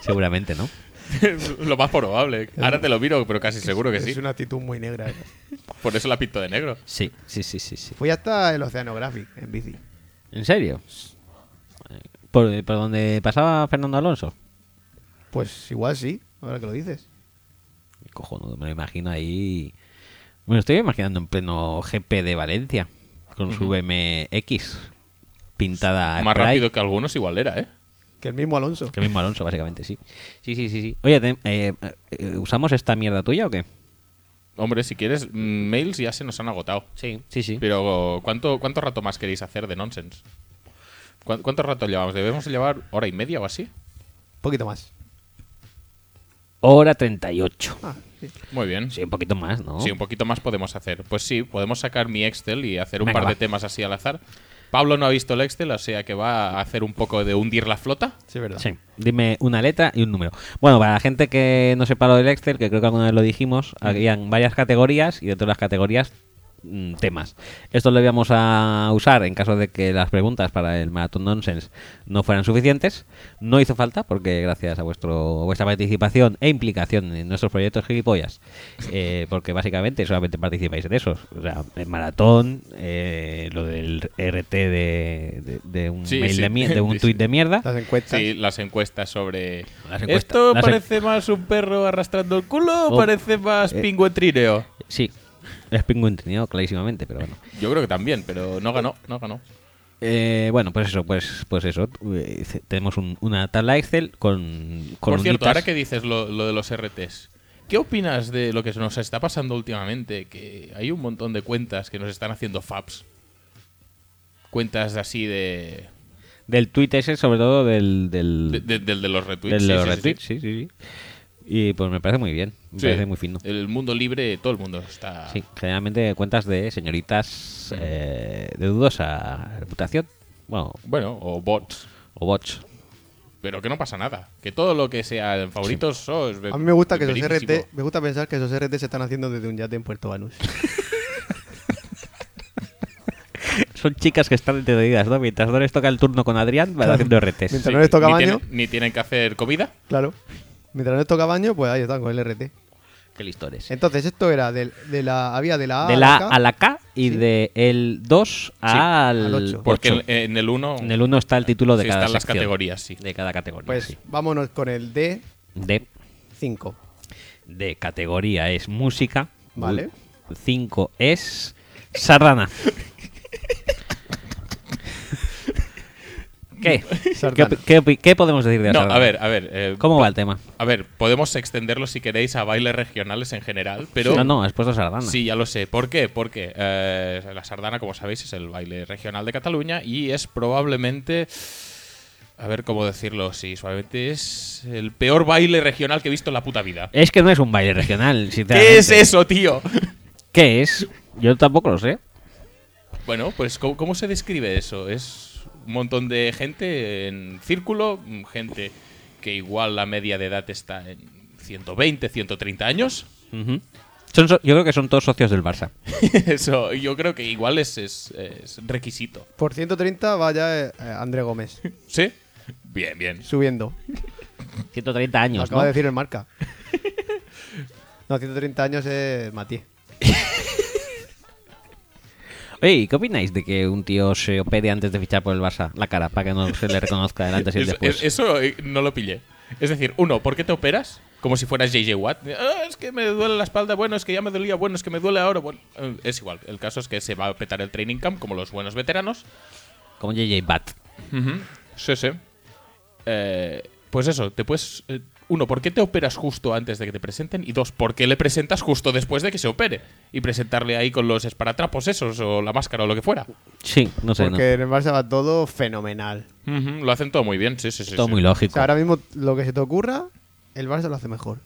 Seguramente, ¿no? lo más probable. Ahora te lo miro, pero casi seguro que sí. Es una actitud muy negra. ¿eh? Por eso la pinto de negro. Sí, sí, sí, sí, sí. Fui hasta Pues el Oceanographic en bici. ¿En serio? ¿Por, por donde pasaba Fernando Alonso? Pues igual sí, ahora que lo dices. Cojonudo, me lo imagino ahí. Bueno, estoy imaginando en pleno GP de Valencia con su BMX pintada a Más spray. rápido que algunos igual era, ¿eh? Que el mismo Alonso. Que el mismo Alonso, básicamente, sí. Sí, sí, sí. sí. Oye, te- eh, eh, ¿usamos esta mierda tuya o qué? Hombre, si quieres, mm, mails ya se nos han agotado. Sí, sí, sí. Pero ¿cuánto, cuánto rato más queréis hacer de nonsense? ¿Cuán- ¿Cuánto rato llevamos? ¿Debemos llevar hora y media o así? Un poquito más. Hora 38. Ah, sí. Muy bien. Sí, un poquito más, ¿no? Sí, un poquito más podemos hacer. Pues sí, podemos sacar mi Excel y hacer un Venga, par de va. temas así al azar. Pablo no ha visto el Excel, o sea que va a hacer un poco de hundir la flota. Sí, es verdad. Sí. Dime una letra y un número. Bueno, para la gente que no sepa lo del Excel, que creo que alguna vez lo dijimos, Mm. habían varias categorías y dentro de las categorías mm, temas. Esto lo íbamos a usar en caso de que las preguntas para el Marathon Nonsense no fueran suficientes. No hizo falta porque gracias a vuestro vuestra participación e implicación en nuestros proyectos gilipollas, eh, porque básicamente solamente participáis en esos. O sea, el maratón, eh, lo del RT de, de- de un, Sí, mail sí. de, mier- de un Sí, tweet sí. de mierda. Las encuestas. Sí, las encuestas sobre. Las encuestas. ¿Esto Las en- parece más un perro arrastrando el culo o Oh. parece más pingüetrineo? Sí, es pingüintineo clarísimamente, pero bueno. Yo creo que también, pero no ganó, no ganó. Eh, bueno, pues eso, pues, pues eso. Eh, Tenemos un- una tabla Excel con, con Por cierto, uñitas. ahora que dices lo, lo de los RTs, ¿qué opinas de lo que nos está pasando últimamente? Que hay un montón de cuentas que nos están haciendo faps. Cuentas así de. Del tweet ese, sobre todo del... Del, de, de- del de los retweets. del sí, de los sí, sí, sí. retweets, sí, sí, sí. Y pues me parece muy bien, me Sí. Eh, parece muy fino. El mundo libre, todo el mundo está. Sí, generalmente cuentas de Mm. señoritas eh, de dudosa reputación, bueno, Bueno, o bots. o bots. Pero que no pasa nada. Que todo lo que sea en favoritos sos. A mí me gusta que esos verísimo. RT, me gusta pensar que esos RT se están haciendo desde un yate en Puerto Banús. Son chicas que están detenidas, ¿no? Mientras no les toca el turno con Adrián, van haciendo RTs. Mientras no les toca ni baño, tienen- ni tienen que hacer comida. claro. Mientras no les toca baño, pues ahí están con el RT. Qué Eh, listones. Entonces, esto era del- de, la. Había de la A. De a la K. a la K y de el 2 al al ocho. Porque ocho. en, en el 1. En el 1 está el título de Sí, cada están las sección. categorías, sí. De cada categoría. Pues sí. vámonos con el De, D5. de categoría es música. Vale. 5 es sardana. ¿Qué? ¿Qué, Sardana. opi- qué opi- qué podemos decir de la No, sardana? a ver, a ver. eh, ¿Cómo va el tema? A ver, podemos extenderlo si queréis a bailes regionales en general, pero. no, no, has puesto sardana. Sí, ya lo sé. ¿Por qué? Porque eh, la sardana, como sabéis, es el baile regional de Cataluña y es probablemente. A ver cómo decirlo, sí, suavemente es el peor baile regional que he visto en la puta vida. Es que no es un baile regional, sinceramente. ¿Qué es eso, tío? ¿Qué es? Yo tampoco lo sé. Bueno, pues ¿cómo, cómo se describe eso? Es un montón de gente en círculo, mm, gente que igual la media de edad está en 120, 130 años. Ujú. Son so- yo creo que son todos socios del Barça. Eso, yo creo que igual es, es- es requisito. Por 130 vaya eh, André Gómez, ¿Sí? Bien, bien. subiendo. 130 Lo años, acaba ¿no? de decir el marca. No, 130 años es Matié. Oye, ¿y ¿qué opináis de que un tío se opere antes de fichar por el Barça la cara para que no se le reconozca el antes y el Eso, después? es- eso, eh, no lo pillé. Es decir, uno, ¿por qué te operas? Como si fueras JJ Watt. Ah, es que me duele la espalda, bueno, es que ya me dolía, bueno, es que me duele ahora, bueno. Eh, Es igual. El caso es que se va a petar el training camp como los buenos veteranos. Como JJ Bat. Ujú, Sí, sí. Eh, pues eso, te puedes. eh, uno, ¿por qué te operas justo antes de que te presenten? Y dos, ¿por qué le presentas justo después de que se opere? Y presentarle ahí con los esparatrapos esos, o la máscara, o lo que fuera. Sí, no sé, Porque en el Barça va todo fenomenal. Ujú, Lo hacen todo muy bien, sí, sí, sí. no. Todo sí. muy O lógico. sea, ahora mismo lo que se te ocurra, el Barça lo hace mejor.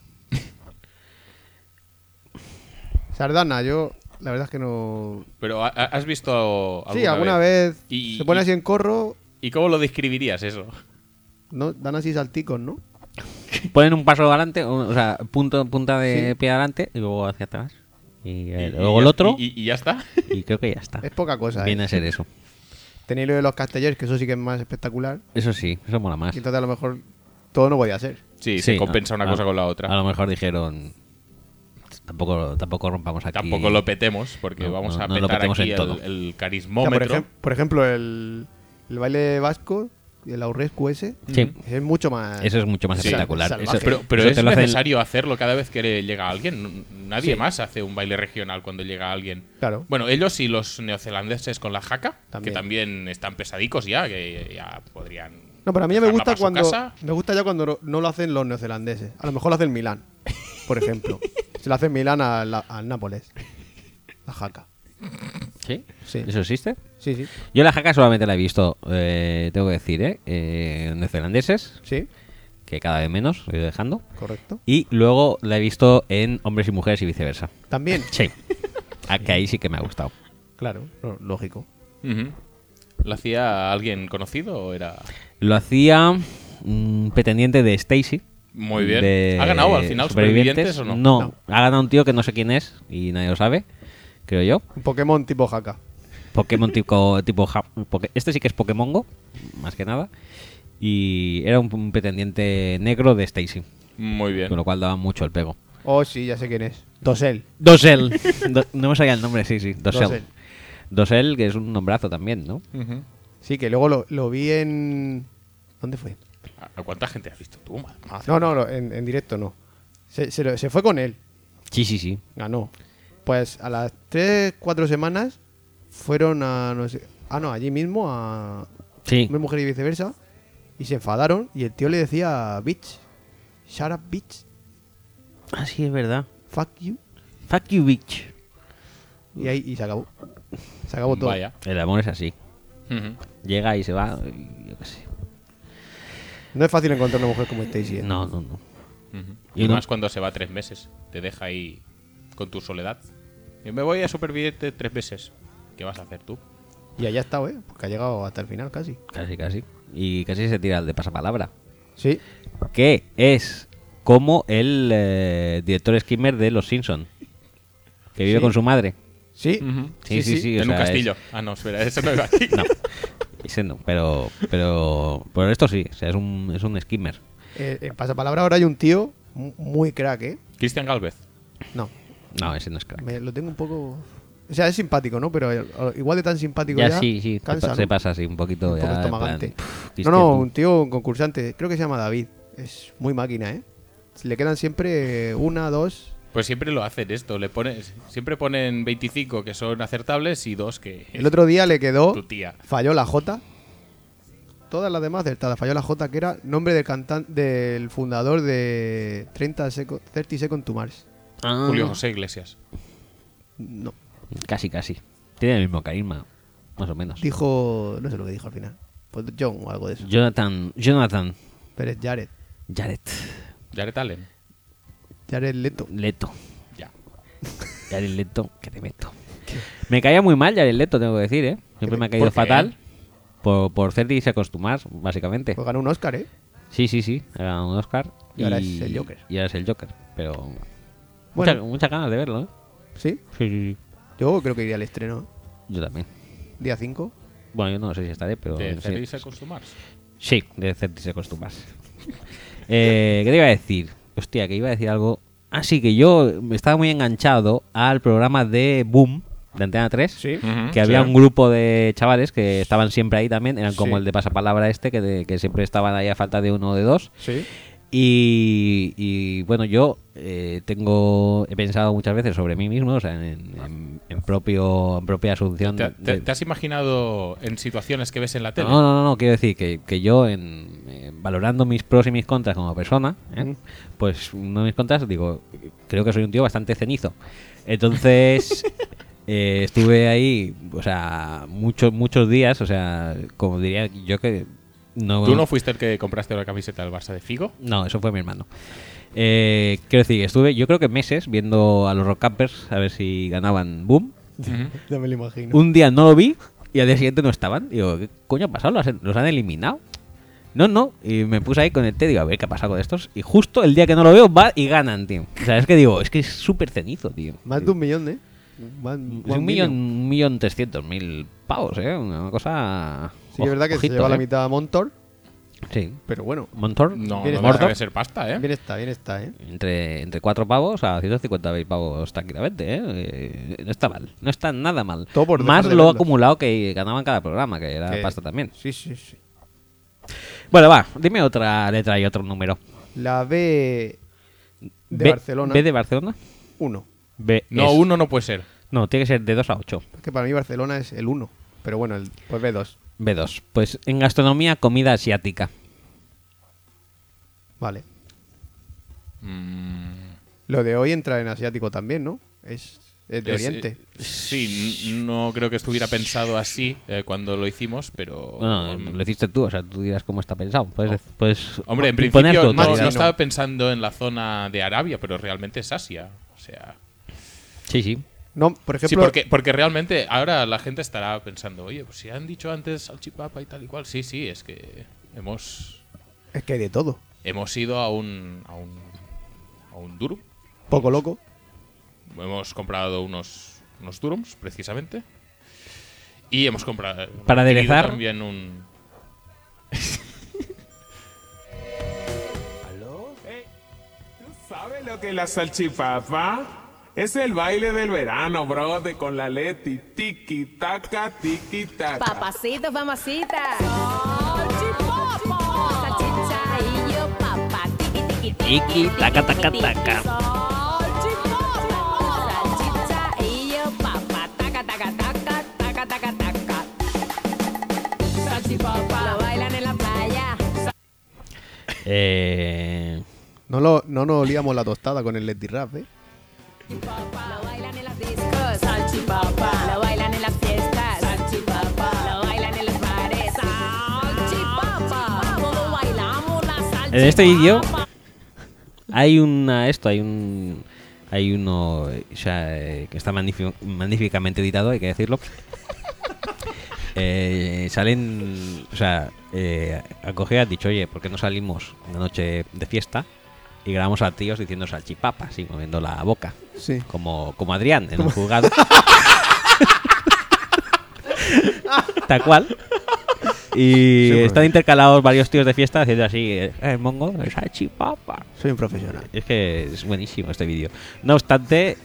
Sardana, yo la verdad es que no. Pero ¿ha- ha- ¿has visto alguna sí, alguna vez, Y- se pone y- así en corro, ¿Y cómo lo describirías eso? ¿no? dan así salticos, ¿no? Ponen un paso adelante, o o sea, punto, punta de pie adelante y luego hacia atrás. Y, eh, Y- luego y el ya- otro y, Y, y ya está. creo que ya está. Es poca cosa. Viene ¿eh? a ser eso. Tenéis lo de los castellers, que eso sí que es más espectacular. Eso sí, eso mola más. Y entonces a lo mejor todo no podía ser. Sí, Sí, se compensa a- una a- cosa con la A otra. lo mejor dijeron... Tampoco, tampoco rompamos aquí. Tampoco lo petemos, porque No, vamos no, a no lo petar petemos aquí en todo. el, el O sea, por, carismómetro. ejem- por ejemplo, el, el baile vasco, el aurrescu ese, Sí, es mucho más. eso es mucho más Sí. espectacular. Salvaje. Eso- Pero, pero eso es te lo hacen- necesario hacerlo cada vez que le llega alguien. Nadie más hace un baile regional cuando llega alguien. Claro. Bueno, ellos y los neozelandeses con la jaca, También. que también están pesadicos ya, que ya podrían. No, pero a mí ya me dejarla gusta pa' su cuando. casa. Me gusta ya cuando no, no lo hacen los neozelandeses. A lo mejor lo hacen Milán, por ejemplo. Se lo hacen Milán a la- al Nápoles. La jaca. ¿Sí? Sí. ¿Eso existe? Sí, sí. Yo la jaca solamente la he visto, eh, tengo que decir, ¿eh? eh, neozelandeses, Sí, que cada vez menos, lo he ido dejando. correcto. Y luego la he visto en hombres y mujeres y viceversa. También. Sí. A que ahí sí que me ha gustado. Claro, no, lógico. Ujú. ¿Lo hacía alguien conocido o era.? Lo hacía un pretendiente de Stacy. Muy bien. de ¿Ha ganado al final supervivientes, o no? No, ha ganado un tío que no sé quién es y nadie lo sabe, creo yo. Un Pokémon tipo jaca. Pokémon tipo. tipo ja- poke- este sí que es Pokémongo, más que nada. Y era un, un pretendiente negro de Stacy, Muy bien. con lo cual daba mucho el pego. Oh, sí, ya sé quién es. Dosel. Dosel. Do- no me salía el nombre, sí, sí. Dosel. Dosel. Dosel, que es un nombrazo también, ¿no? Ujú. Sí, que luego lo, lo vi en. ¿Dónde fue? ¿A a cuánta gente has visto tú, madre? madre? No, no, no, en, en directo no. Se, se lo- se fue con él. Sí, sí, sí. Ganó. Pues a las 3, 4 semanas fueron a, no sé, Ah, no, allí mismo a Sí. hombre, mujer y viceversa. Y se enfadaron y el tío le decía, bitch, shut up, bitch, Ah, sí, es verdad. fuck you. Fuck you, bitch. Y ahí y se acabó. Se acabó todo. Vaya. El amor es así. Ujú. Llega y se va. y Yo qué sé. No es fácil encontrar una mujer como Stacy. ¿eh? No, no, no. Ujú. Y Y, uno- más cuando se va tres meses. Te deja ahí con tu soledad. Yo me voy a superviviente tres meses. ¿Qué vas a hacer tú? Y allá está, ¿eh? Porque ha llegado hasta el final casi. Casi, casi. Y casi se tira el de pasapalabra. Sí. Que es como el eh, director Skimmer de Los Simpson Que vive Sí. con su madre. Sí. Sí, sí, sí. o en un sea, es- castillo. Ah, no, espera, eso no iba aquí. No. Ese no, pero, pero, pero esto sí, o sea, es un, es un skimmer. Eh, en pasapalabra ahora hay un tío mu- muy crack, ¿eh? Cristian Galvez. No, No, ese no es crack. me lo tengo un poco... O sea, es simpático, ¿no? Pero eh, igual de tan simpático ya... Ya, sí, sí, te pa- cansa, se ¿no? pasa así un poquito. Un ya, poco en plan, estomagante. pff, No, Cristian, no, tú. un tío un concursante, creo que se llama David. Es muy máquina, ¿eh? Le quedan siempre una, dos. Pues siempre lo hacen esto. Le pones, siempre ponen 25 que son acertables y dos que El otro día le quedó, tu tía. falló la J. Todas las demás acertadas, falló la J, que era nombre del cantante, del fundador de 30 Seco- 30 Second to Mars. Ah, Julio José Iglesias. No, Casi, casi. Tiene el mismo carisma, más o menos. dijo, no sé lo que dijo al final. Pues John o algo de eso. Jonathan, Jonathan, Pero es Jared, Jared, Jared Allen. Jared Leto. Leto. Ya. Jared Leto, que te meto. Me caía muy mal Jared Leto, tengo que decir, ¿eh? Siempre me ha caído ¿Por qué? eh? fatal. Por, por ser y se acostumar, básicamente. Pues ganó un Oscar, ¿eh? Sí, sí, sí, ha ganado un Oscar. Y ahora es el Joker. Y ahora es el Joker, pero. Bueno. Mucha- muchas ganas de verlo, ¿eh? Sí, Sí, sí, sí. yo creo que iría al estreno. Yo también. Día 5. Bueno, yo no sé si estaré, pero. De sí, Cerrisa Consumars. sí, de Certi se acostumbras. eh, ¿Qué te iba a decir? Hostia, que iba a decir algo. Así que yo estaba muy enganchado al programa de Boom, de Antena 3. Sí. Que había un grupo de chavales que estaban siempre ahí también, eran como Sí. el de pasapalabra este, que, de- que siempre estaban ahí a falta de uno o de dos. Sí. Y, y, bueno, yo eh, tengo he pensado muchas veces sobre mí mismo, o sea, en, en- en propio en propia asunción. ¿Te, te- de- te has imaginado en situaciones que ves en la tele? no, no, no, no, quiero decir que, que yo, en, eh, valorando mis pros y mis contras como persona, ¿eh? pues uno de mis contras, digo, creo que soy un tío bastante cenizo. Entonces, eh, estuve ahí, o sea, muchos, muchos días, o sea, como diría yo que... No, ¿Tú no fuiste el que compraste la camiseta del Barça de Figo? no, eso fue mi hermano. Eh, quiero decir, estuve yo creo que meses viendo a los Rock Campers a ver si ganaban Boom. Ya me lo imagino. Un día no lo vi y al día siguiente no estaban. Digo, ¿qué coño ha pasado? ¿Los han, los han eliminado? No, no. Y me puse ahí con el té, digo, a ver qué ha pasado con estos. Y justo el día que no lo veo, va y ganan, tío. O sea, es que digo, es que es súper cenizo, tío. Más de un millón, ¿eh? Más- Es más un millón, un millón trescientos mil pavos, ¿eh? Una cosa... Sí, es verdad que ojito, se lleva la ¿eh? mitad a Montor, Sí. pero bueno, Montor, No, Bien, no Mordo. debe ser pasta, ¿eh? bien está, bien está, ¿eh? Entre, entre 4 pavos a 150.000 pavos tranquilamente, ¿eh? Eh, No está mal, no está nada mal. Todo por dejar Más de lo verlo. acumulado que ganaban cada programa, que era Que- pasta también. Sí, sí, sí. Bueno, va, dime otra letra y otro número. La B de B- Barcelona, ¿B de Barcelona? 1. B No, es- uno no puede ser. No, tiene que ser de 2 a 8. Es que para mí Barcelona es el 1, pero bueno, el, pues B2. B2. Pues en gastronomía, comida asiática. Vale. Mm, Lo de hoy entra en asiático también, ¿no? Es, es de es- Oriente. eh, sí, n- no creo que estuviera pensado así eh, cuando lo hicimos, pero... Bueno, mm, lo hiciste tú, o sea, tú dirás cómo está pensado. Puedes, puedes Oh. Hombre, en imponer principio tu no, no autoridad. chino. estaba pensando en la zona de Arabia, pero realmente es Asia. O sea, Sí, sí. No, por ejemplo, sí, porque, porque realmente ahora la gente estará pensando, oye, pues si han dicho antes salchipapa y tal y cual. Sí, sí, es que hemos, es que hay de todo. hemos ido a un, a un, a un durum. Poco loco. Hemos comprado unos, unos durums, precisamente. Y hemos comprado. Para adquirido aderezar. También un. ¿Sabe lo que es la salchipapa? Es el baile del verano, brother, con la Leti. Tiki, taca, tiki, taca. Papacito, mamacita. Salchicha y yo, papá. Tiki, tiki, Tiki, taca, taca, taca. Salchicha y yo, papá. Taca, taca, taca, taca, taca, taca. Eh, No, lo, no nos olíamos la tostada con el Letty Rap, ¿eh? Lo bailan en las discos, salchipapa. Lo bailan en las fiestas, salchipapa. Lo bailan en los bares, salchipapa. Todos bailamos la salchipapa. En este vídeo hay una esto, hay un hay uno o sea, eh, que está magnífico- magníficamente editado, hay que decirlo. Eh, salen, o sea, eh, Acogea ha dicho, oye, ¿por qué no salimos una noche de fiesta y grabamos a tíos diciendo salchipapa, así moviendo la boca? Sí. Como, como Adrián en un juzgado. Tal cual. Y muy están intercalados varios tíos de fiesta haciendo así, eh, el mongo, el salchipapa. Soy un profesional. Es que es buenísimo este vídeo. No obstante,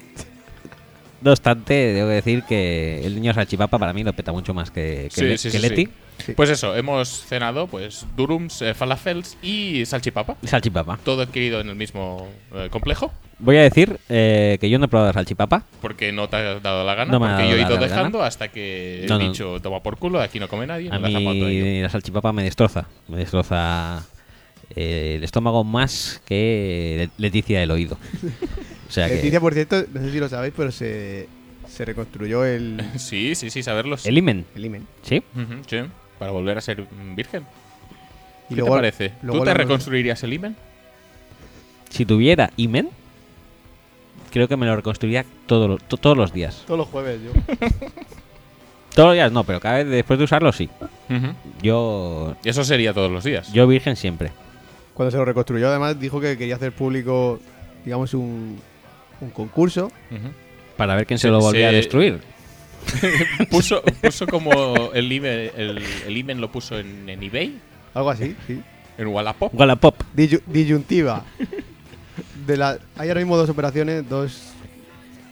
no obstante, tengo que decir que el niño salchipapa para mí lo peta mucho más que, que, Sí, Le- sí, que sí, Leti. Sí. Pues eso, hemos cenado pues durums, eh, falafels y salchipapa. Salchipapa. Todo adquirido en el mismo eh, complejo. Voy a decir eh, que yo no he probado salchipapa. Porque no te has dado la gana. No me ha porque dado yo he ido la gana. dejando hasta que No, he no. dicho, toma por culo, de aquí no come nadie. A no le hace falta ello". mí la salchipapa me destroza. Me destroza eh, el estómago más que Leticia el oído. O sea Leticia, que. Eh, por cierto, no sé si lo sabéis, pero se, se reconstruyó el, Sí, sí, sí, saberlos. El imen, el imen. ¿sí? Ujú, sí, para volver a ser mm, virgen. Y ¿Qué te parece? luego ¿Tú te lo- reconstruirías el imen? Si tuviera imen, creo que me lo reconstruiría todo lo- to- todos los días. Todos los jueves, yo. Todos los días no, pero cada vez después de usarlo sí. Ujú. Yo, Y Eso sería todos los días. yo virgen siempre. Cuando se lo reconstruyó, además, dijo que quería hacer público, digamos, un, un concurso. Ujú. Para ver quién se, Se- lo volvía a se- destruir. puso, puso como el imen, el, el imen lo puso en, en eBay, Algo así, sí. en Wallapop. Wallapop. Diyu- disyuntiva. De la, hay ahora mismo dos operaciones, dos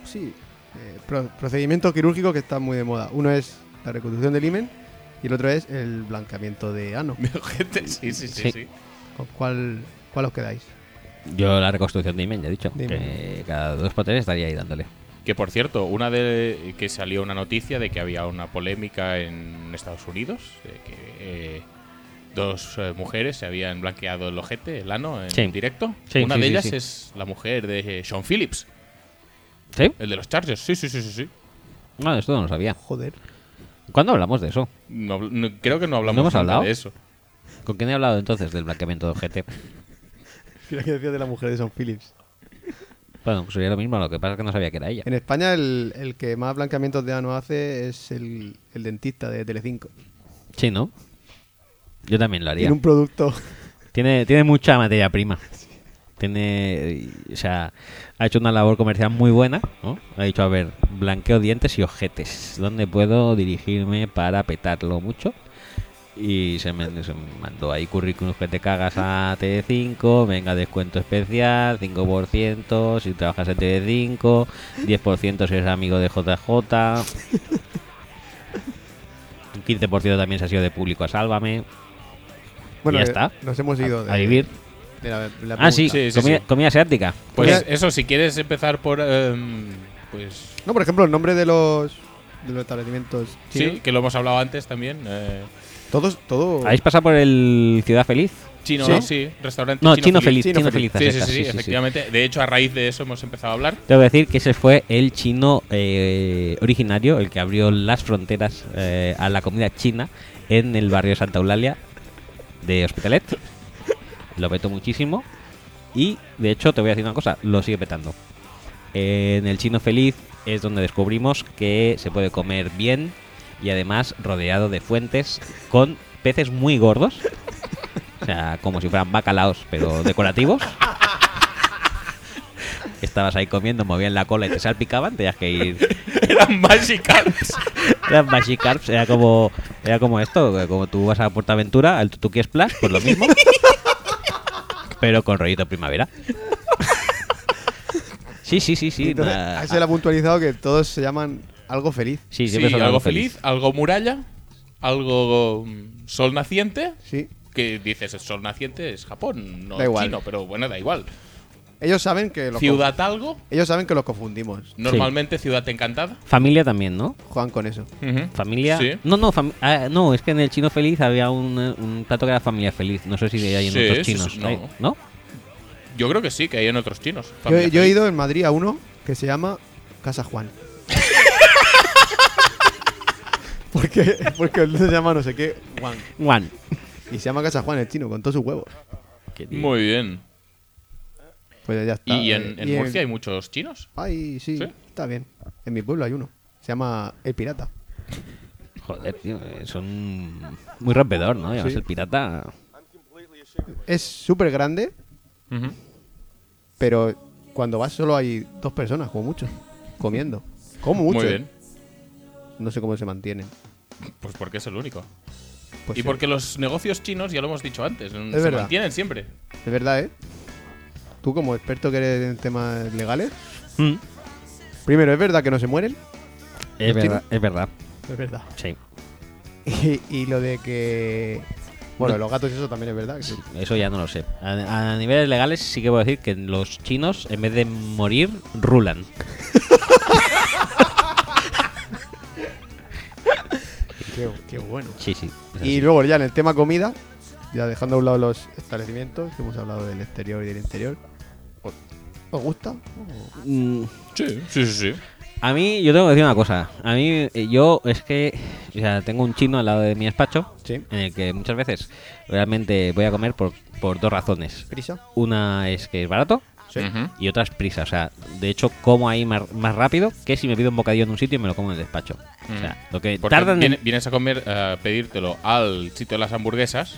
sí, eh, pro- procedimientos quirúrgicos que están muy de moda. Uno es la reconstrucción del imen y el otro es el blanqueamiento de ano. Gente, sí, sí, sí, Sí. sí. ¿Con cuál, cuál os quedáis? Yo la reconstrucción de Imen, ya he dicho. De Que cada dos por tres estaría ahí dándole. Que por cierto, una de que salió una noticia de que había una polémica en Estados Unidos, de que eh, dos eh, mujeres se habían blanqueado el ojete, el ano, en Sí. directo. Sí, una sí, de sí, ellas sí. es la mujer de eh, Sean Phillips, ¿Sí? el de los Chargers. Sí, sí, sí, sí, sí. No, esto no lo sabía. Joder. ¿Cuándo hablamos de eso? No habl- no- creo que no hablamos ¿No hemos nunca hablado? de eso. ¿Con quién he hablado entonces del blanqueamiento de ojete? Mira que decía de la mujer de Son Phillips. Bueno, pues sería lo mismo, lo que pasa es que no sabía que era ella. En España el, el que más blanqueamientos de ano hace es el, el dentista de Telecinco. Sí, ¿no? Yo también lo haría. Tiene un producto Tiene, tiene mucha materia prima. Tiene, eh, o sea, ha hecho una labor comercial muy buena, ¿no? Ha dicho, a ver, blanqueo dientes y ojetes. ¿Dónde puedo dirigirme para petarlo mucho? Y se me, se me mandó ahí currículums que te cagas a T5, venga, descuento especial, 5% si trabajas en T5, 10% si eres amigo de JJ, un 15% también se ha sido de público a Sálvame, Bueno, Ya eh, está. Nos hemos ido de, a vivir. de la, de la Ah, sí, Sí, sí, comida, sí. comida asiática. Pues Mira- eso, si quieres empezar por... em, pues No, por ejemplo, el nombre de los, de los establecimientos chinos. sí, que lo hemos hablado antes también. eh, Todos, todo. ¿Habéis pasado por el Ciudad Feliz? Chino, Sí. sí, restaurante No, Chino Feliz, Chino Chino Feliz. Feliz. Sí, sí, acerca, sí, efectivamente. De hecho, a raíz de eso hemos empezado a hablar. Tengo que decir que ese fue el chino eh, originario, el que abrió las fronteras eh, a la comida china en el barrio de Santa Eulalia de Hospitalet. Lo petó muchísimo y, de hecho, te voy a decir una cosa, lo sigue petando. En el chino feliz es donde descubrimos que se puede comer bien y además rodeado de fuentes con peces muy gordos. O sea, como si fueran bacalaos, pero decorativos. Estabas ahí comiendo, movían la cola y te salpicaban, tenías que ir. Eran Magikarps. Eran Magikarps, era como, era como esto, como tú vas a Portaventura, al Tutuki Splash, pues lo mismo. Pero con rollito primavera. Sí, sí, sí, sí. Entonces, na- ahí se le ha puntualizado que todos se llaman algo feliz. Sí, Sí, siempre son algo feliz, algo muralla, algo mm, sol naciente. Sí. Que dices, el sol naciente es Japón, no Da igual. chino, pero bueno, da igual. Ellos saben que los ¿Ciudad algo? Ellos saben que los confundimos. Normalmente Ciudad Encantada. Familia también, ¿no? Juegan con eso. Ujú. Familia. Sí. No, no, fami- ah, no, es que en el chino feliz había un, eh, un plato que era familia feliz. No sé si hay en Sí, otros sí, sí, chinos. no. Hay- ¿No? Yo creo que sí, que hay en otros chinos. Yo, Familia yo he feliz. ido en Madrid a uno que se llama Casa Juan. porque, porque el otro se llama no sé qué Juan. Juan. Y se llama Casa Juan el chino, con todos sus huevos. Muy bien. Pues ya está. ¿Y en, en Y Murcia hay muchos chinos? Ay, sí, ¿Sí? está bien. En mi pueblo hay uno. Se llama El Pirata. Joder, tío, eh, son muy rompedor, ¿no? Y además Sí. el pirata. Es súper grande, Ujú. pero cuando vas solo hay dos personas, como mucho, comiendo. Como mucho. ¿eh? Muy bien. No sé cómo se mantienen. Pues porque es el único. Pues y sí, porque los negocios chinos, ya lo hemos dicho antes, se verdad. mantienen siempre. Es verdad, ¿eh? Tú como experto que eres en temas legales. Mm. Primero, ¿es verdad que no se mueren? Es ¿Los verdad, es verdad. Es verdad. Sí. Y, y lo de que... Bueno, los gatos eso también es verdad. que sí. Eso ya no lo sé. A, a niveles legales sí que puedo decir que los chinos, en vez de morir, rulan. Qué, qué bueno. Sí, sí. es Y así. luego ya en el tema comida, ya dejando a un lado los establecimientos, que hemos hablado del exterior y del interior. ¿Os- ¿Os gusta? Mm, Sí, sí, sí. sí. A mí, yo tengo que decir una cosa. A mí, eh, yo es que, o sea, tengo un chino al lado de mi despacho, Sí. en el que muchas veces realmente voy a comer por, por dos razones. ¿Prisa? Una es que es barato Sí. Ujú. y otra es prisa. O sea, de hecho, como ahí mar- más, rápido que si me pido un bocadillo en un sitio y me lo como en el despacho. O sea, lo que Mm. Porque tardan en- viene- vienes a comer, a pedírtelo al sitio de las hamburguesas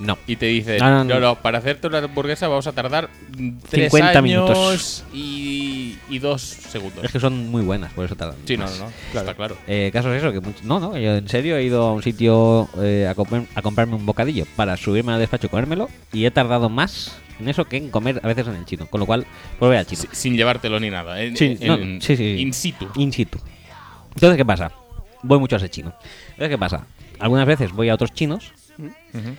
No. y te dicen, No, no, no. no, no, para hacerte una hamburguesa vamos a tardar mm, tres 50 años minutos. Y, y dos segundos. Es que son muy buenas, por eso tardan. Sí, no, más. no, no, está claro. Eh, caso es eso, que much- no, no, yo en serio he ido a un sitio eh, a, comprar- a comprarme un bocadillo para subirme al despacho y comérmelo y he tardado más en eso que en comer a veces en el chino, con lo cual volver al chino. Si- sin llevártelo ni nada. En, Sí, en- no, en- sí, sí. In situ. In situ. Entonces, ¿qué pasa? Voy mucho a ese chino. Entonces, ¿qué pasa? Algunas veces voy a otros chinos Mm. Ujú.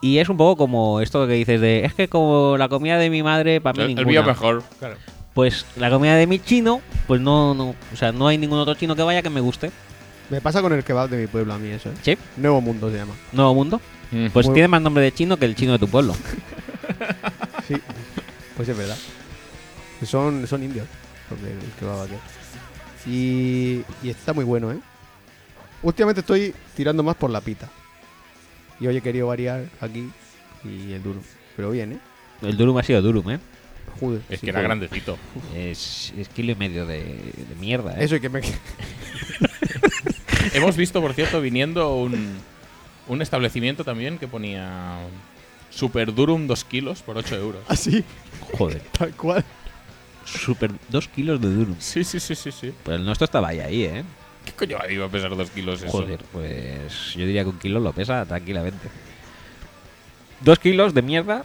y es un poco como esto que dices de, es que como la comida de mi madre, para mí El, el ninguna. mío mejor. Pues la comida de mi chino, pues no, no, o sea, no hay ningún otro chino que vaya que me guste. Me pasa con el kebab de mi pueblo a mí eso, ¿eh? Sí, Nuevo Mundo se llama. Nuevo Mundo. Mm. Pues Muy- tiene más nombre de chino que el chino de tu pueblo. Sí. Pues es verdad. Son, son indios. los del- el kebab aquel. Y, y está muy bueno, ¿eh? Últimamente estoy tirando más por la pita. Y hoy he querido variar aquí y el duro. Pero bien, ¿eh? El Durum ha sido Durum, ¿eh? Joder, Es sí, que era joder. grandecito. Es, es kilo y medio de, de mierda, ¿eh? Eso y que me... Hemos visto, por cierto, viniendo un, un establecimiento también que ponía Super Durum 2 kilos por 8 euros. Así, Joder. tal cual. Super, dos kilos de Durum. Sí, sí, sí, sí, sí. Pues el nuestro estaba ahí, ahí, ¿eh? ¿Qué coño iba a pesar 2 kilos eso? Joder, pues yo diría que un kilo lo pesa tranquilamente. Dos kilos de mierda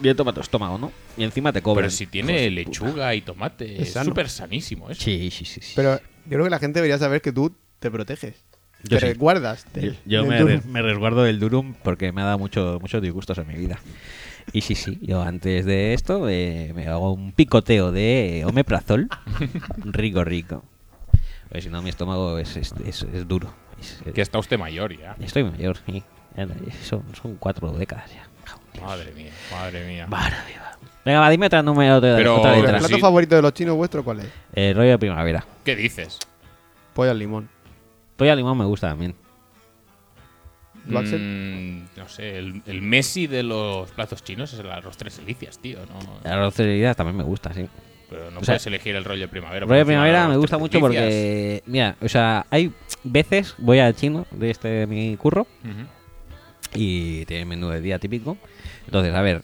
bien toma tu estómago, ¿no? Y encima te cobran. Pero si tiene lechuga y tomate, Es es sano. súper sanísimo eso. Sí, sí, sí. sí. Pero yo creo que la gente debería saber que tú te proteges. Yo te sí. resguardas. Yo, del- yo del me, duro. res- me resguardo del Durum porque me ha dado mucho, muchos disgustos en mi vida. Y sí, sí, yo antes de esto eh, me hago un picoteo de omeprazol. rico, rico. Porque si no, mi estómago es, es, es- es duro. Es- Que está usted mayor ya. Estoy mayor, sí. Ya no- Son, son cuatro décadas ya. Madre mía, madre mía. Maravilla. Venga, va, dime otra número de Pero- otra ¿El Pero letra. plato sí. favorito de los chinos vuestro cuál es? Eh, rollo de primavera. ¿Qué dices? Pollo al limón. Pollo al limón me gusta también. ¿Tú, Axel? Mm, no sé, el, el Messi de los platos chinos es el arroz tres delicias, tío. No, La arroz de heridas también me gusta, sí. pero no O sea, puedes elegir el rollo de primavera. El por rollo de encima del primavera arroz me tres gusta mucho delicias. porque, mira, o sea, hay veces, voy al chino de este de mi curro Ujú. y tiene menú de día típico. Entonces, a ver,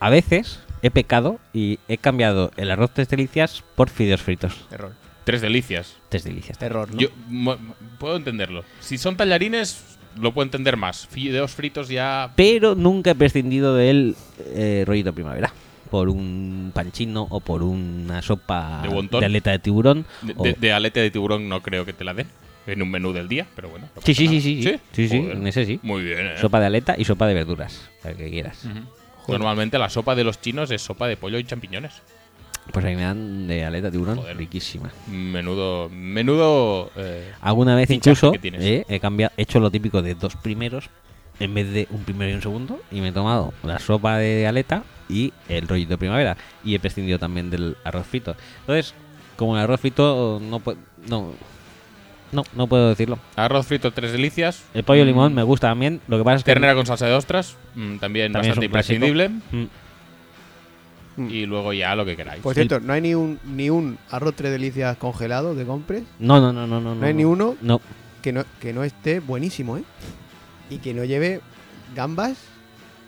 a veces he pecado y he cambiado el arroz tres delicias por fideos fritos. Error. Tres delicias. Tres delicias. Error, ¿no? Yo mo- mo- puedo entenderlo. Si son tallarines, lo puedo entender más. Fideos fritos ya. Pero nunca he prescindido del eh, rollito de primavera. Por un panchino o por una sopa ¿De wonton? aleta de tiburón. De, o- de- de alete de tiburón no creo que te la den. En un menú del día, pero bueno. no Sí, sí, sí, pasa nada. sí, sí. Sí, sí, Joder. en ese sí. Muy bien, ¿eh? Sopa de aleta y sopa de verduras, la que quieras. Ujú. Normalmente la sopa de los chinos es sopa de pollo y champiñones. Pues ahí me dan de aleta de tiburón, Joder. riquísima. Menudo. Menudo. eh, Alguna vez Fichaje incluso que tienes. eh, he cambiado, he hecho lo típico de dos primeros en vez de un primero y un segundo y me he tomado la sopa de aleta y el rollito de primavera y he prescindido también del arroz frito. Entonces, como el arroz frito no puedo no no no puedo decirlo. arroz frito, tres delicias. El pollo Mm, limón me gusta también, lo que pasa es que Ternera con salsa de ostras. mm, También es también, bastante un clásico. imprescindible. Mm, Y luego ya lo que queráis. Por cierto, no hay ni un, ni un arroz tres delicias congelado de compres No, no, no, no, no. hay ni uno. No. que no, que no esté buenísimo, ¿eh? Y que no lleve gambas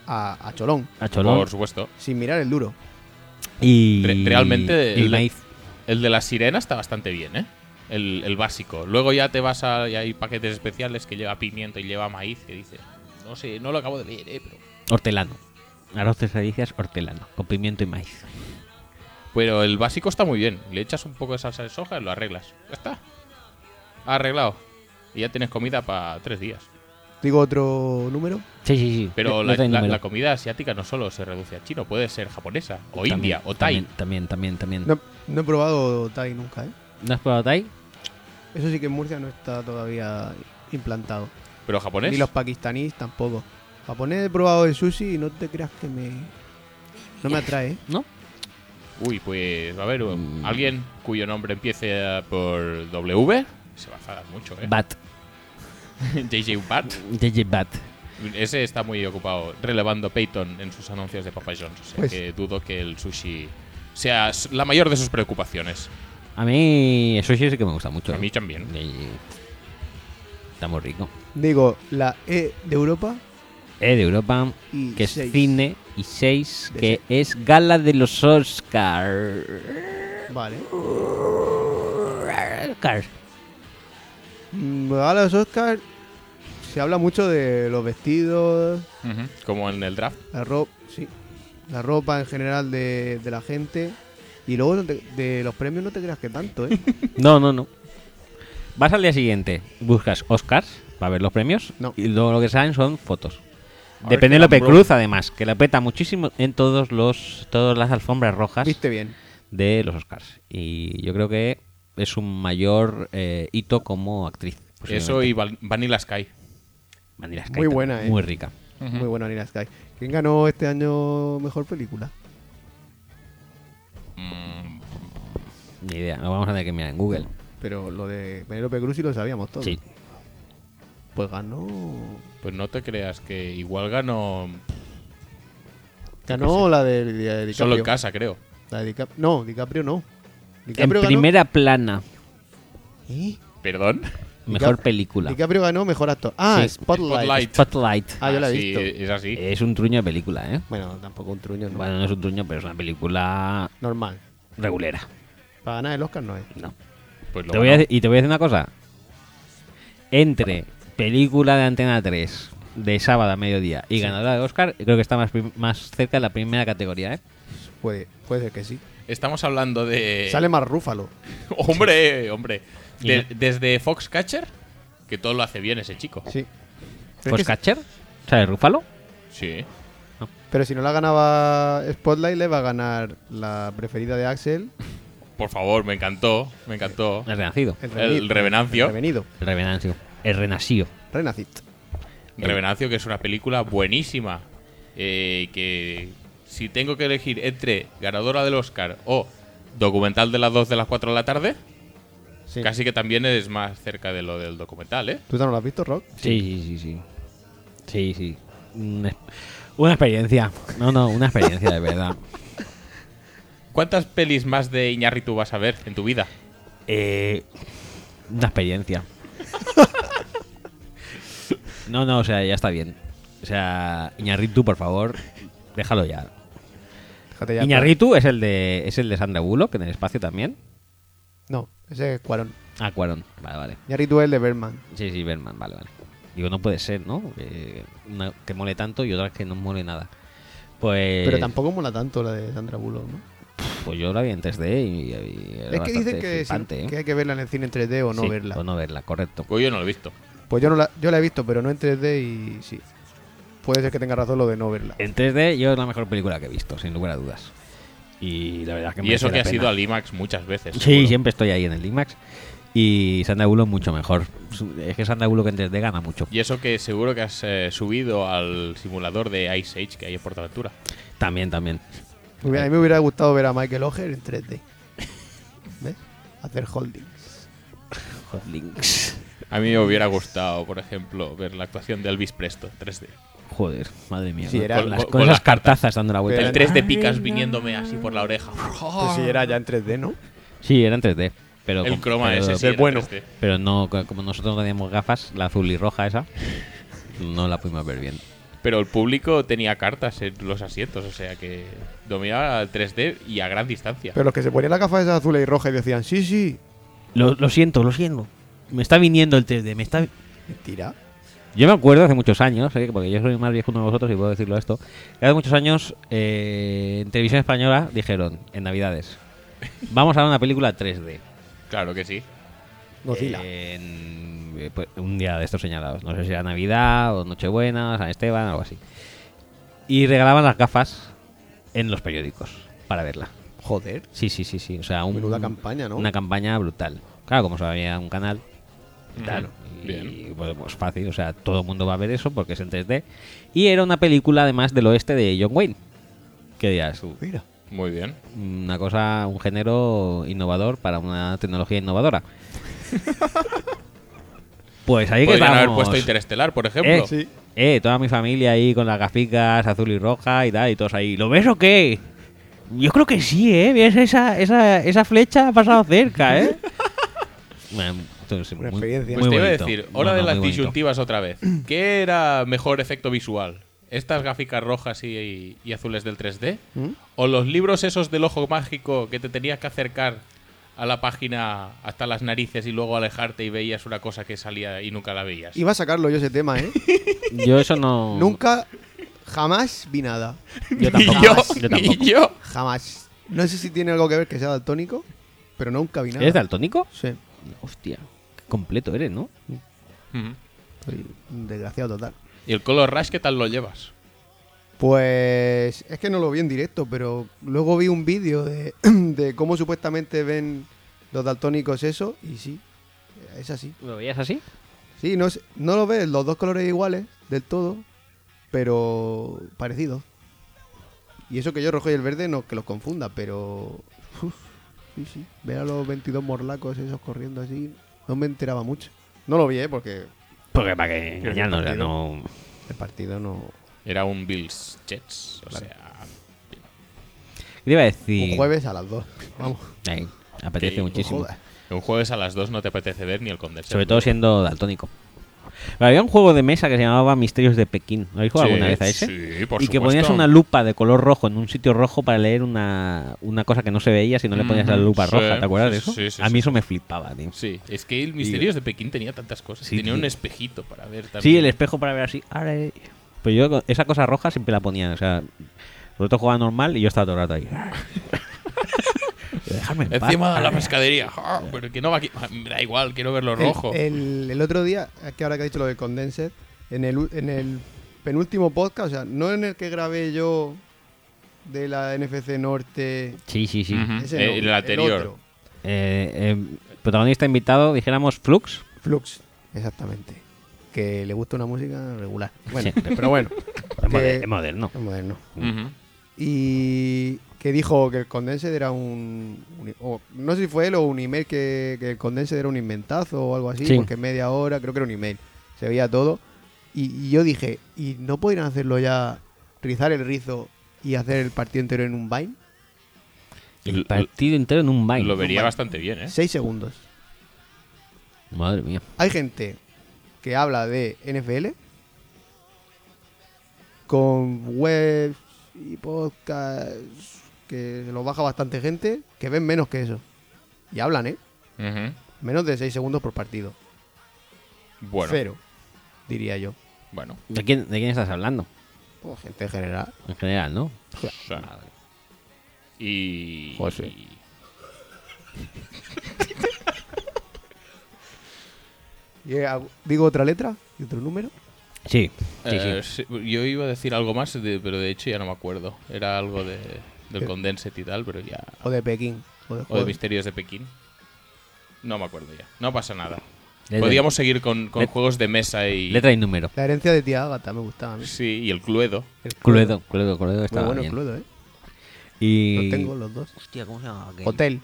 a, a cholón, A cholón. por supuesto. sin mirar el duro. Y Re- realmente y el el- maíz. El de la sirena está bastante bien, ¿eh? El, el básico. Luego ya te vas a. y hay paquetes especiales que lleva pimiento y lleva maíz. Que dices. No sé, no lo acabo de ver, ¿eh? Pero, Hortelano. Arroz tres delicias hortelano con pimiento y maíz. pero el básico está muy bien. Le echas un poco de salsa de soja y lo arreglas. Ya está. Arreglado. Y ya tienes comida para tres días. Digo otro número. Sí, sí, sí. Pero No la, traen la- número. la comida asiática no solo se reduce a chino, puede ser japonesa, o También, india, o thai. También, también, también. también. No, no he probado Thai nunca, ¿eh? ¿No has probado Thai? Eso sí que en Murcia no está todavía implantado. Pero japonés. Ni los pakistaníes tampoco. Japonés he probado el sushi y no te creas que me... No me atrae, ¿eh? ¿No? Uy, pues a ver, Mm. alguien cuyo nombre empiece por W se va a enfadar mucho, ¿eh? Bat. JJ Bat. JJ Bat. Ese está muy ocupado relevando Peyton en sus anuncios de Papa John's. O sea Pues- que dudo que el sushi sea s- la mayor de sus preocupaciones. A mí el sushi sí que me gusta mucho. A mí también. Y- Está muy rico. Digo, la E de Europa Eh, de Europa, y que es seis. cine, y 6, De que es gala de los Oscar. Vale. Oscar. Mm, A los Oscars se habla mucho de los vestidos, Como en el draft. La ropa, sí. La ropa en general de, de la gente. Y luego no te- de los premios no te creas que tanto, ¿eh? No, no, no. Vas al día siguiente, buscas Oscars para ver los premios No. y luego lo que salen son fotos. A De ver qué Penélope dan, bro. Cruz, además, que la peta muchísimo en todos los, todas las alfombras rojas. Viste bien. de los Oscars. Y yo creo que es un mayor eh, hito como actriz. Pues Eso y Van- Vanilla Sky. Manila Sky Muy también, buena, eh. Muy rica. Muy buena Nina Sky. ¿Quién ganó este año mejor película? Ni idea. Lo vamos a tener que mirar en Google. Pero lo de Penélope Cruz sí lo sabíamos todos. Sí. Pues ganó. Pues no te creas que igual gano Ganó la de, la de DiCaprio. solo en casa, creo. La de DiCap- No, DiCaprio no. En DiCaprio ganó- primera plana, ¿Eh? Perdón. mejor Dicap- película. DiCaprio ganó mejor actor. Ah, Sí. Spotlight. Spotlight. Spotlight. Ah, yo la he Sí, visto. Eh, es así. Es un truño de película, ¿eh? Bueno, tampoco un truño, ¿no? Bueno, no es un truño, pero es una película Normal. regulera. Para ganar el Oscar no es. No. Pues lo Te voy a ganó. decir- y te voy a decir una cosa. Entre película de Antena 3 de sábado a mediodía y ganadora de Oscar, creo que está más, prim- más cerca de la primera categoría, ¿eh? Puede, puede ser que sí. Estamos hablando de. Sale más rúfalo. Hombre, hombre. Y De- no- desde Foxcatcher, que todo lo hace bien ese chico. Sí. Pero, es que si- Foxcatcher. ¿Sabes, Rúfalo? Sí. pero si no la ganaba Spotlight, le va a ganar la preferida de Axel, Por favor, me encantó. Me encantó. El renacido. el, El reveni- Revenancio. Revenido. El revenancio. El renacido. Renacit. Revenancio, que es una película buenísima. eh, que si tengo que elegir entre ganadora del Oscar o documental de las 2 de las 4 de la tarde, Sí. casi que también es más cerca de lo del documental, ¿eh? ¿Tú no lo has visto, Rock? Sí, sí, sí, sí. Sí, sí. Una, una experiencia. No, no, una experiencia de verdad. ¿Cuántas pelis más de Iñárritu vas a ver en tu vida? Eh, una experiencia. No, no, o sea, ya está bien. O sea, Iñarritu, por favor, déjalo ya. Déjate ya. Iñarritu es el de es el de Sandra Bullock en el espacio también. No, ese es Cuarón. Ah, Cuarón. Vale, vale. Iñárritu es el de Berman. Sí, sí, Berman, vale, vale. Digo, no puede ser, ¿no? Eh, una que mole tanto y otra que no mole nada. Pues, Pero tampoco mola tanto la de Sandra Bullock, ¿no? pues yo la vi en 3D y, y era es que dicen bastante que, si- flipante, ¿eh? que hay que verla en el cine en 3D o no Sí, verla. O no verla, correcto. Pues yo no lo he visto. Pues yo no la, yo la he visto, pero no en 3D y sí. puede ser que tenga razón lo de no verla. En 3D yo es la mejor película que he visto, sin lugar a dudas. Y la verdad es que Y merece eso la que has pena. ido al IMAX muchas veces. Sí, seguro. siempre estoy ahí en el IMAX. Y Sandra Bullock mucho mejor. Su- Es que Sandra Bullock en 3D gana mucho. Y eso que seguro que has eh, subido al simulador de Ice Age que hay en Portaventura. También, también. Muy bien, a mí me hubiera gustado ver a Michael Oher en 3D. ¿Ves? Hacer holdings. Hot Links. A mí me hubiera gustado, por ejemplo, ver la actuación de Elvis Presto 3D. Joder, madre mía. Sí, con- era- con, las, con- con con esas las cartas. cartazas dando la vuelta. El 3D picas viniéndome así por la oreja. Pues si era ya en 3D, ¿no? Sí, era en 3D. Pero El con- croma pero- ese sí era bueno. 3D. Pero no, co- como nosotros no teníamos gafas, la azul y roja esa, no la pudimos ver bien. Pero el público tenía cartas en los asientos, o sea que dominaba el 3D y a gran distancia. Pero los que se ponían la gafa esa azul y roja y decían, sí, sí, Lo, lo siento, lo siento. Me está viniendo el 3D, me está... mentira. Yo me acuerdo hace muchos años, ¿eh? porque yo soy más viejo de vosotros y puedo decirlo esto, que hace muchos años eh, en televisión española dijeron, en Navidades, vamos a ver una película 3D. Claro que sí. Godzilla. En, eh, pues, un día de estos señalados. No sé si era Navidad o Nochebuena, San Esteban, algo así. Y regalaban las gafas en los periódicos para verla. Joder. Sí, sí, sí, sí. O sea, un- Menuda campaña, ¿no? Una campaña brutal. Claro, como sabía un canal. Claro. Y Bien. pues, pues, fácil, o sea, todo el mundo va a ver eso porque es en 3D. Y era una película además del oeste de John Wayne. ¿Qué dirás tú? Mira. Muy bien. Una cosa, un género innovador para una tecnología innovadora. pues ahí que Podrían haber estábamos. puesto Interestelar, por ejemplo. Eh, eh, toda mi familia ahí con las gaficas azul y roja y tal, y todos ahí. ¿Lo ves o qué? Yo creo que sí, ¿eh? ¿Ves? Esa, esa, esa flecha ha pasado cerca, ¿eh? Bueno, entonces, Una muy- experiencia. muy Pues te iba a bonito. decir, No, hora no, de muy las bonito. disyuntivas otra vez. ¿Qué era mejor efecto visual? ¿Estas gráficas rojas y, y azules del 3D? ¿Mm? ¿O los libros esos del ojo mágico que te tenías que acercar a la página hasta las narices y luego alejarte y veías una cosa que salía y nunca la veías? Iba a sacarlo yo ese tema, ¿eh? Yo eso no. Nunca, jamás vi nada. Yo tampoco. Y yo, Yo tampoco. y yo. Jamás. No sé si tiene algo que ver que sea daltónico, pero nunca vi nada. ¿Eres daltónico? Sí. Hostia, qué completo eres, ¿no? Ujú. Soy un desgraciado total. ¿Y el color rush qué tal lo llevas? Pues es que no lo vi en directo, pero luego vi un vídeo de, de cómo supuestamente ven los daltónicos eso, y sí, es así. ¿Lo veías así? Sí, no, es- no lo ves los dos colores iguales del todo, pero parecidos. Y eso que yo rojo y el verde no que los confunda, pero... uf, sí, sí, ver a los 22 morlacos esos corriendo así, no me enteraba mucho. No lo vi, ¿eh? Porque Porque para que engañarnos, o sea, no. el partido no... Era un Bills Jets. O sea, ¿Qué te iba a decir? Un jueves a las 2, vamos. Ay, apetece Que- muchísimo. jodas. un jueves a las 2 no te apetece ver ni el condensador. Sobre todo siendo daltónico. Pero había un juego de mesa que se llamaba Misterios de Pekín. ¿Lo habéis jugado Sí, alguna vez a ese? sí, por y que supuesto. ponías una lupa de color rojo en un sitio rojo para leer una, una cosa que no se veía si no le ponías la Ujú, lupa sí, roja. ¿Te acuerdas de sí, eso? sí, sí, a mí sí. eso me flipaba, tío. Sí, es que el Misterios de Pekín tenía tantas cosas. Sí, tenía tío. un espejito para ver también. Sí, el espejo para ver así. Ahora, eh. Pues yo con- esa cosa roja siempre la ponía. O sea, vosotros jugaba normal y yo estaba todo el rato ahí. Dejadme en paz. Encima de la Arre. pescadería. Ah, pero que no va aquí. Ah, Me da igual, quiero verlo El- rojo. El, el otro día, es que ahora que ha dicho lo de Condensed, en el, u- en el penúltimo podcast, o sea, no en el que grabé yo de la NFC Norte, Sí, sí, sí. Ujú. ese Eh, no, el anterior. otro, Eh, eh, protagonista invitado, dijéramos Flux. Flux, exactamente. Que le gusta una música regular. Bueno, Sí. pero bueno, Es moder- que- es moderno. es moderno. Ujú. Y que dijo que el Condensed era un. un- o no sé si fue él o un email que, que el Condensed era un inventazo o algo así, Sí. porque media hora, creo que era un email. Se veía todo. Y, y yo dije, ¿y no podrían hacerlo ya, rizar el rizo y hacer el partido entero en un Vine? El L- partido entero en un baile. Lo vería bastante bien, ¿eh? Seis segundos. Madre mía. Hay gente que habla de NFL con webs y podcasts que se los baja bastante gente que ven menos que eso. Y hablan, ¿eh? Ujú. Menos de 6 segundos por partido. Bueno, Cero, diría yo. bueno. ¿De quién, ¿De quién estás hablando? O gente en general. En general, ¿no? o sea, y. José. y- ah, Y, eh, hago- digo otra letra y otro número. Sí, sí, sí. Eh, sí, Yo iba a decir algo más, de- pero de hecho ya no me acuerdo. Era algo de, del Condensed y tal, pero ya. O de Pekín. O de, O de juegos. Misterios de Pekín. No me acuerdo ya. No pasa nada. Letra- Podríamos seguir con, con Let- juegos de mesa y. Letra y número. La herencia de tía Ágata me gustaba a mí. Sí, y el Cluedo. El Cluedo, Cluedo, Cluedo Muy estaba bueno bien. Cluedo, ¿eh? Y... Los tengo los dos. Hostia, ¿cómo se llama? aquel? Hotel.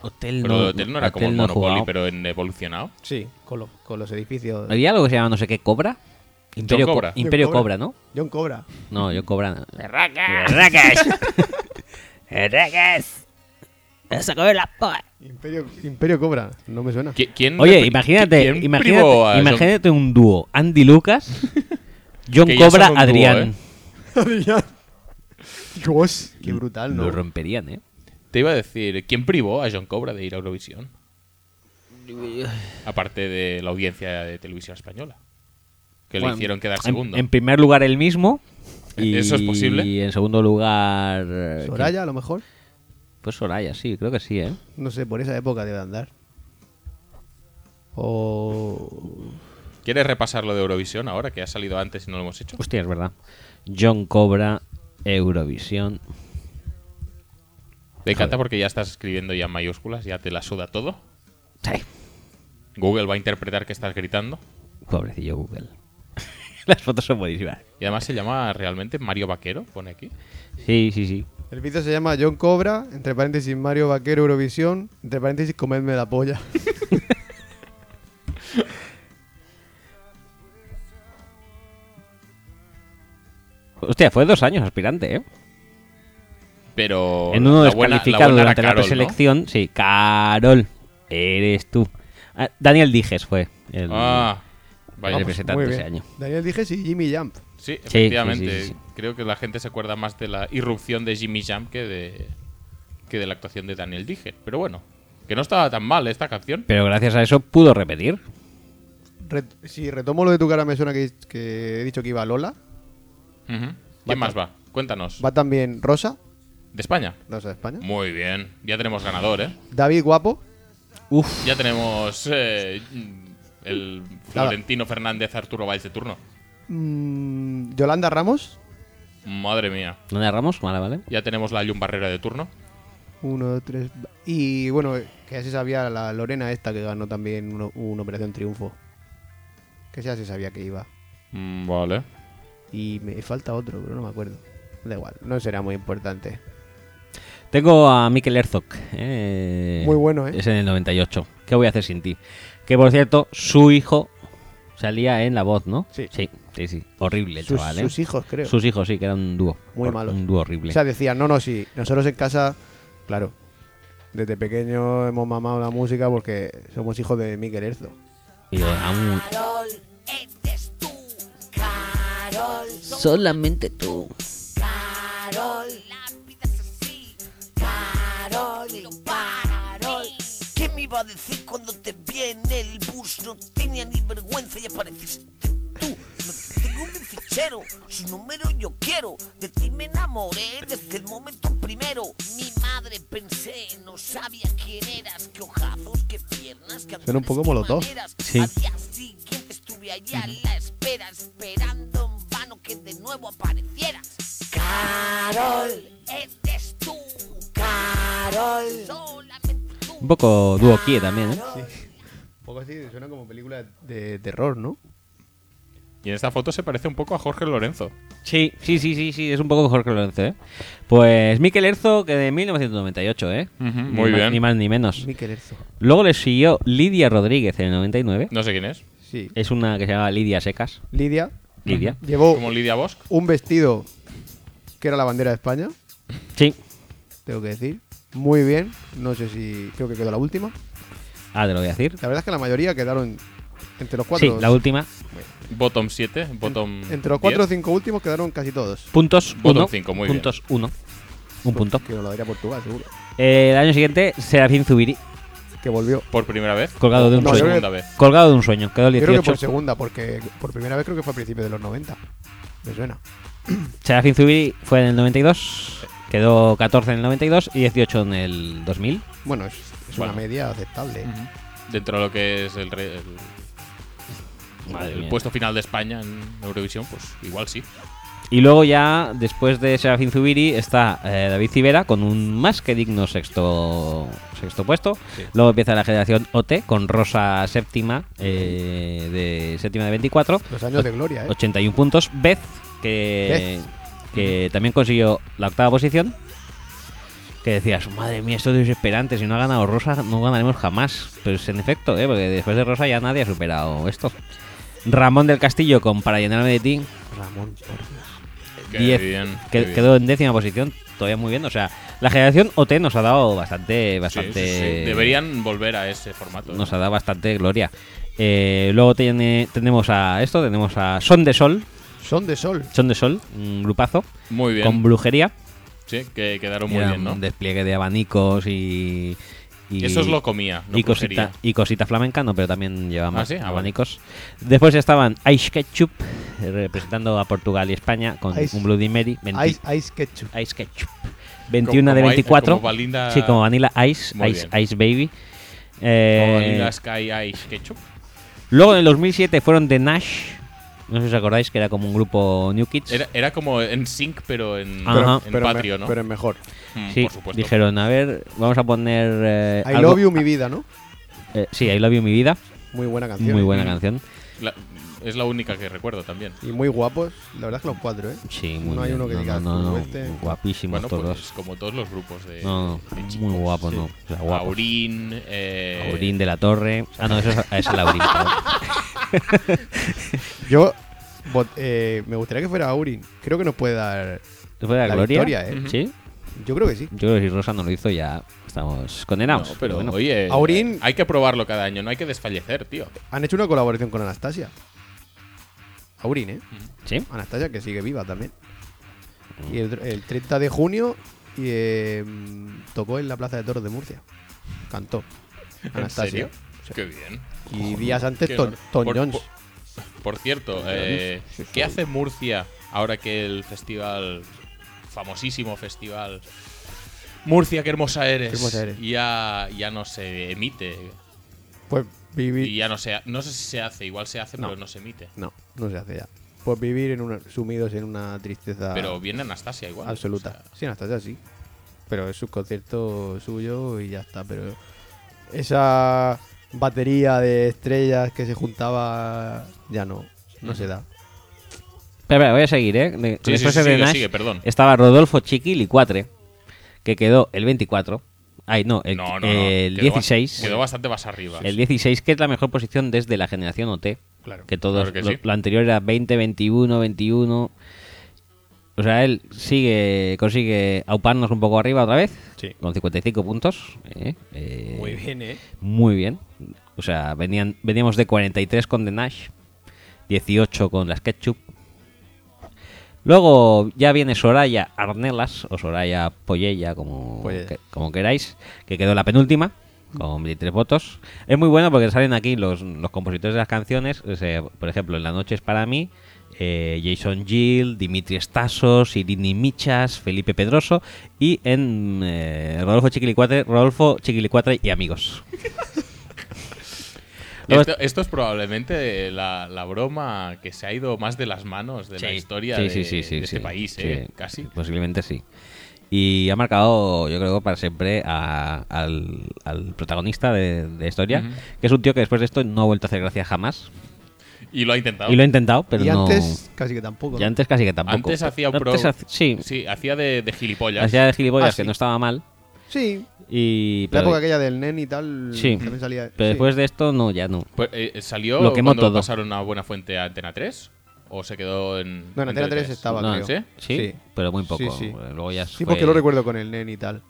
Hotel Pero el hotel no era como el Hotel no he Monopoly, jugado. pero en evolucionado. Sí, con, los- con los edificios. Había algo que se llama no sé qué, Cobra. Imperio Co- Cobra. Imperio John Cobra, ¿no? John Cobra. No, yo Cobra. ¡Berracas! ¡Berracas! ¡Berracas! ¡Eso comer las pavas! Imperio, Imperio Cobra. No me suena. ¿Qui- ¿Quién Oye, repre- imagínate, quién privó imagínate, a ah, John- imagínate un dúo. Andy Lucas, John Que ya Cobra, son un dúo, ¿eh? Adrián. Dios, qué brutal, Lo ¿no? romperían, ¿eh? Te iba a decir, ¿quién privó a John Cobra de ir a Eurovisión? Aparte de la audiencia de televisión española. Que Bueno, le hicieron quedar en- segundo. En, primer lugar, el mismo. Y, ¿Eso es posible? Y en segundo lugar. eh, Soraya, a lo mejor. ¿quién? Pues Soraya, sí, creo que sí, ¿eh? No sé, por esa época debe andar. O. ¿Quieres repasar lo de Eurovisión ahora que ha salido antes y no lo hemos hecho? Hostia, es verdad. John Cobra, Eurovisión. Me encanta porque ya estás escribiendo ya en mayúsculas, ya te la suda todo. Sí, Google va a interpretar que estás gritando. pobrecillo Google. Las fotos son buenísimas. Y además se llama realmente Mario Vaquero, pone aquí. Sí, sí, sí. El vídeo se llama John Cobra, entre paréntesis Mario Vaquero Eurovisión, entre paréntesis comedme la polla. Hostia, fue dos años aspirante, ¿eh? Pero. en uno la buena- la descalificado buena era durante la Carol, ¿no? preselección. Sí, Carol, eres tú. Ah, Daniel Dijes fue el, Ah, el vaya. representante Muy ese bien. año. Daniel dije sí, Jimmy Jump. sí, Sí, efectivamente. sí, sí. Creo que la gente se acuerda más de la irrupción de Jimmy Jam que de, que de la actuación de Daniel Dije. Pero bueno, que no estaba tan mal esta canción. Pero gracias a eso pudo repetir. Re- si retomo lo de tu cara, me suena que, que he dicho que iba Lola. Ujú. ¿Quién más va? Cuéntanos. Va también Rosa, ¿De España? Rosa de España. Eh. Muy bien. Ya tenemos ganador, ¿eh? David Guapo, Uf, Ya tenemos eh, mm, el Florentino Fernández Arturo Valls de turno. mm, Yolanda Ramos. Madre mía. ¿no le Ramos? Vale, vale. Ya tenemos la Jun Barrera de turno. Uno, dos, tres. va- Y bueno, que ya se sabía la Lorena esta que ganó también uno- una Operación Triunfo. Que ya se sabía que iba. Mm, Vale. Y me falta otro, pero no me acuerdo. Da igual, no será muy importante. Tengo a Mikel Herzog. eh, Muy bueno, ¿eh? Es en el 98. ¿Qué voy a hacer sin ti? Que por cierto, su hijo salía en la voz, ¿no? Sí. Sí, sí, sí. Horrible, Sus, chaval, ¿eh? sus hijos, creo. Sus hijos, sí, que eran un dúo. Muy Hor- malos. Un dúo horrible. O sea, decían, no, no, sí, nosotros en casa, claro, desde pequeño hemos mamado la música porque somos hijos de Miquel Erzo. Y yo, aún- Carol, eres tú. Carol, Solamente tú. Carol. La vida es así. Carol, Carol. ¿Qué me iba a decir cuando te vi en el bus? No tenía ni vergüenza y apareciste tú. No tengo un fichero, su número yo quiero. De ti me enamoré desde el momento primero. Mi madre pensé, no sabía quién eras. Qué ojazos, qué piernas, qué Suena un poco andares, qué Molotov. maneras. Sí. Al día siguiente estuve allí a la espera, esperando en vano que de nuevo aparecieras. Carol, eres tú. Carol, solamente tú. Un poco dúo Kie también, ¿eh? Un poco así, suena como película de terror, ¿no? Y en esta foto se parece un poco a Jorge Lorenzo. Sí, sí, sí, sí, sí, es un poco mejor que Lorenzo, ¿eh? Pues Miquel Erzo, que de 1998, ¿eh? Ujú, Ni muy ma- bien. Ni más ni menos. Miquel Erzo. Luego le siguió Lidia Rodríguez en el 99. No sé quién es. Sí. Es una que se llama Lidia Secas. Eh, Lidia Lidia. llevó Como Lidia Bosch. un vestido que era la bandera de España, Sí. tengo que decir. Muy bien, no sé si creo que quedó la última. Ah, te lo voy a decir. La verdad es que la mayoría quedaron entre los Sí, cuatro. la última. Bottom 7. Bottom entre los cuatro o 10. cinco últimos quedaron casi todos. Puntos Botón 1. cinco, muy bien. Puntos 1. Un punto. Que nos lo daría Portugal, seguro. Eh, el año siguiente, Serafín Zubiri, Que volvió. Por primera vez. colgado de un No, por yo sueño. segunda creo vez. Colgado de un sueño. Quedó el Yo creo que por 18. segunda, porque por primera vez creo que fue a principios de los 90. Me suena. Serafín Zubiri fue en el 92. Quedó 14 en el 92 y 18 en el 2000. Bueno, es, es Bueno. una media aceptable. Dentro de lo que es el, re- el- Madre el mía. puesto final de España en Eurovisión, pues igual sí. Y luego ya, después de Serafín Zubiri, está eh, David Civera con un más que digno sexto, sexto puesto. Luego empieza la generación OT con Rosa séptima, eh, de séptima de 24. Los años de gloria, ¿eh? 81 puntos. Beth, que, que también consiguió la octava posición. Que decías, madre mía, esto es desesperante. Si no ha ganado Rosa, no ganaremos jamás. Pues en efecto, ¿eh? porque después de Rosa ya nadie ha superado esto. Ramón del Castillo con Para llenarme de ti. Ramón, por Qué 10, bien, que- qué bien. quedó en décima posición, todavía muy bien. O sea, la generación OT nos ha dado bastante, Sí, sí, bastante, sí. Deberían volver a ese formato. ¿eh? nos ha dado bastante gloria. Eh, luego tiene, tenemos a esto, tenemos a Son de Sol, Son de sol. Son de Sol, un grupazo Muy bien. con brujería, Sí, que quedaron muy Era bien, ¿no? un despliegue de abanicos y, y Eso es lo comía, no y brujería. cosita y cosita flamenca, no, pero también lleva más sí, ah, vale. abanicos. Después estaban Ice Ketchup eh, representando a Portugal y España con Ice- un Bloody Mary, 20 Ice, ice ketchup. Ice Ketchup. 21 de como Ice- 24. como Vanilla- sí, como Vanilla Ice, Muy Ice, bien. Ice Baby. Eh, Como Vanilla Sky Ice Ketchup. luego en el 2007 fueron The Nash. No sé si os acordáis que era como un grupo New Kids. Era, era como en Sync, pero en, Ajá. en pero, me- Patrio, ¿no? pero es mejor. Mm, sí, por supuesto. dijeron, a ver, vamos a poner. eh, I algo- love you, mi vida, ¿no? eh, sí, I Love You Mi Vida. Muy buena canción. ¿eh? Muy buena Mm. canción. La- es la única que recuerdo también. Y muy guapos. La verdad es que los cuatro, ¿eh? Sí, muy No hay bien. uno que no, digas, no, no, "Tú, no, este". Guapísimos Bueno, todos. pues como todos los grupos de. no, no, de chicos. muy guapos, ¿no? O sea, guapos. Aurín. Eh, Aurín de la Torre. Ah, no, eso es, es el Aurín. perdón. Yo vot- eh, me gustaría que fuera Aurin. Creo que nos puede dar. Después de la, La Gloria. victoria, ¿eh? Sí. Yo creo que sí. Yo creo que si Rosa no lo hizo, ya estamos No, condenados. pero bueno. oye, Aurín- hay que probarlo cada año, no hay que desfallecer, tío. Han hecho una colaboración con Anastasia. Aurin, ¿eh? Sí. Anastasia que sigue viva también. Y el, el 30 de junio y, eh, mm, tocó en la Plaza de Toros de Murcia. Cantó. ¿En Anastasia. serio? Qué bien. Y días antes Qué Ton, honor. Tom Por- Jones. Por, por cierto, eh, ¿qué hace Murcia ahora que el festival, famosísimo festival, Murcia, qué hermosa eres, Qué hermosa eres. Ya, ya no se emite? Pues Y vivir. ya no se, no sé si se hace, igual se hace, No. pero no se emite. No, no se hace ya. Pues vivir en una- sumidos en una Ah. tristeza Pero viene Anastasia igual. absoluta. o sea, sí, Anastasia sí. Pero es su concierto suyo y ya está. Pero esa batería de estrellas que se juntaba ya no, no se da. Espera, espera, voy a seguir, ¿eh? De- sí, después sí, de sigue, Nash sigue, perdón. estaba Rodolfo Chiqui Licuatre, que quedó el 24. Ay, no, el, no, no, no, Eh, el quedó bas- 16. Quedó bastante más arriba. El 16, que es la mejor posición desde la generación OT. Claro, Que todos, claro que lo, sí. lo anterior era 20, 21, 21. O sea, él sigue, consigue auparnos un poco arriba otra vez. Sí. Con 55 puntos. ¿eh? Eh, ¿eh? Muy bien. O sea, venían, veníamos de 43 con The Nash, 18 con las Ketchup. Luego ya viene Soraya Arnelas, o Soraya Pollella, como, Pollella. que- como queráis, que quedó la penúltima, con 23 votos. Es muy bueno porque salen aquí los, los compositores de las canciones. o sea, por ejemplo, en La Noche es para mí, eh, Jason Gill, Dimitri Stasos, Irini Michas, Felipe Pedroso y en eh, Rodolfo Chiquilicuatre, Rodolfo Chiquilicuatre y amigos. Luego Esto, esto es probablemente la, la broma que se ha ido más de las manos de la Sí. historia Sí, de, sí, sí, sí, de este sí, país, sí, ¿eh? Casi. Posiblemente sí. Y ha marcado, yo creo, para siempre a- al, al protagonista de, de la historia, que es un tío que después de esto no ha vuelto a hacer gracia jamás. Y lo ha intentado. Y lo ha intentado, pero y no. antes casi que tampoco. y ¿no? antes casi que tampoco. Antes hacía pro- Antes hac- Sí, Sí, hacía de, de gilipollas. hacía de gilipollas Ah, que sí. no estaba mal. Sí, Y, la pero época aquella del nen y tal. Sí. también salía- pero sí. después de esto, no, ya no. Pues, eh, ¿Salió Lo quemó cuando todo. pasaron a Buena Fuente a Antena 3? ¿O se quedó en.? No, en Antena 3 estaba, No, Ah, creo. ¿sí? Sí, Sí. pero muy poco. eh, Sí, sí. Luego ya Sí, fue- porque lo recuerdo con el nen y tal.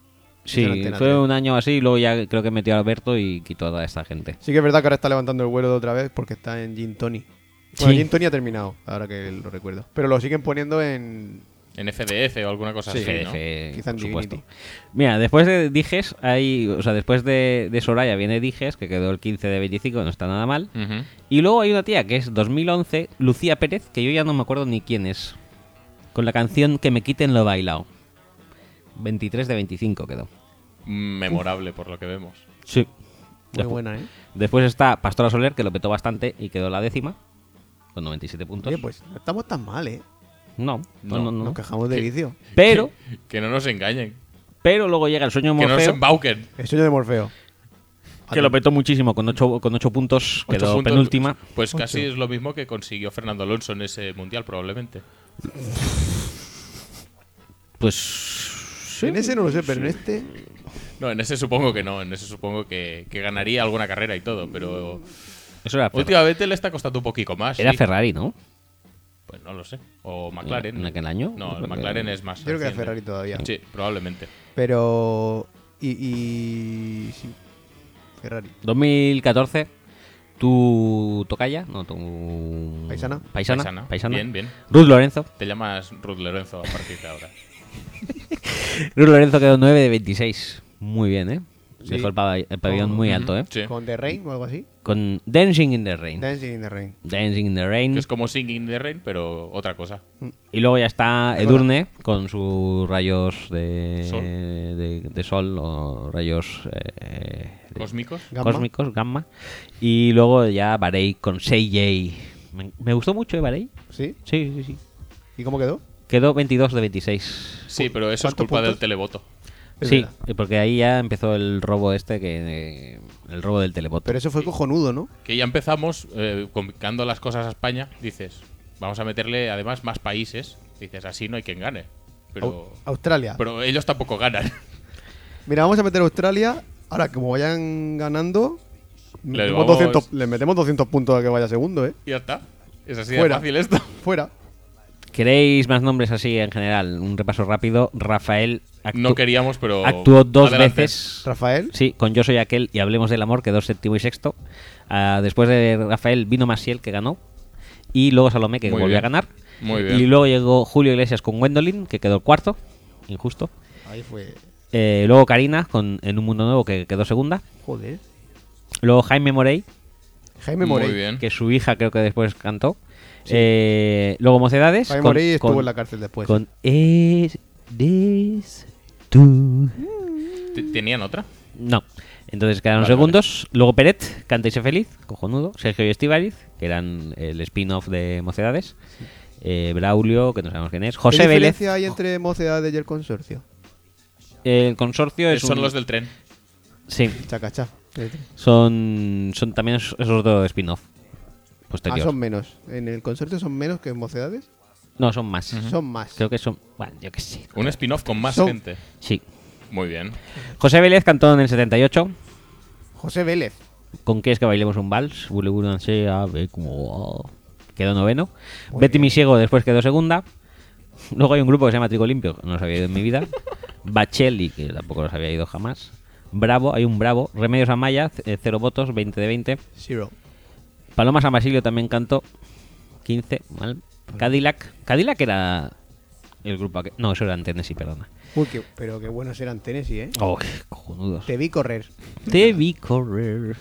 Sí, en Antena fue 3. un año así y luego ya creo que metió a Alberto y quitó a toda esta gente. Sí que es verdad que ahora está levantando el vuelo de otra vez porque está en Gin Tony. Bueno, Sí. Gin Tony ha terminado, ahora que lo recuerdo. Pero lo siguen poniendo en... En FDF o alguna cosa Sí, así, ¿no? GDF, Quizá en por supuesto. Divinity. Mira, después de Diges, hay, o sea, después de, de Soraya viene Diges, que quedó el 15 de 25, no está nada mal. Ujú. Y luego hay una tía que es 2011, Lucía Pérez, que yo ya no me acuerdo ni quién es, con la canción Que me quiten lo bailao. 23 de 25 quedó. Memorable, por lo que vemos. Sí. Muy buena, ¿eh? Después está Pastora Soler, que lo petó bastante y quedó la décima. con 97 puntos. Oye, pues no estamos tan mal, ¿eh? no, no, no, no. Nos quejamos de vicio. Pero, Que no nos engañen. pero luego llega el sueño Que no nos Morfeo, embauquen. El sueño de Morfeo. que lo petó muchísimo con 8 con ocho puntos, Ocho quedó puntos, penúltima. Pues casi es lo mismo que consiguió Fernando Alonso en ese mundial, probablemente. Pues sí, En ese no lo sé, pero en este. No, en ese supongo que no. En ese supongo que, que ganaría alguna carrera y todo. Pero eso era, Ferra- últimamente le está costando un poquito más. era sí. Ferrari, ¿no? Pues no lo sé. O McLaren. ¿En aquel año? eh, Yo No, el creo que- McLaren es más. Yo creo que era reciente. Ferrari todavía. Sí, probablemente. Pero. Y. y sí. Ferrari. 2014, tu tocaya, no, tu... Paisana. Paisana, Paisana. paisana. Bien, bien. Ruth Lorenzo. Te llamas Ruth Lorenzo a partir de ahora. Ruth Lorenzo quedó 9 de 26. Muy bien, ¿eh? Dejó el, pava- el Oh, pabellón muy alto, ¿eh? Sí. Mm. Con The Rain o algo así. Con Dancing in the Rain. Dancing in the Rain. Dancing in the Rain. Que es como Singing in the Rain, pero otra cosa. Y luego ya está Edurne con sus rayos de Sol. de, de sol o rayos eh, de- ¿Cósmicos? Gamma. cósmicos, gamma. Y luego ya Barei con 6J. Me, me gustó mucho de Barei. ¿Sí? Sí, sí, sí. ¿Y cómo quedó? Quedó 22 de 26. Sí, pero eso es ¿Cuántos culpa del puntos? televoto. Es sí, verdad. porque ahí ya empezó el robo este que eh, el robo del televoto. Pero eso fue cojonudo, ¿no? Que ya empezamos eh, complicando las cosas a España. Dices, vamos a meterle además más países. Dices, así no hay quien gane. Pero, Au- Australia. pero ellos tampoco ganan. Mira, vamos a meter a Australia. Ahora, como vayan ganando. Le metemos vamos- 200 Le metemos 200 puntos a que vaya segundo, ¿eh? Y ya está. Es así de Fuera. fácil esto. Fuera. ¿Queréis más nombres así en general? Un repaso rápido. Rafael actu- No queríamos, pero. actuó dos adelante. veces. Rafael. Sí, con Yo soy aquel y Hablemos del amor, quedó séptimo y sexto. Ah, después de Rafael vino Maciel, que ganó. Y luego Salomé, que Muy volvió bien. a ganar. Muy bien. Y luego llegó Julio Iglesias con Gwendolyn, que quedó cuarto. Injusto. Ahí fue. Eh, luego Karina con En un mundo nuevo, que quedó segunda. Joder. Luego Jaime Morey, Jaime Muy Morey. bien. que su hija creo que después cantó. Eh, luego Mocedades. Jaime con- Morey estuvo con- en la pues. cárcel después. Con Es. Des. Tú. Te- ¿Tenían otra? No. Entonces quedaron Vale, segundos. Luego Peret, Canta y sé feliz, cojonudo. Sergio y Estíbaliz, que eran el spin-off de Mocedades. Eh, Braulio, que no sabemos quién es. José ¿Qué Vélez. diferencia hay entre Mocedades y el consorcio? El consorcio es. Son un- los del tren. Sí, Chacachá. son, son también es- esos dos spin-off. Ah, Posterior. son menos. En el consorcio son menos que en Mocedades. No, son más. Son más. Creo que son. Bueno, yo qué sé. Un spin-off con más Son- gente. Sí. Muy bien. José Vélez cantó en el 78. José Vélez. ¿Con qué es que bailemos un vals? Bule, bule, anse, a ver cómo va. Quedó noveno. Betty Misiego después quedó segunda. Luego hay un grupo que se llama Trigo Limpio, que no los había ido en mi vida. Bacheli, que tampoco los había ido jamás. Bravo, hay un Bravo. Remedios Amaya, c- eh, cero votos, 20 de 20. Zero. Paloma San Basilio también cantó, 15. mal. Cadillac. Cadillac era el grupo aquel. No, eso era en Tennessee, perdona. Uy, qué- pero qué buenos eran Tennessee, ¿eh? Oh, qué cojonudos. Te vi correr. Te vi correr.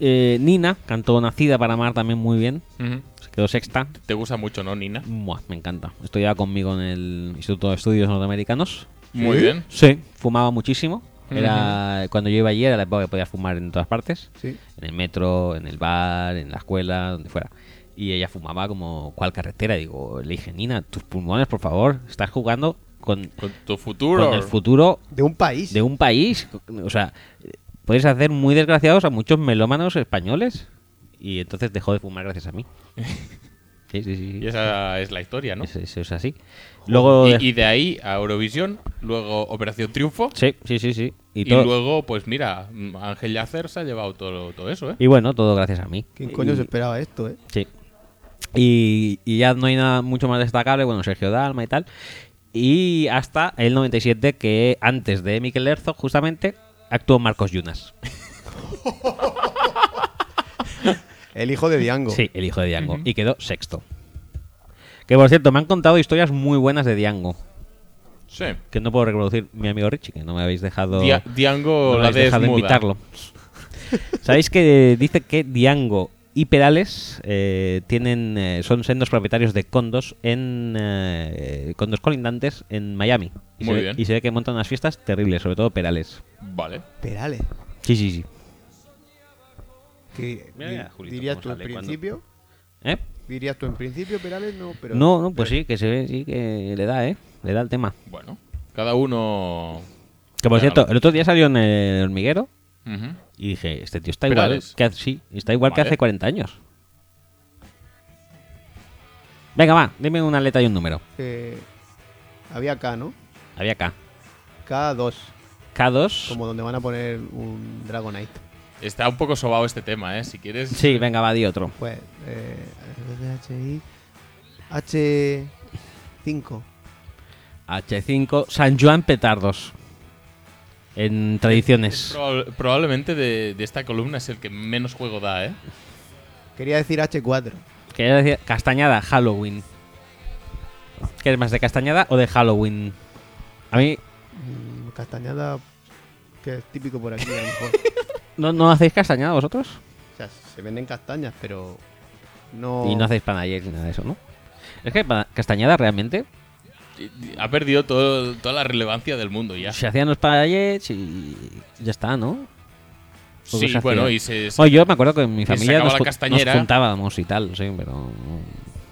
Eh, Nina cantó Nacida para Amar también muy bien. Ujú. Se quedó sexta. ¿Te gusta mucho, no, Nina? Buah, me encanta. Estudiaba conmigo en el Instituto de Estudios Norteamericanos. Muy bien. Sí. Fumaba muchísimo. Era cuando yo iba allí era la época que podía fumar en todas partes. Sí. En el metro, en el bar, en la escuela, donde fuera. Y ella fumaba como cual carretera. Digo, le dije, Nina, tus pulmones, por favor. Estás jugando con, Con tu futuro. con el futuro De un país. de un país. O sea, eh, podéis hacer muy desgraciados a muchos melómanos españoles. Y entonces dejó de fumar gracias a mí. Sí, sí, sí. sí. Y esa es la historia, ¿no? Eso, eso es así. Luego. Y, de- y de ahí a Eurovisión, luego Operación Triunfo. Sí, sí, sí, sí. Y, Y, todo- luego, pues mira, mm, Ángel Yacer se ha llevado todo, todo eso, ¿eh? y bueno, todo gracias a mí. ¿Quién coño se esperaba esto, eh? Sí. Y, y ya no hay nada mucho más destacable. Bueno, Sergio Dalma y tal. Y hasta el 97, que antes de Miquel Herzog, justamente, actuó Marcos Yunas. El hijo de Diango. Sí, el hijo de Diango. Y quedó sexto. Que por cierto, me han contado historias muy buenas de Diango. Sí. Que no puedo reproducir mi amigo Richie, que no me habéis dejado. Dia- Diango no me la habéis dejado desmuda. invitarlo. Sabéis que dice que Diango y Perales eh, tienen, eh, son sendos propietarios de condos en eh, condos colindantes en Miami. Y se Muy ve- bien. y se ve que montan unas fiestas terribles, sobre todo Perales. Vale. Perales. Sí, sí, sí. Que Mira, di- mira, Julito, dirías cómo tú en sale cuando- principio. ¿Eh? Dirías tú en principio, Perales, no, pero. eh. No, no, pues sí, que se ve, sí, que le da, ¿eh? Le da el tema. Bueno, cada uno. Que por Claro. cierto, el otro día salió en el hormiguero Ujú. y dije, este tío está Pero igual Alex. que hace, sí, está igual que Vale. hace 40 años. Venga, va, dime una letra y un número. eh, había K, ¿no? Había K. K2, K2. como donde van a poner un Dragonite. Está un poco sobado este tema, ¿eh? Si quieres. Sí, venga, va, di otro. Pues, eh, HI. H5. H5, San Juan Petardos. En tradiciones. Probab- probablemente de, de esta columna es el que menos juego da, ¿eh? Quería decir H4. Quería decir, castañada, Halloween. ¿Qué es más, de castañada o de Halloween? A mí, Mm, Castañada, que es típico por aquí, a lo mejor. ¿no, no hacéis castañada vosotros? O sea, se venden castañas, pero. No. Y no hacéis panayers ni nada de eso, ¿no? Es que pa- castañada realmente. Ha perdido todo- toda la relevancia del mundo ya. Se hacían los panayers y ya está, ¿no? Porque Sí, se bueno, hacía. y se, se- Bueno, yo me acuerdo que en mi se familia acaba nos, la ju- castañera. nos juntábamos y tal, sí, pero... no-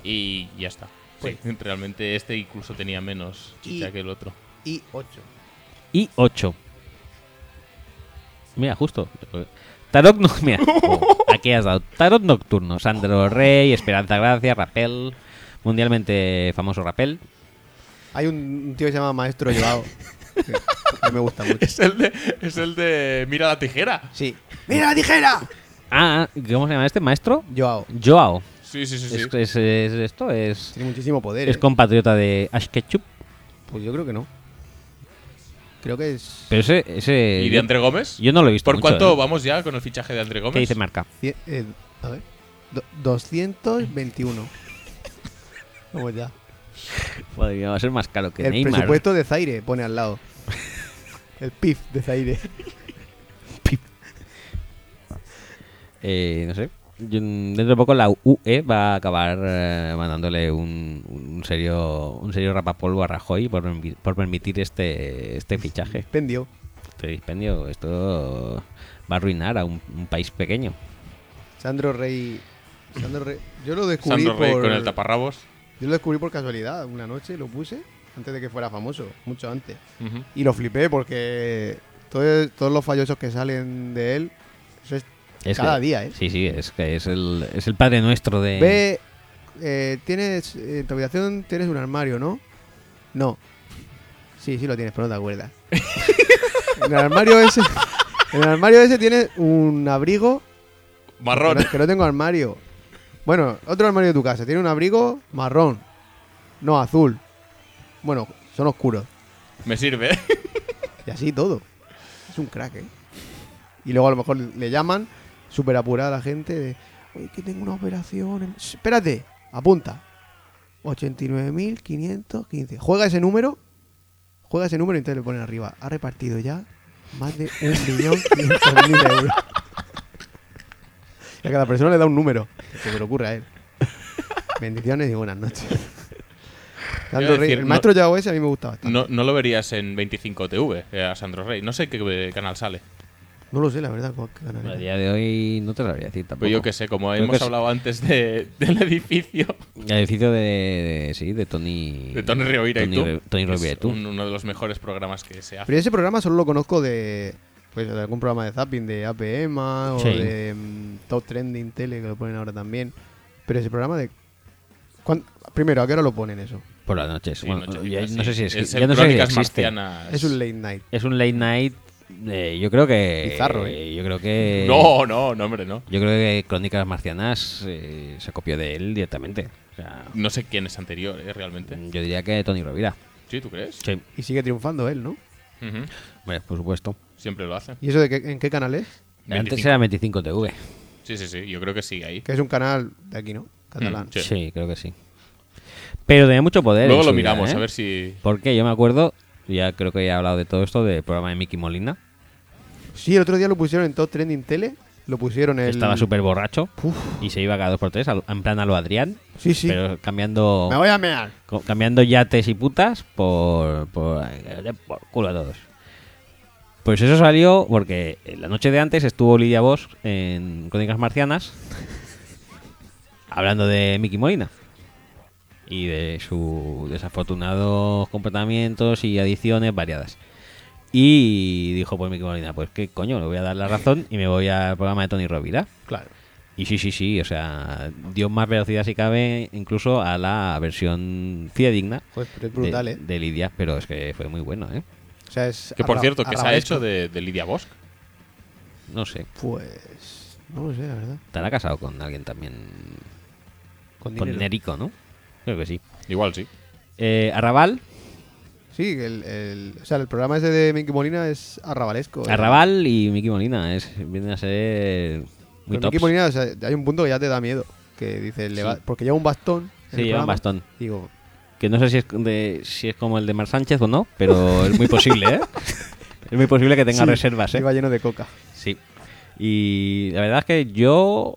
y ya está. Sí, Pues- realmente este incluso tenía menos chicha Y- que el otro. Y 8. Y 8. Mira, justo. Tarot nocturno. aquí has dado. Tarot nocturno. Sandro Rey, Esperanza Gracia, Rapel. Mundialmente famoso Rapel. Hay un, un tío que se llama Maestro Llevado. que, que me gusta mucho. Es el de, es el de Mira la tijera. Sí. ¡Mira la tijera! Ah, ¿cómo se llama este maestro? Joao. Joao. Sí, sí, sí. sí. Es, es- es esto, es, Tiene muchísimo poder. es ¿eh? compatriota de Ash Ketchup. Pues yo creo que no. Creo que es. Pero ese. ese ¿Y de André Gómez? Yo no lo he visto. ¿Por mucho, cuánto ¿eh? vamos ya con el fichaje de André Gómez? ¿Qué dice Marca? cien- eh, a ver. do- 221. Vamos ya. Madre mía, va a ser más caro que El Neymar. presupuesto de Zaire pone al lado. El PIF de Zaire. Eh, no sé. Yo, mm, dentro de poco la UE va a acabar eh, mandándole un, un serio un serio rapapolvo a Rajoy por, permi- por permitir este este fichaje, Pendio. este dispendio. Esto va a arruinar a un, un país pequeño. Sandro Rey. Sandro Rey. Yo lo descubrí Sandro Rey por. con el taparrabos. Yo lo descubrí por casualidad. Una noche lo puse antes de que fuera famoso, mucho antes. Ujú. Y lo flipé porque todo- todos los fallosos que salen de él, eso es, cada que- día, ¿eh? Sí, sí, es que es el, es el padre nuestro de... Ve, eh, tienes, eh, en tu habitación tienes un armario, ¿no? No. Sí, sí lo tienes, pero no te acuerdas. en el armario ese, en el armario ese tienes un abrigo Marrón. Que no- que no tengo armario. Bueno, otro armario de tu casa. Tiene un abrigo marrón. No, azul. Bueno, son oscuros. Me sirve. Y así todo. Es un crack, ¿eh? Y luego a lo mejor le llaman, súper apurada la gente, de, oye, que tengo una operación. en- Shh, Espérate, apunta. 89.515. Juega ese número. Juega ese número y entonces le ponen arriba. Ha repartido ya más de un millón quinientos mil euros. Y a cada persona le da un número. el Que se le ocurre a él. Bendiciones y buenas noches. Sandro decir, Rey- el no- maestro Yao ese a mí me gusta bastante. No, no lo verías en 25TV eh, a Sandro Rey. No sé qué eh, canal sale. No lo sé, la verdad. cuál canal A era. día de hoy no te lo voy a decir tampoco. Pero Pues yo qué sé, como Creo que hemos es- hablado antes de- del edificio El edificio de, de- Sí, de Tony... de Tony Rovira y Tony tú. Re- Tony que es Rovira y tú. un- uno de los mejores programas que se hace. Pero ese programa solo lo conozco de, pues, de algún programa de zapping, de APM o Sí. de mm, Top Trending Tele, que lo ponen ahora también. Pero ese programa de... ¿cuán- Primero, ¿a qué hora lo ponen eso? Por las noches. Sí, Bueno, nochecita, ya sí. no sé si es... Es ya el no sé si Crónicas existe. Marcianas. Es un late night. Es un late night. eh, yo creo que. Bizarro, ¿eh? Yo creo que. No, no, no, hombre, no. Yo creo que Crónicas Marcianas eh, se copió de él directamente. O sea, No sé quién es anterior, eh, realmente. yo diría que Tony Rovira. Sí, ¿tú crees? Sí, Y sigue triunfando él, ¿no? Ujú. hombre, por supuesto. Siempre lo hacen. ¿Y eso de qué, en qué canal es? Antes 25. era 25TV. Sí, sí, sí. Yo creo que sí, ahí. Que es un canal de aquí, ¿no? Catalán. Mm, Sí. Sí. creo que sí. Pero tenía mucho poder. Luego en lo su vida, miramos, ¿eh? a ver si. Porque yo me acuerdo, ya creo que ya he hablado de todo esto, del programa de Mickey Molina. Sí, el otro día lo pusieron en Top Trending Tele. Lo pusieron que el... Estaba súper borracho y se iba cada dos por tres, al- en plan a lo Adrián. Sí, sí. Pero cambiando. Me voy a mear. Co- eh, cambiando yates y putas por, por, por culo a todos. Pues eso salió porque en la noche de antes estuvo Lidia Bosch en Crónicas Marcianas hablando de Mickey Molina y de sus desafortunados comportamientos y adiciones variadas. Y dijo pues Mickey Molina, pues qué coño, le voy a dar la razón y me voy al programa de Tony Rovira. Claro. Y sí, sí, sí, o sea, dio más velocidad si cabe incluso a la versión fidedigna Joder, pero es brutal, de, ¿eh? de Lidia, pero es que fue muy bueno, ¿eh? O sea, es Que por arra- cierto, que se ha arrabesco. hecho de, de Lidia Bosch. No sé, Pues. No lo sé, la verdad. estará casado con alguien también Con Con dinero. Nerico, ¿no? Creo que sí. Igual sí. Eh, Arrabal, Sí, que el, el- o sea, el programa ese de Mickey Molina es arrabalesco. ¿eh? Arrabal y Miki Molina. Es, vienen a ser muy Pero tops. Mickey Molina, o sea, hay un punto que ya te da miedo. Que dice, Sí. le va- porque lleva un bastón. en Sí, el lleva un programa. bastón. Digo, Que no sé si es, de- si es como el de Mar Sánchez o no, pero es muy posible, ¿eh? es muy posible que tenga sí, reservas, ¿eh? Iba lleno de coca. Sí. Y la verdad es que yo,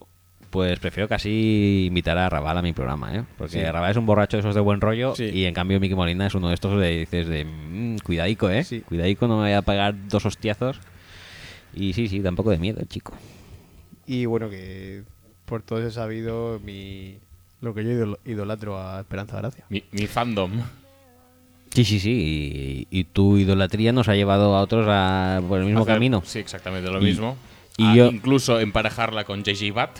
pues prefiero casi invitar a Arrabal a mi programa, ¿eh? Porque Arrabal es un borracho de esos de buen rollo Sí. y en cambio Miki Molina es uno de estos de dices de "Mm, cuidadico, ¿eh? Sí. Cuidadico, no me voy a pagar dos hostiazos. Y sí, sí, tampoco de miedo, chico. Y bueno, que por todo eso he sabido mi... Lo que yo idol- idolatro a Esperanza Gracia. Mi, mi fandom. Sí, sí, sí. Y, y tu idolatría nos ha llevado a otros a, por el mismo Hacer- camino. Sí, exactamente lo Y- mismo. y Ah, yo- Incluso emparejarla con JJ Bat,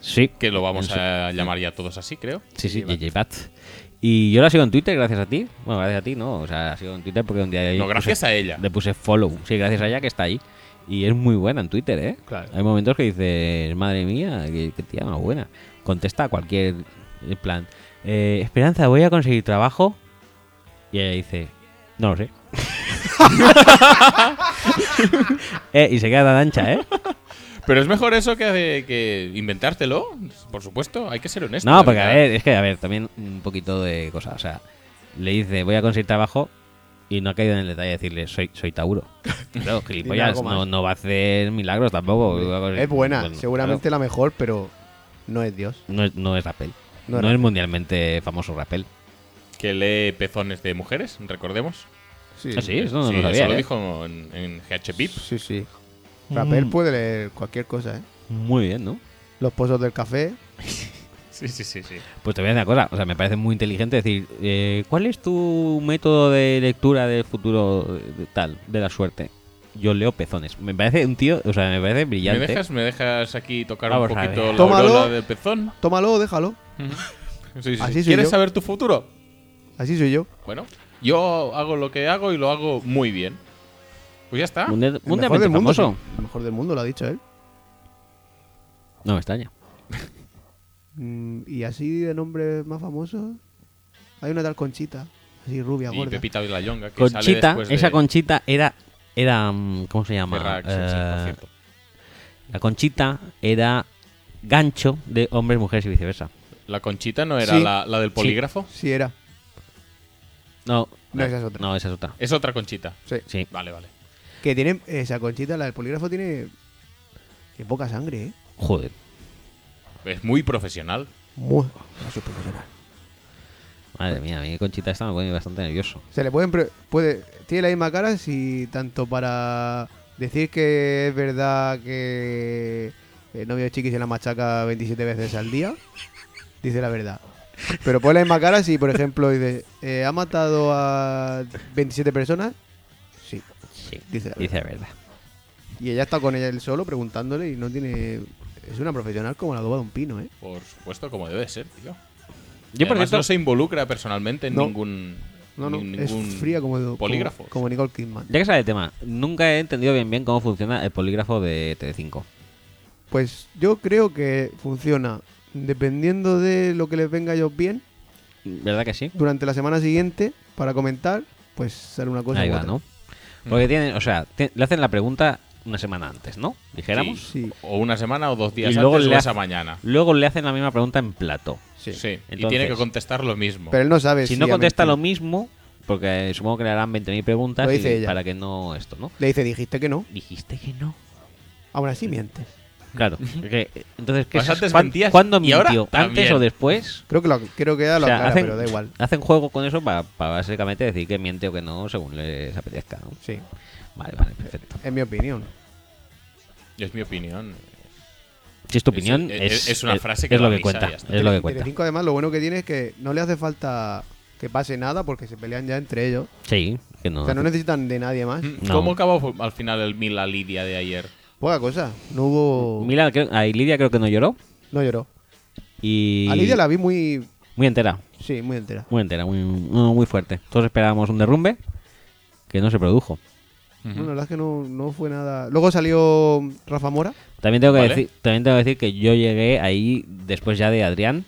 Sí. que lo vamos Sí. a llamar ya todos así, creo. Sí, sí, JJ Bat. Y yo la sigo en Twitter gracias a ti. Bueno, gracias a ti, no. O sea, la sigo en Twitter porque un día... No, puse- gracias a ella. Le puse follow. Sí, gracias a ella que está ahí. Y es muy buena en Twitter, ¿eh? Claro. Hay momentos que dices, madre mía, qué, qué tía más buena. Contesta a cualquier en plan. eh, Esperanza, ¿voy a conseguir trabajo? Y ella dice, no lo sé. Eh, y se queda tan ancha, ¿eh? Pero es mejor eso que, de- que inventártelo, por supuesto. Hay que ser honesto. No, de porque a verdad. ver, es que a ver, también un poquito de cosas. O sea, le dice, voy a conseguir trabajo y no ha caído en el detalle de decirle, soy, soy Tauro. Claro, gilipollas, algo más. no, no va a hacer milagros tampoco. Va a conseguir- Es buena, Pues, bueno, seguramente claro. la mejor, pero no es Dios. No es, no es Rappel. No No, es es Rappel. mundialmente famoso Rappel. Que lee pezones de mujeres, recordemos. Sí, Ah, sí, eso no Sí, lo sabía. eso lo ¿eh? dijo en, en GH Pip. Sí, sí. Rapper Mm. puede leer cualquier cosa, ¿eh? Muy bien, ¿no? Los pozos del café. Sí, sí, sí, sí. Pues te voy a decir una cosa, o sea, me parece muy inteligente decir, eh, ¿cuál es tu método de lectura del futuro de- de tal, de la suerte? Yo leo pezones. Me parece un tío, o sea, me parece ¿Me brillante. dejas, ¿Me dejas aquí tocar Vamos un a poquito ver. la Tómalo. aureola del pezón? Tómalo o déjalo. Sí, sí, Así sí. soy ¿Quieres yo. saber tu futuro? Así soy yo. Bueno, yo hago lo que hago y lo hago muy bien. Pues ya está. Mundial- Ah, El mejor mundialmente del mundo. famoso. sí. El mejor del mundo, lo ha dicho él. No me extraña. Mm, y así de nombres más famosos. Hay una tal Conchita. Así rubia, Y gorda. Pepita y la Yonga, que sale Conchita, después de esa conchita era, era mm, ¿cómo se llama? Ferrax, sí, sí, por Eh, cierto. la conchita era gancho de hombres, mujeres y viceversa. La Conchita no era Sí. la, la del polígrafo. Sí, era. No, eh, No, esa es otra. No, esa es otra. Es otra Conchita. Sí. Sí. Vale, vale. Que tiene. Esa Conchita, la del polígrafo, tiene. Tiene poca sangre, ¿eh? Joder. Es muy profesional. Muy. Era súper profesional. Madre mía, a mí conchita esta me pone bastante nervioso. Se le pueden. pre- Puede, tiene la misma cara si tanto para decir que es verdad que el novio de Chiqui se la machaca 27 veces al día, dice la verdad. Pero pone la misma cara si, por ejemplo, dice, eh, ¿ha matado a 27 personas? Sí, Sí, dice la verdad. dice la verdad. Y ella está con él solo preguntándole y no tiene. Es una profesional como la doba de un pino, ¿eh? Por supuesto, como debe ser, tío. Yo, por Además, cierto, no se involucra personalmente en No. ningún, No, no, ningún es fría como, como- polígrafo. Como, Nicole Kidman. ya que sale el tema, nunca he entendido bien bien cómo funciona el polígrafo de Tele5. Pues yo creo que funciona dependiendo de lo que les venga a ellos bien. ¿Verdad que sí? durante la semana siguiente para comentar, pues sale una cosa Ahí u va, otra. ¿no? Porque tienen, o sea, te- le hacen la pregunta una semana antes, ¿no? Dijéramos. Sí, O una semana o dos días Y luego antes le o ha- esa mañana. Luego le hacen la misma pregunta en plato. sí. Sí. y Entonces- tiene que contestar lo mismo. Pero él no sabe si no ha contesta lo mentido. mismo, porque eh, supongo que le harán 20.000 preguntas Lo dice y ella. para que no esto, ¿no? Le dice, dijiste que no. Dijiste que no. Aún así mientes. Claro. que- eh, entonces, ¿qué es- Pues antes cuán- mentías ¿cuándo y ahora mintió? ¿Antes también. o después? Creo que, lo, creo que ya lo O sea, aclara, hacen, pero da igual. hacen juego con eso para básicamente decir que miente o que no según les apetezca. ¿no? Sí, Vale, vale, perfecto. es mi opinión. Es mi opinión. Si es tu Es- opinión, es- es, es una frase es que lo da que risa y cuenta. ya está. Es lo que Y cuenta. Telecinco, además, lo bueno que tiene es que no le hace falta que pase nada porque se pelean ya entre ellos. Sí, que no. O sea, no necesitan de nadie más. Mm, No. ¿Cómo acabó al final el Mila Lidia de ayer? Poca cosa. No hubo. Mira, creo- a Lidia creo que no lloró. No lloró. Y A Lidia la vi muy. Muy entera, Sí, muy entera. muy entera, muy, muy muy fuerte. Todos esperábamos un derrumbe que no se produjo. No, la verdad es que no, no fue nada. Luego salió Rafa Mora. También tengo, que Vale. decir, también tengo que decir que yo llegué ahí después ya de Adrián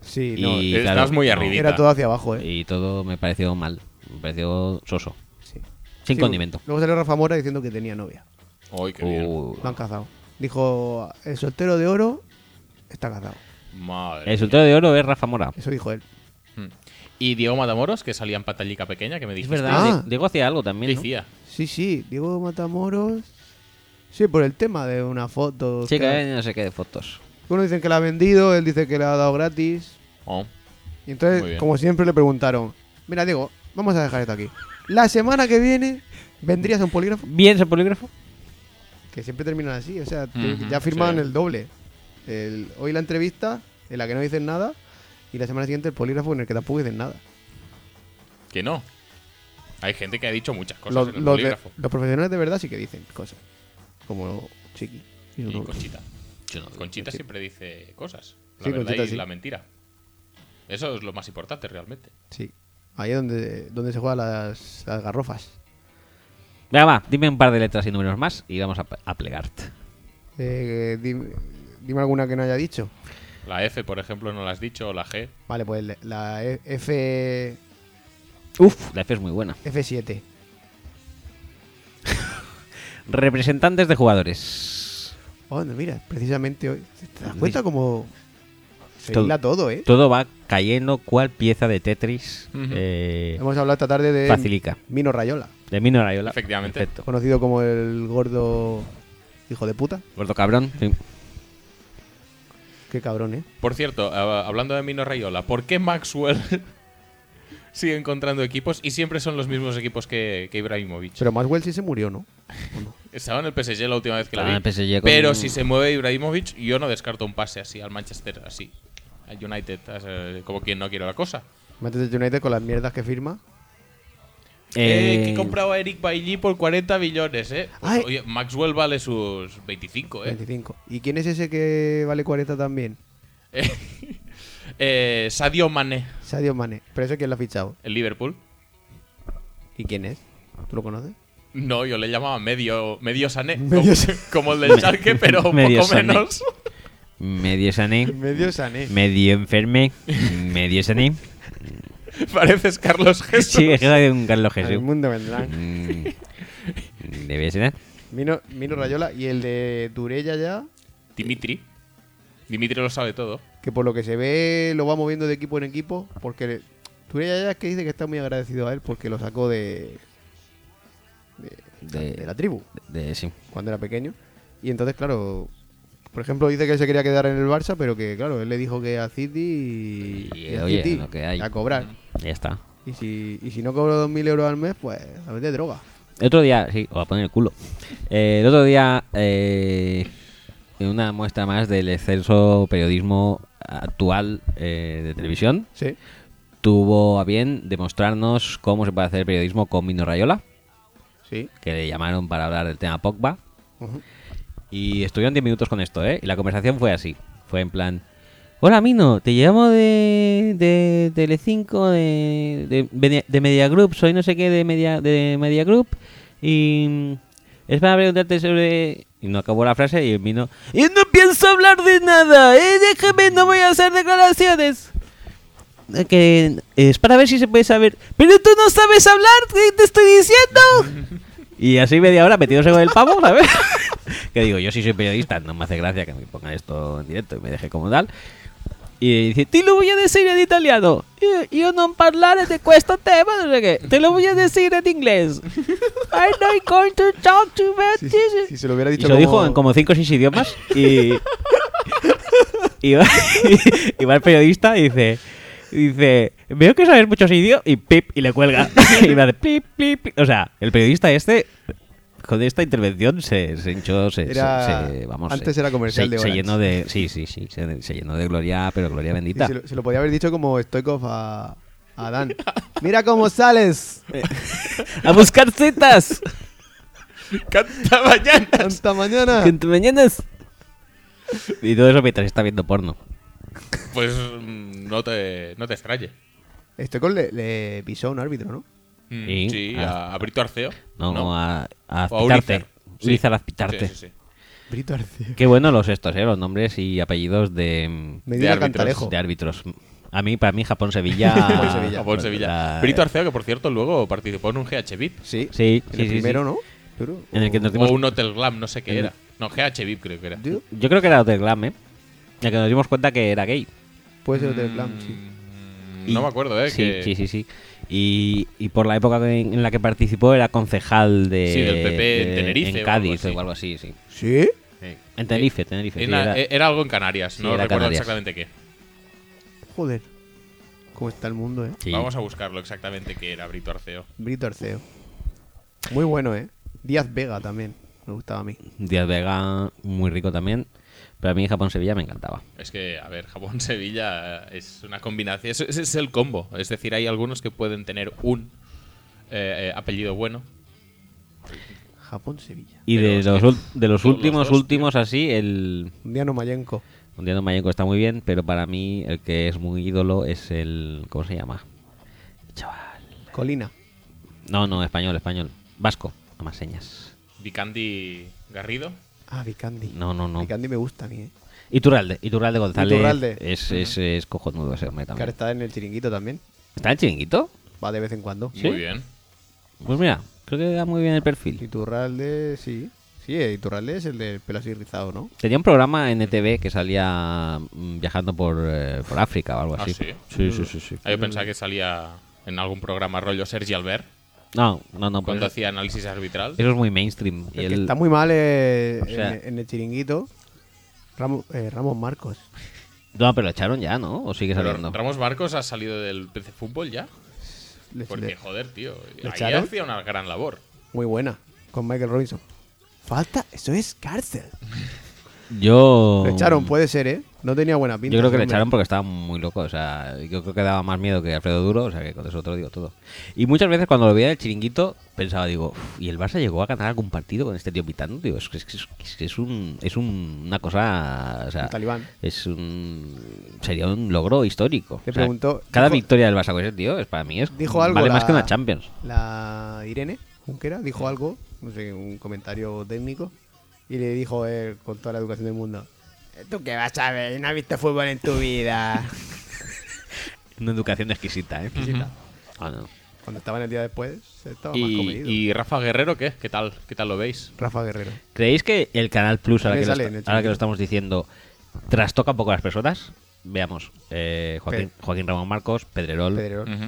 Sí, y, no. estabas claro, muy no, arribita. Era todo hacia abajo, ¿eh? y todo me pareció mal, me pareció soso, Sí. sin Sí, condimento. Luego salió Rafa Mora diciendo que tenía novia. Ay, qué bien. Uh, Lo han cazado. Dijo: el soltero de oro está cazado. Madre. el soltero de oro es Rafa Mora. Eso dijo él. Mm. Y Diego Matamoros, que salía en pantallica pequeña, que me Es dijiste. verdad, Ah. Di- Diego hacía algo ¿Qué también. ¿no? decía? Sí, sí, Diego Matamoros. Sí, por el tema de una foto. Sí, que que- hay no sé qué de fotos. Uno dicen que la ha vendido, él dice que la ha dado gratis. Oh. Y Muy entonces, bien. como siempre, le preguntaron: Mira, Diego, vamos a dejar esto aquí. La semana que viene, ¿vendrías a un polígrafo? ¿Bien ese polígrafo? Que siempre terminan así, o sea, te- Ujú, ya firman sí. el doble. El- hoy la entrevista, en la que no dicen nada, y la semana siguiente el polígrafo en el que tampoco dicen nada. Que no. Hay gente que ha dicho muchas cosas Los, en el los de- polígrafo. los profesionales de verdad sí que dicen cosas. Como Chiqui. Y Y no- Conchita. Conchita siempre dice cosas. La Sí, verdad Conchita y sí. la mentira. Eso es lo más importante realmente. Sí. Ahí es donde, donde se juegan las, las garrofas. Venga, va, dime un par de letras y números más y vamos a, pe- a plegarte. Eh, dime, dime alguna que no haya dicho. La F, por ejemplo, no la has dicho, o la G. Vale, pues le- la E- F, Uf, la F es muy buena. F7. Representantes de jugadores. Oh, no, mira, precisamente hoy. ¿Te das cuenta como se Todo. hila todo, eh? Todo va cayendo cual pieza de Tetris Ujú. eh, Hemos hablado esta tarde de facilica. Mino Rayola, De Mino Raiola. Efectivamente. Perfecto. conocido como el gordo hijo de puta. Gordo cabrón. sí. Qué cabrón, eh. Por cierto, ah, hablando de Mino Rayola, ¿por qué Maxwell sigue encontrando equipos y siempre son los mismos equipos que, que Ibrahimovic? Pero Maxwell sí se murió, ¿no? ¿O no? Estaba en el PSG la última vez que la vi. Estaba en el PSG con- Pero si se mueve Ibrahimovic, yo no descarto un pase así al Manchester, así. Al United, eh, como quien no quiere la cosa. Manchester United con las mierdas que firma. Eh, Eh, que compraba Eric Bailly por 40 billones, ¿eh? Pues, Ay. oye, Maxwell vale sus 25, ¿eh? 25. ¿Y quién es ese que vale 40 también? Eh, Sadio Mane, Sadio Mane. ¿Pero ese quién lo ha fichado? el Liverpool. ¿Y quién es? ¿Tú lo conoces? No, yo le llamaba medio, medio Sané, Medio como, Sané. como el del Schalke, pero un medio poco Sané. menos. Medio sané. Medio Sané. Medio enferme. Medio sané. Pareces Carlos Jesús. Sí, es que era de un Carlos El Jesús. mundo vendrán. Mm, Debe ser. Mino, Mino Rayola y el de Durella ya, Dimitri. Dimitri lo sabe todo. que por lo que se ve lo va moviendo de equipo en equipo, porque Durella ya es que dice que está muy agradecido a él porque lo sacó de, de, De, la tribu de- sí. cuando era pequeño. Y entonces, claro, por ejemplo, dice que él se quería quedar en el Barça, pero que, claro, él le dijo que a City y, Y, a oye, City lo que hay. a cobrar. Ya está. Y si, y si no cobro 2.000 euros al mes, pues a vender droga. El otro día, sí, os va a poner el culo. Eh, el otro día, eh, en una muestra más del exceso periodismo actual eh, de televisión, Sí. tuvo a bien demostrarnos cómo se puede hacer periodismo con Mino Rayola, Sí. que le llamaron para hablar del tema Pogba. Ujú. Y estuvieron 10 minutos con esto, ¿eh? Y la conversación fue así. Fue en plan... Hola, Mino, te llamo de, de Telecinco, de, de, Media- de Media Group, soy no sé qué de Media, de Media Group, y mm, es para preguntarte sobre... Y no acabó la frase y el Mino... Y no pienso hablar de nada, ¿eh? Déjame, no voy a hacer declaraciones. Eh, Que es para ver si se puede saber... Pero tú no sabes hablar, ¿qué te estoy diciendo? Y así media hora metiéndose con el pavo, ¿sabes? que digo, yo sí soy periodista, no me hace gracia que me pongan esto en directo y me deje como tal. Y dice, te lo voy a decir en italiano. Io- Io non parlare di questo tema, no sé qué. Te lo voy a decir en inglés. I'm not going to talk to you about Si, this. si se lo hubiera Y dicho lo como- dijo en como cinco o seis idiomas y... y, va, y va el periodista y dice... Dice, veo que sabes muchos idiomas y pip, y le cuelga. y me hace pip, pip, pip. O sea, el periodista este, con esta intervención, se, se hinchó, se, se- Era- se- vamos, antes se- era comercial se- de se Orange. llenó de, sí, sí, sí, se, se llenó de gloria, pero gloria Y bendita. se, lo, se lo podía haber dicho como Stoikov a, a Dan. Mira cómo sales. ¡A buscar citas! Canta mañana. Hasta mañana. ¡Gente, mañanas! Y todo eso mientras está viendo porno. Pues mm, no te, no te extrañe. Stoikov Este le, le pisó a un árbitro, ¿no? Mm, Y Sí, a- a, a Brito Arceo. Ah. No, a, a O a azpitarte. Urizar. Sí. Urizar azpitarte. Sí, sí, sí. Brito Arce. Qué bueno los estos, ¿eh? Los nombres y apellidos de, mm, Medina árbitros, Cantalejo. de árbitros. A mí, para mí, Japón-Sevilla... Japón-Sevilla. Japón, Sevilla. la- Brito Arceo, que por cierto luego participó en un GH VIP. Sí. Sí, En sí, el sí, primero, sí. ¿no? Yo creo- En el que nos dimos... O un Hotel Glam, no sé qué era. No, GH VIP creo que era. Yo- Yo creo que era Hotel Glam, ¿eh? En el que nos dimos cuenta que era gay. Puede ser del plan, sí. Mm, Y- No me acuerdo, ¿eh? Sí, que- sí, sí, sí. Y, y por la época que- en la que participó era concejal de... Sí, del PP en de- Tenerife o En algo Cádiz así. o algo así, sí. ¿Sí? Sí. En Tenerife, Tenerife. sí, Era, era- era algo en eh, Canarias, no era recuerdo Canarias. exactamente qué. Joder. ¿Cómo está el mundo, eh? sí. Vamos a buscarlo exactamente qué era Brito Arceo. Brito Arceo. Muy bueno, eh. Díaz Vega también. Me gustaba a mí. Díaz Vega, muy rico también. Pero a mí Japón-Sevilla me encantaba. Es que, a ver, Japón-Sevilla es una combinación, es, es- es el combo. Es decir, hay algunos que pueden tener un eh, eh, apellido bueno. Japón-Sevilla. Y de Pero los, es que ul- de los todos los últimos, dos, tío. últimos así, el Diano Mayenko. Mundial de Mayenco está muy bien, pero para mí el que es muy ídolo es el... ¿Cómo se llama? Chaval. Colina. No, no, español, español. Vasco, a más señas. Vicandi Garrido. Ah, Vicandi. No, no, no. Vicandi me gusta a mí, eh. Iturralde, Iturralde González. Iturralde. Es, es, es cojonudo ese hombre Que ahora también. está en el chiringuito también. ¿Está el chinguito? Va de vez en cuando. ¿Sí? Muy bien. Pues mira, creo que da muy bien el perfil. Iturralde, sí. Sí, eh, Iturralde es el del pelo así rizado, ¿no? Tenía un programa en ETV que salía mm, viajando por, eh, por África o algo Ah, así. ¿sí? sí, sí, sí, sí. Ah, yo pensaba que salía en algún programa rollo Sergi Albert, No, no, no. cuando pero eso, hacía análisis arbitral. eso es muy mainstream. Y El que él- está muy mal eh, O sea- en, en el chiringuito. Ramo- eh, Ramos Marcos. No, pero lo echaron ya, ¿no? ¿O sigue Pero saliendo? Ramos Barcos ha salido del PC Fútbol ya. Le- Porque, le- joder, tío, ¿Le ahí echaron? hacía una gran labor. muy buena. Con Michael Robinson. Falta, eso es cárcel. Yo... Lo echaron, puede ser, ¿eh? No tenía buena pinta. Yo creo que le hombre. echaron porque estaba muy loco. O sea, yo creo que daba más miedo que Alfredo Duro. O sea, que con eso te lo digo todo. Y muchas veces cuando lo veía en el chiringuito, pensaba, digo, "Uf, ¿y el Barça llegó a ganar algún partido con este tío pitando? Digo, es que es, que es- es que es un, es un- una cosa. O sea, Un talibán. Es un, sería un logro histórico. Le O sea, preguntó- cada dijo- victoria del Barça con ese tío, es, para mí, es, Dijo algo. vale la- más que una Champions. La Irene Junquera dijo algo, no sé, un comentario técnico. Y le dijo eh, con toda la educación del mundo: "Eh, ¿Tú qué vas a ver? No has visto fútbol en tu vida. Una educación exquisita, ¿eh? Exquisita. no. Cuando estaban el día después, estaba más Y, comedido. y Rafa Guerrero, ¿qué? ¿Qué tal? ¿Qué tal lo veis? Rafa Guerrero. ¿Creéis que el Canal Plus, ahora Me que, lo, sale est- en el ahora que chiringuito. lo estamos diciendo, trastoca un poco a las personas? Veamos, eh, Joaquín, Pe- Joaquín Ramón Marcos, Pedrerol, Pedrerol. Ujú.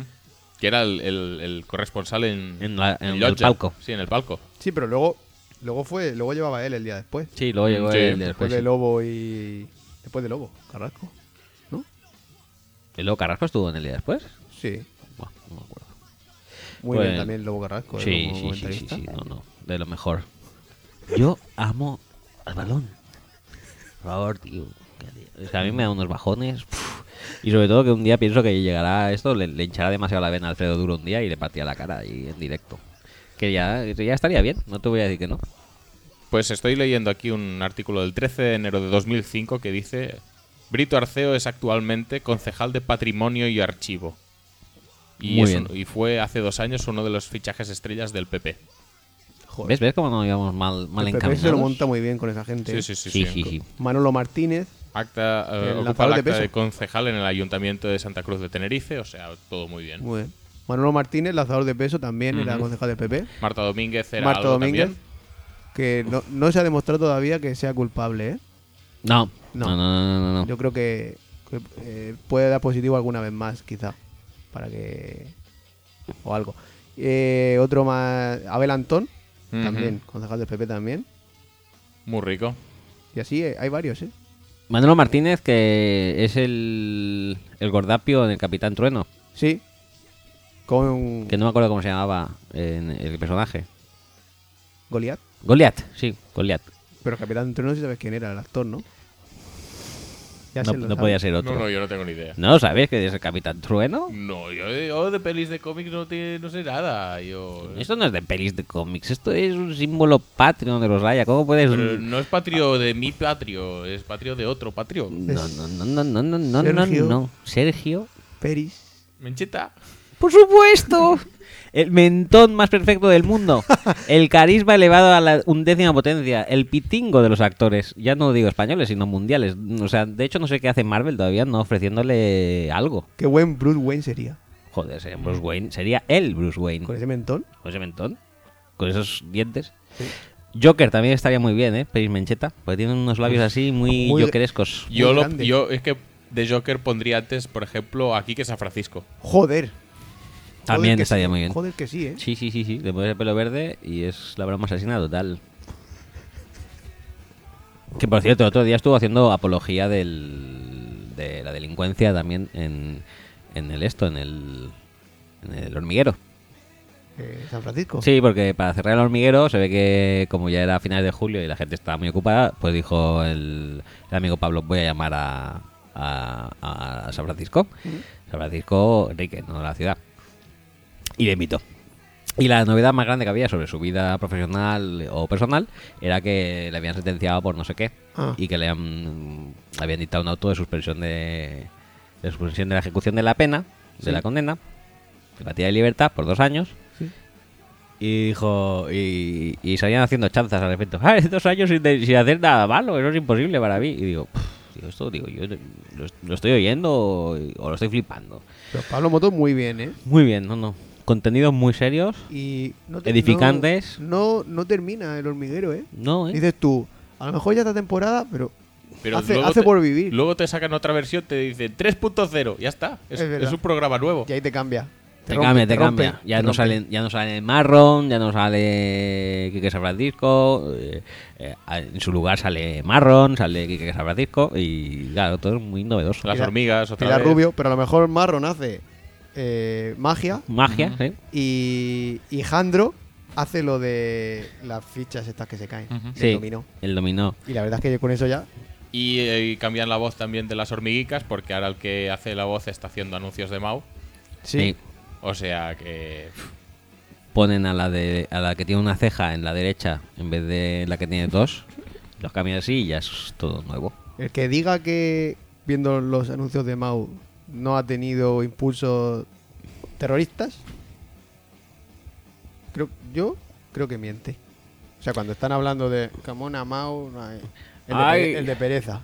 Que era el, el- el corresponsal en, En la- en el Lodger. palco. Sí, en el palco. Sí, pero luego, luego fue, luego llevaba él el día después. Sí, luego llegó Sí. el de Después después. de sí. Lobo y. Después de Lobo, Carrasco. ¿No? ¿Y luego Carrasco estuvo en el día después? Sí. Buah, no me acuerdo. Muy Pues- bien también Lobo Carrasco. eh, Sí, sí, sí, como sí, comentarista. sí, no, no, de lo mejor. Yo amo al balón. Por favor, tío. Es que a mí me da unos bajones. puf. Y sobre todo que un día pienso que llegará esto, le, le hinchará demasiado la vena a Alfredo Duro un día y le partía la cara ahí en directo. Que ya, ya estaría bien, no te voy a decir que no. Pues estoy leyendo aquí un artículo del 13 de enero de 2005 que dice: Brito Arceo es actualmente concejal de patrimonio y archivo. Y, Muy es bien. un- y fue hace dos años uno de los fichajes estrellas del PP. Joder. ¿Ves? ¿Ves cómo no íbamos mal, mal El PP se lo monta encaminados? muy bien con esa gente. Sí, ¿eh? sí, sí. Sí, sí. sí, sí. Manolo Martínez. Acta, eh, El ocupa lanzador el de acta peso. de concejal en el ayuntamiento de Santa Cruz de Tenerife, o sea, todo muy bien. Muy bien. Manolo Martínez, lanzador de peso, también era concejal del PP. Marta Domínguez era Marta algo Domínguez, también. que no, no se ha demostrado todavía que sea culpable. ¿eh? No, no, no, No. no, no, no. Yo creo que, que que, eh, puede dar positivo alguna vez más, quizá. Para que. O algo. Eh, otro más. Abel Antón, Ujú. también, concejal del PP también. Muy rico. Y así eh, hay varios, ¿eh? Manolo Martínez, que es el, el gordapio en el Capitán Trueno, Sí. Con que no me acuerdo cómo se llamaba en el personaje. Goliath. Goliath, sí, Goliath. Pero Capitán Trueno, si sabes quién era el actor, ¿no? Ya No, se lo no sabe. podía ser No, otro. no, yo no tengo ni idea. ¿No sabes que es el Capitán Trueno? No, yo, yo de pelis de cómics no, te- no sé nada. Yo, Esto no es de pelis de cómics, esto es un símbolo patrio de los raya. ¿Cómo puedes.? Pero no es patrio de mi patrio, es patrio de otro patrio. No, no, no, no, no, no, no, Sergio. no, no. Sergio. Peris. Mencheta. Por supuesto. El mentón más perfecto del mundo. El carisma elevado a la undécima potencia. El pitingo de los actores. Ya no digo españoles, sino mundiales. O sea, de hecho no sé qué hace Marvel todavía, no ofreciéndole algo. Qué buen Bruce Wayne sería. Joder, sería Bruce Wayne. Sería el Bruce Wayne. Con ese mentón. Con ese mentón. Con esos dientes. Joker también estaría muy bien, ¿eh? Peris Mencheta. Porque tiene unos labios así muy, Muy- jokerescos. Yo, Muy lo, grande. yo es que de Joker pondría antes, por ejemplo, aquí que San Francisco. Joder. También Joder que estaría sí. muy bien. Joder que sí, ¿eh? Sí, sí, sí, sí. Le pones el pelo verde y es la broma asesina total. Que por cierto, el otro día estuvo haciendo apología del, de la delincuencia también en, en el esto, en el, en el hormiguero. Eh, San Francisco. Sí, porque para cerrar el hormiguero se ve que como ya era a finales de julio y la gente estaba muy ocupada, pues dijo el, el amigo Pablo, voy a llamar a, a- a San Francisco. San Francisco Enrique, no la ciudad. Y le invitó. Y la novedad más grande que había sobre su vida profesional o personal era que le habían sentenciado por no sé qué Ah. y que le han- habían dictado un auto de suspensión de, de suspensión de la ejecución de la pena, de la condena, de batida de libertad por dos años. Y dijo, y, y salían haciendo chanzas al respecto. Ah, dos años sin, de- sin hacer nada malo, eso es imposible para mí. Y digo, "Pff, digo, esto, digo, yo lo, lo estoy oyendo o, o lo estoy flipando. Pero Pablo Motos muy bien, ¿eh? Muy bien, no, no. Contenidos muy serios. Y no Edificantes. No, no, no termina el hormiguero, ¿eh? No, ¿eh? Dices tú, a lo mejor ya esta temporada, pero, Pero hace, luego hace te- por vivir. Luego te sacan otra versión, te dicen 3.0, ya está. Es, Es verdad. es un programa nuevo. Y ahí te cambia. Te, rompe, cambia, te, rompe, cambia. Ya te no, rompe. salen, ya no sale Marron, ya no sale Quique San Francisco. eh, eh, en su lugar sale Marron, sale Quique San Francisco. Y claro, todo es muy novedoso. Las Pilar- hormigas, otra Pilar vez. Rubio, pero a lo mejor Marron hace eh, magia Magia, ¿eh? ¿sí? y, y Jandro hace lo de las fichas estas que se caen. del Sí, dominó. el dominó. Y la verdad es que yo con eso ya. Y, eh, y cambian la voz también de las hormiguicas, porque ahora el que hace la voz está haciendo anuncios de Mau. Sí. O sea que. pff, ponen a la de a la que tiene una ceja en la derecha en vez de la que tiene dos los cambian así y ya es todo nuevo El que diga que viendo los anuncios de Mau no ha tenido impulsos terroristas, creo, yo creo que miente. O sea, cuando están hablando de Camona Mau, no hay- el de, pere- Ay. el de pereza.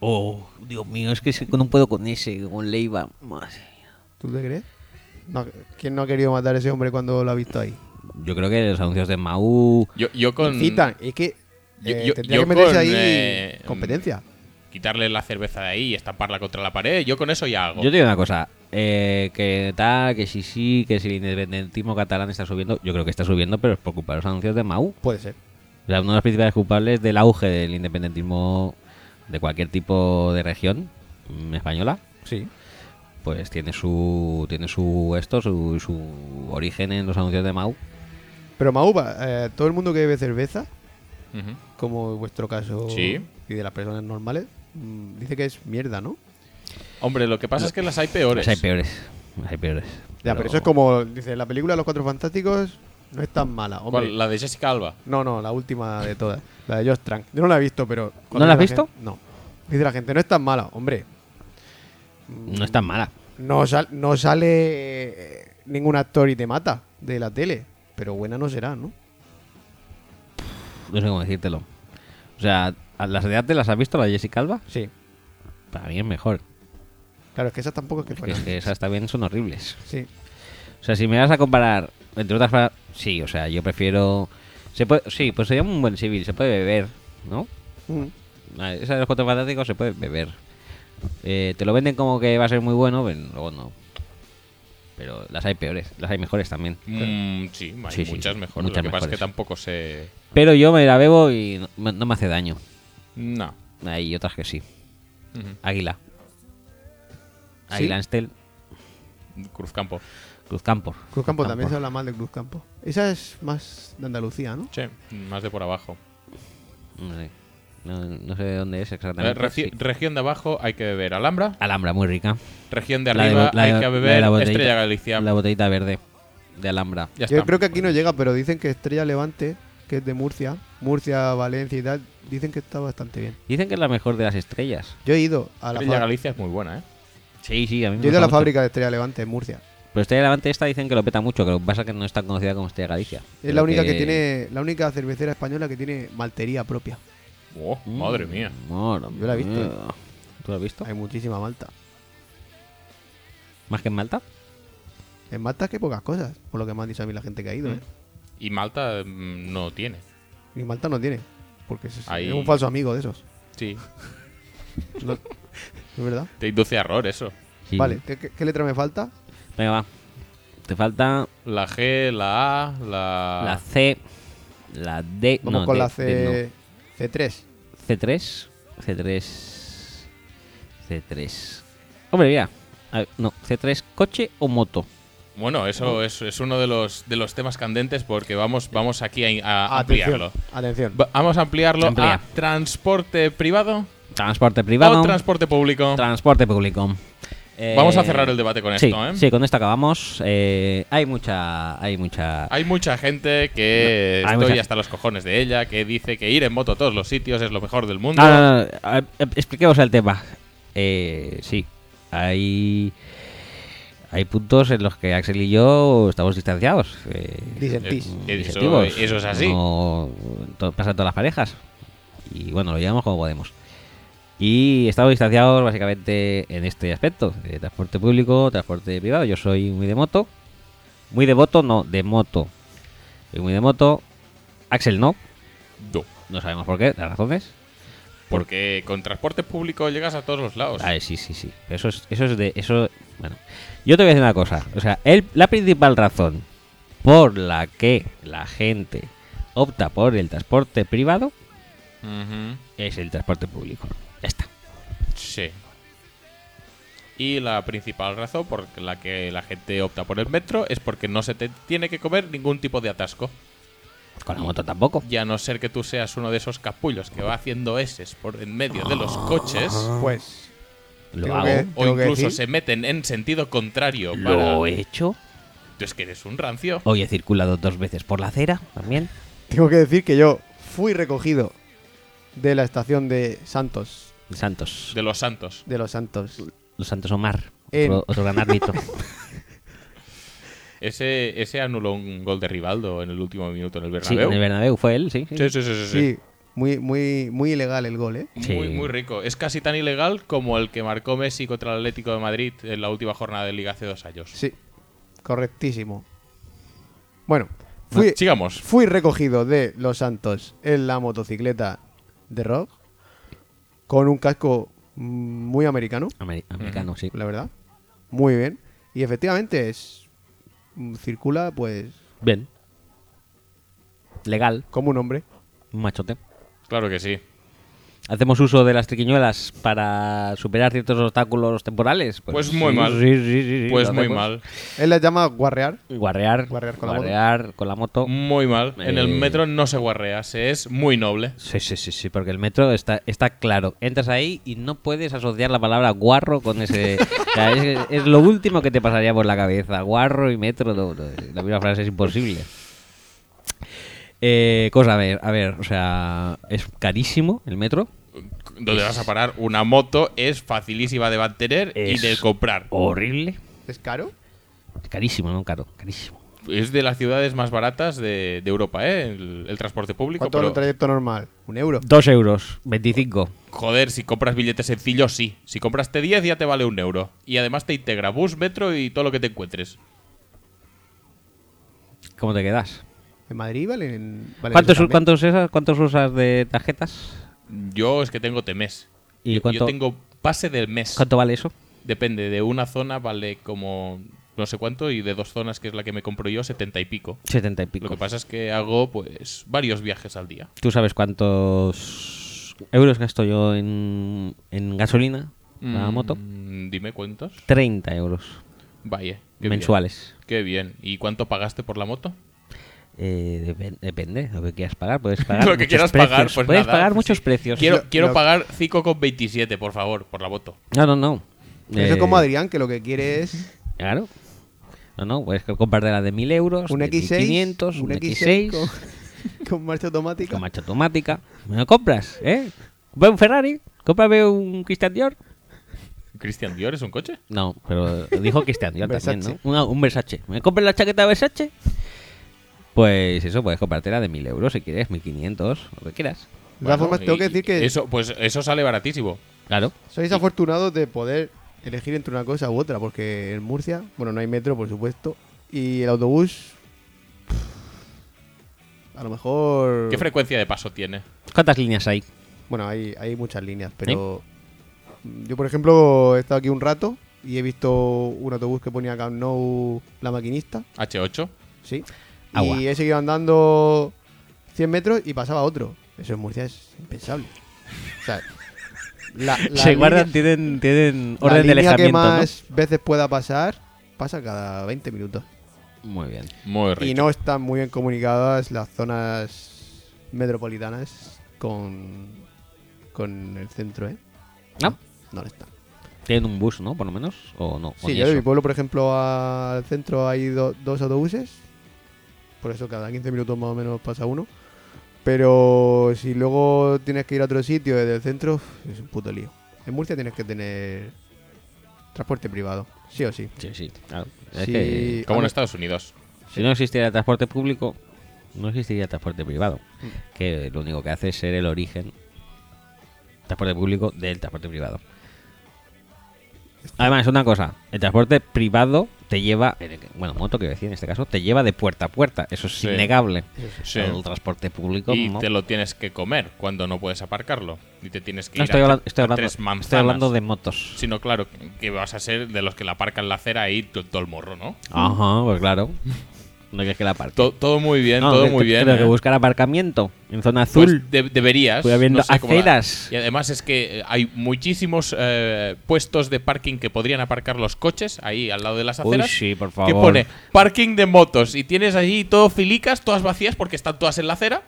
oh Dios mío es que se- no puedo con ese con Leiva Madre mía. ¿Tú te crees? No, ¿Quién no ha querido matar a ese hombre cuando lo ha visto ahí? yo creo que los anuncios de Mau Yo, yo con. Citan, es que Yo- eh, yo- tendría yo que meterse con, ahí eh, competencia. Quitarle la cerveza de ahí y estamparla contra la pared. Yo con eso ya hago. yo te digo una cosa eh, que tal que sí sí que si el independentismo catalán está subiendo yo creo que está subiendo pero es por culpa de los anuncios de Mau Puede ser. O sea, uno de los principales culpables del auge del independentismo de cualquier tipo de región mm, española Sí. pues tiene su tiene su esto su, su origen en los anuncios de Mau Pero Mauba, eh, todo el mundo que bebe cerveza, Ujú. como en vuestro caso Sí. y de las personas normales, mm, dice que es mierda, ¿no? Hombre, lo que pasa es que las hay peores. Las hay peores las hay peores Ya, pero, eso es como, dice, la película de los Cuatro Fantásticos no es tan mala. Hombre, ¿Cuál? La de Jessica Alba. No, no, la última de todas. La de Josh Trank. Yo no la he visto, pero... ¿No la has dice visto? gente- no. Dice la gente, no es tan mala, hombre. no es tan mala No, sal- no sale eh, ningún actor y te mata de la tele. Pero buena no será, ¿no? no sé cómo decírtelo o sea a las de antes las has visto la de Jessica Alba Sí. para mí es mejor Claro, es que esas tampoco es que es que, fueran. es que esas también son horribles Sí. o sea si me vas a comparar entre otras cosas sí o sea yo prefiero se puede sí pues sería un buen civil se puede beber no Ah, Mm. A ver, esa de los cuatro fantásticos se puede beber Eh, te lo venden como que va a ser muy bueno, pero luego no. Pero las hay peores, las hay mejores también. Mm, sí, hay Sí, sí, muchas mejores. muchas Lo que pasa es que mejores. tampoco sé. Pero yo me la bebo y no, no me hace daño. No. Hay otras que sí. Ujú. Águila. Águila Anstel, Cruzcampo. Cruzcampo. Cruzcampo también se Cruzcampo. habla mal de Cruzcampo. Esa es más de Andalucía, ¿no? Che, más de por abajo. No sé. No, no sé de dónde es Eh, exactamente. regi- sí. Región de abajo hay que beber Alhambra. Alhambra, muy rica. Región de La de arriba bo- la de- hay que la de beber la botellita- Estrella Galicia. La botellita verde de Alhambra. Ya Yo está. creo que aquí no llega, pero dicen que Estrella Levante, que es de Murcia, Murcia, Valencia y tal, dicen que está bastante bien. Dicen que es la mejor de las estrellas. Yo he ido a la, Estrella fa- Galicia es muy buena, ¿eh? Sí, sí, a mí me Yo he ido gusta a la mucho. fábrica de Estrella Levante en Murcia. Pero Estrella Levante esta dicen que lo peta mucho, que lo que pasa es que no es tan conocida como Estrella Galicia. Es la Pero única que... tiene, la única cervecera española que tiene maltería propia. Oh, Mm. madre mía. Madre Yo la he visto, mía. eh. ¿Tú la has visto? Hay muchísima malta. ¿Más que en Malta? En Malta es que hay pocas cosas, por lo que me han dicho a mí la gente que ha ido, ¿eh? Y Malta mm, no tiene. Y Malta no tiene, porque es, Ahí- es un falso amigo de esos. Sí. No- es verdad. Te induce a error eso. Sí. Vale, ¿qué, qué- qué letra me falta? Venga, va. Te falta La G, la A, la. la C, la D. Vamos no, con D- la D C, C3. no. C3. C3. C3. Hombre, mira. A ver, no, C3, coche o moto. Bueno, eso es, es uno de los, de los temas candentes porque vamos, vamos aquí a, in- a Atención, ampliarlo. atención. Va- Vamos a ampliarlo Amplía. a transporte privado Transporte privado. o transporte público. transporte público. Vamos a Eh, cerrar el debate con sí, esto, ¿eh? Sí, con esto acabamos. Eh, hay mucha. Hay mucha. Hay mucha gente que No, hay estoy mucha- hasta los cojones de ella, que dice que ir en moto a todos los sitios es lo mejor del mundo. No, no, no, a- a- expliquemos el tema. Eh, sí, hay. Hay puntos en los que Axel y yo estamos distanciados. eh, Disentís. Eh, eso, digestivos. eso es así. No- to- pasa en todas las parejas. Y bueno, lo llevamos como podemos. Y estamos distanciados básicamente en este aspecto: de transporte público, transporte privado. Yo soy muy de moto. Muy de voto, no, de moto. Soy muy de moto. Axel no. No, No sabemos por qué, las razones. Porque con transporte público llegas a todos los lados. Ah, sí, sí, sí. Eso es, eso es de. Eso, bueno. Yo te voy a decir una cosa. O sea, el- la principal razón por la que la gente opta por el transporte privado Ujú. es el transporte público. Ya está. Sí. Y la principal razón por la que la gente opta por el metro es porque no se te tiene que comer ningún tipo de atasco. Con la moto tampoco. Y a no ser que tú seas uno de esos capullos que va haciendo S por en medio de los coches, Pues, Lo Tengo hago. que- o ¿Tengo incluso decir? se meten en sentido contrario para. Lo he hecho. Tú es que eres un rancio. Hoy he circulado dos veces por la acera también. tengo que decir que yo fui recogido de la estación de Santos, Santos. De los santos. de los Santos. Los Santos Omar. En- Otro, otro gran árbitro. Ese, ese anuló un gol de Rivaldo en el último minuto en el sí, Bernabéu. en el Bernabéu fue él, sí. sí. sí, sí, sí, sí, sí. Sí, muy, muy, muy ilegal el gol, ¿eh? Sí. Muy, muy rico. Es casi tan ilegal como el que marcó Messi contra el Atlético de Madrid en la última jornada de Liga hace dos años. Sí, correctísimo. Bueno, fui, Sigamos. fui recogido de Los Santos en la motocicleta de Rock con un casco mm, muy americano, Ameri- americano, sí. la verdad. Muy bien. Y efectivamente es mm, circula pues Bien. Legal. como un hombre. Un machote. Claro que sí. ¿Hacemos uso de las triquiñuelas para superar ciertos obstáculos temporales? Pues muy sí, mal. sí, sí, sí, sí, Pues lo muy hacemos. mal. Él la llama guarrear. Guarrear, Guarrear con la guarrear con la moto. Muy mal. En el Eh. metro no se guarrea, se es muy noble. Sí, sí, sí, sí, porque el metro está, está claro. Entras ahí y no puedes asociar la palabra guarro con ese... O sea, es, es lo último que te pasaría por la cabeza. Guarro y metro, no, no, la misma frase es imposible. Eh, cosa, a ver, a ver, o sea, es carísimo el metro. Donde vas a parar una moto es facilísima de mantener y Es de comprar. Horrible. ¿Es caro? Carísimo, no caro, carísimo. Es de las ciudades más baratas de, de Europa, ¿eh? El, el transporte público. ¿Cuánto es un pero- trayecto normal? ¿Un euro? Dos euros, 25. Joder, si compras billetes sencillos, sí. Si compraste 10 ya te vale un euro. Y además te integra bus, metro y todo lo que te encuentres. ¿Cómo te quedas? ¿En Madrid valen? valen ¿Cuántos, eso también? cuántos esas- cuántos usas de tarjetas? Yo es que tengo temes. ¿Y yo, cuánto- yo tengo pase del mes. ¿Cuánto vale eso? Depende, de una zona vale como no sé cuánto y de dos zonas, que es la que me compro yo, setenta y pico. 70 y pico. Lo que pasa es que hago pues varios viajes al día. ¿Tú sabes cuántos euros gasto yo en, en gasolina para la moto? Mm, Dime cuántos. 30 euros Vaya. qué mensuales. bien. Qué bien. ¿Y cuánto pagaste por la moto? Eh, depen- depende de lo que quieras pagar. Puedes pagar Lo que muchos quieras precios. pagar, pues Puedes nada, pagar pues muchos sí. precios. Quiero, Lo- quiero lo- pagar 5,27, por favor, por la moto. No, no, no. Eso Eh, es como Adrián, que lo que quiere es Claro. No, no, puedes comprarte la de 1000 euros, un de X6. 1500, un, X6, con, con marcha automática. con marcha automática. Me lo compras, ¿eh? Ve un Ferrari, cómprame un Christian Dior. ¿Cristian Dior es un coche? No, pero dijo Cristian Dior también, ¿no? Versace. Una- un Versace. ¿Me compras la chaqueta Versace? Pues eso, puedes comprártela de 1000 euros si quieres, 1500, lo que quieras. De todas Bueno, formas, tengo y- que decir que Eso, pues eso sale baratísimo. Claro. sois afortunados de poder elegir entre una cosa u otra, porque en Murcia, bueno, no hay metro, por supuesto, y el autobús. pff, A lo mejor. ¿Qué frecuencia de paso tiene? ¿Cuántas líneas hay? Bueno, hay, hay muchas líneas, pero ¿Eh? mm, yo, por ejemplo, he estado aquí un rato y he visto un autobús que ponía Camp Nou la maquinista, ¿H8? ¿sí? Agua. Y he seguido andando 100 metros y pasaba otro. Eso en Murcia es impensable. O sea, la, la Se línea- guardan, tienen, tienen la orden de línea que alejamiento, más veces pueda pasar, pasa cada 20 minutos. ¿no? Muy bien. Muy Y rico. no están muy bien comunicadas las zonas metropolitanas con, con el centro, ¿eh? ¿No? No lo están. Tienen un bus, ¿no? Por lo menos, o no. O Sí, ni yo de eso. mi pueblo, por ejemplo, al centro hay do- dos autobuses. Por eso cada 15 minutos más o menos pasa uno. Pero si luego tienes que ir a otro sitio desde el centro, es un puto lío. En Murcia tienes que tener transporte privado, sí o sí. Sí, sí, claro. Es Sí. que Como en a- Estados Unidos. si no existiera transporte público, no existiría transporte privado. Que lo único que hace es ser el origen transporte público del transporte privado. Además, una cosa, el transporte privado te lleva, en el- bueno, moto que decía en este caso, te lleva de puerta a puerta, eso es Sí. innegable. Sí. El transporte público Y no. te lo tienes que comer cuando no puedes aparcarlo. Y te tienes que No, ir estoy, a, hablando, tre- estoy a hablando- tres manzanas. estoy hablando de motos. Sino, claro, que vas a ser de los que la aparcan la acera y to- todo el morro, ¿no? Ajá, pues claro. No quieres que la parte. To- todo muy bien, No, todo que- muy bien. Creo que ¿eh? buscar aparcamiento en zona Pues azul. de- deberías. Voy habiendo cómo la- aceras. y además es que eh, hay muchísimos eh, puestos de parking que podrían aparcar los coches ahí al lado de las Uy, aceras. sí, por Que favor. pone parking de motos y tienes allí todo filicas, todas vacías porque están todas en la acera.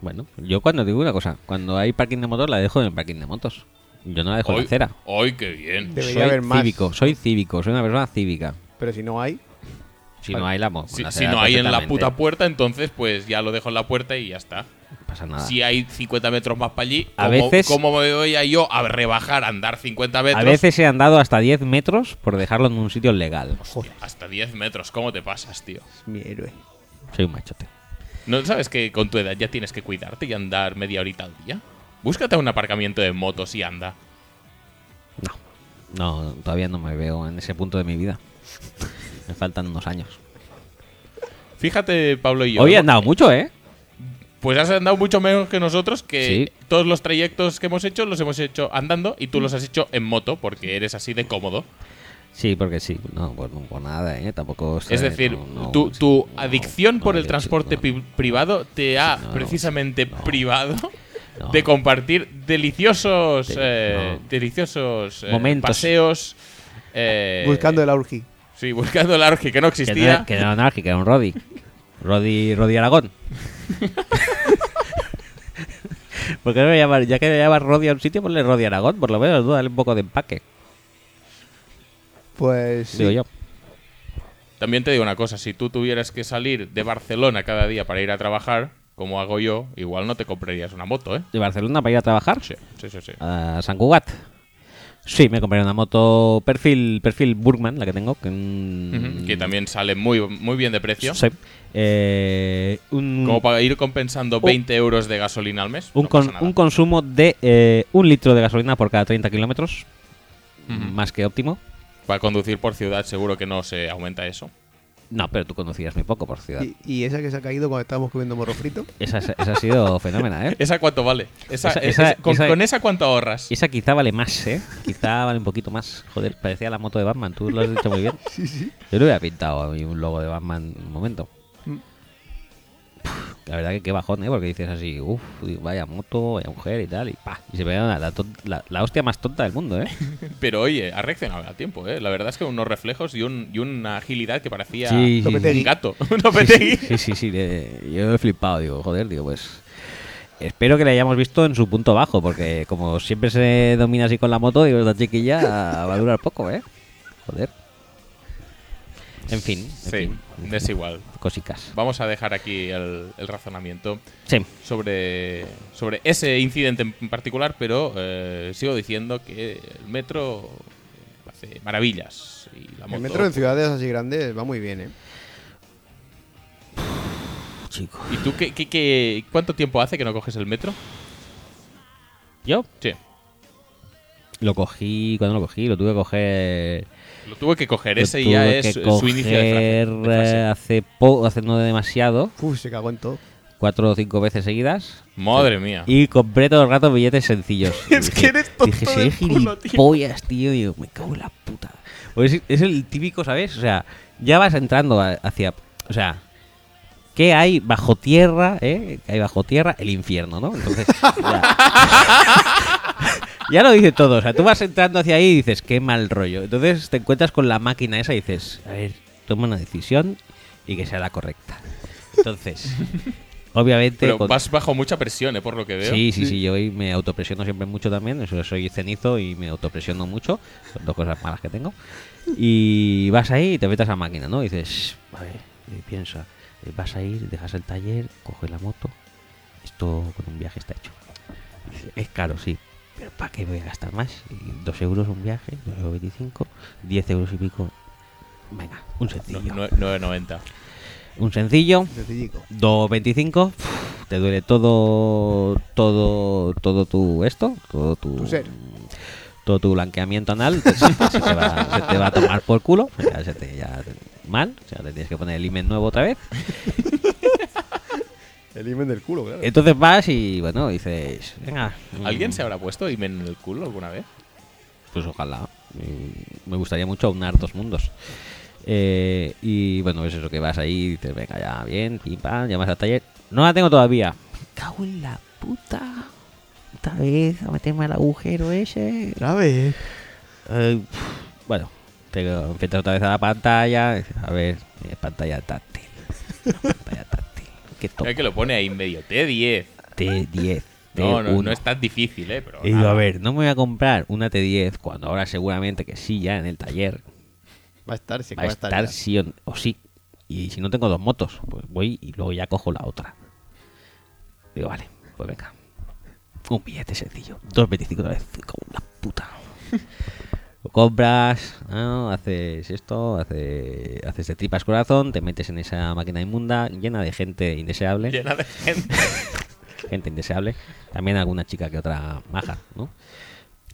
Bueno, yo cuando digo una cosa, cuando hay parking de motor la dejo en el parking de motos. Yo no la dejo en Hoy, la acera. hoy, qué bien. Debería soy haber más. cívico, soy cívico, soy una persona cívica. Pero si no hay, Si no hay la mo- Si, la si acera no hay en la perfectamente, puta puerta, entonces pues ya lo dejo en la puerta y ya está. no pasa nada. Si hay 50 metros más para allí, Ah. A ¿cómo, veces- cómo me voy a yo a rebajar, a andar 50 metros? A veces he andado hasta 10 metros por dejarlo en un sitio legal. Hasta 10 metros, ¿cómo te pasas, tío? es mi héroe. Soy un machote. ¿No sabes que con tu edad ya tienes que cuidarte y andar media horita al día? Búscate un aparcamiento de motos y anda. No, no, todavía no me veo en ese punto de mi vida. Me faltan unos años. Fíjate, Pablo y yo. Hoy he hemos- andado mucho, ¿eh? Pues has andado mucho menos que nosotros, que Sí. todos los trayectos que hemos hecho los hemos hecho andando y tú los has hecho en moto porque eres así de cómodo. Sí, porque sí. No, pues no por nada, ¿eh? Tampoco... Es sé, decir, no, no, tu, sí, tu no, adicción no, por yo el sí, transporte no. pi- privado te ha no, precisamente no. privado No. de compartir deliciosos, Sí, eh, no. deliciosos eh, Momentos. paseos. eh, Buscando el Aurgi. Sí, buscando la orgi que no Que no, era, existía. que no era un Argi, que era un Roddy. Roddy, Roddy Aragón. ¿Por qué no llamar, ya que le llamas Roddy a un sitio, ponle Roddy Aragón, por lo menos, ¿no? dale un poco de empaque, Pues sí, digo yo. También te digo una cosa, si tú tuvieras que salir de Barcelona cada día para ir a trabajar, como hago yo, igual no te comprarías una moto, ¿eh? ¿De Barcelona para ir a trabajar? Sí, sí, sí. sí. A San Cugat. Sí, me compré una moto perfil perfil Burgman, la que tengo. Que, mm, Ujú, Que también sale muy, muy bien de precio. sí. Eh, un, Como para ir compensando 20 euros de gasolina al mes. un, no con- pasa nada. un consumo de eh, un litro de gasolina por cada 30 kilómetros. Más que óptimo. Para conducir por ciudad seguro que no se aumenta eso. No, pero tú conocías muy poco por ciudad. Y, y esa que se ha caído cuando estábamos comiendo morro frito. Esa, esa- esa ha sido fenómena, ¿eh? ¿Esa cuánto vale? Esa, Esa- es- esa- es- con, esa- con esa cuánto ahorras? Esa quizá vale más, ¿eh? Quizá vale un poquito más. Joder, parecía la moto de Batman. Tú lo has dicho muy bien. Sí, sí. Yo le hubiera pintado a mí un logo de Batman un momento. Mm. Puf, La verdad que qué bajón, ¿eh? Porque dices así, uff, vaya moto, vaya mujer y tal, y pa. Y se pega la, la ton- la- la hostia más tonta del mundo, ¿eh? Pero oye, ha reaccionado a tiempo, ¿eh? La verdad es que unos reflejos y, un- y una agilidad que parecía Sí, sí, un sí. gato. Un Sí, Lopetegui. sí, sí, sí, sí, de- yo he flipado, digo, joder, digo, pues... Espero que la hayamos visto en su punto bajo, porque como siempre se domina así con la moto, digo, esta chiquilla va a durar poco, ¿eh? Joder. En fin, en Sí, fin, en fin, desigual. cosicas. Vamos a dejar aquí el, el razonamiento Sí, sobre, sobre ese incidente en particular, pero eh, sigo diciendo que el metro hace maravillas. Y la moto, El metro en ciudades así grandes va muy bien, ¿eh? chico. ¿Y tú qué, qué- qué- cuánto tiempo hace que no coges el metro? Yo Sí, lo cogí, cuando lo cogí, lo tuve que coger... lo tuve que coger. lo Ese ya tuve es que su su inicio de frase. de coger, frase. eh, hace poco, hace no demasiado, Uf, se cagó en todo. cuatro o cinco veces seguidas. Madre mía. Y compré todo el rato billetes sencillos. Es que eres tonto Dije, soy del culo, tío". gilipollas, tío. Y digo, me cago en la puta. Pues es, es el típico, ¿sabes? O sea, ya vas entrando a- hacia. O sea, ¿qué hay bajo tierra? ¿Eh? ¿Qué hay bajo tierra? El infierno, ¿no? Entonces. Ya, ya lo dice todo. O sea, tú vas entrando hacia ahí y dices, qué mal rollo. Entonces te encuentras con la máquina esa y dices, a ver, toma una decisión y que sea la correcta. Entonces. Obviamente. Pero con- vas bajo mucha presión, ¿eh? Por lo que veo. Sí, sí, sí, yo hoy me autopresiono siempre mucho también, eso, soy cenizo y me autopresiono mucho, son dos cosas malas que tengo. Y vas ahí y te metes a la máquina, ¿no? Y dices, a ver, y piensa, eh, vas a ir, dejas el taller, coges la moto, esto con un viaje está hecho. Dice, Es caro, sí, pero ¿para qué voy a gastar más? Y Dos euros un viaje, 2,25, 10 euros y pico, venga, un No, sencillo. nue- 9,90. Un sencillo, Sencillico. 2.25, te duele todo, todo, todo tu esto, todo tu, Tu ser. todo tu blanqueamiento anal, se, se te va, se te va a tomar por culo, ya se te, ya te- mal, o sea, te tienes que poner el imen nuevo otra vez. El imen del culo, claro. Entonces vas y, bueno, dices, venga. mm, ¿Alguien se habrá puesto Imen en el culo alguna vez? Pues ojalá. Mm, Me gustaría mucho aunar dos mundos. Eh, y bueno, es eso que vas ahí, dices, venga, ya, bien, pim, pam, llamas al taller. No la tengo todavía. Me cago en la puta. Otra vez a meterme al agujero ese. Otra vez. Eh, bueno, te enfrentas otra vez a la pantalla. dices, A ver, eh, pantalla táctil. Pantalla táctil. Que todo. Hay que lo pone ahí en medio. T10. T10. No, no, T1. no es tan difícil, ¿eh? Pero He dicho, nada. a ver, no me voy a comprar una T10 cuando ahora seguramente que sí, ya en el taller. Va a estar, sí, que va a estar, ya. sí o, o sí. Y si no tengo dos motos, pues voy y luego ya cojo la otra. Digo, vale, pues venga. Un billete sencillo. 2.25 dólares. Como la puta. Lo compras, ¿no? haces esto, haces, haces de tripas corazón, te metes en esa máquina inmunda llena de gente indeseable Llena de gente. gente indeseable. También alguna chica que otra maja, ¿no?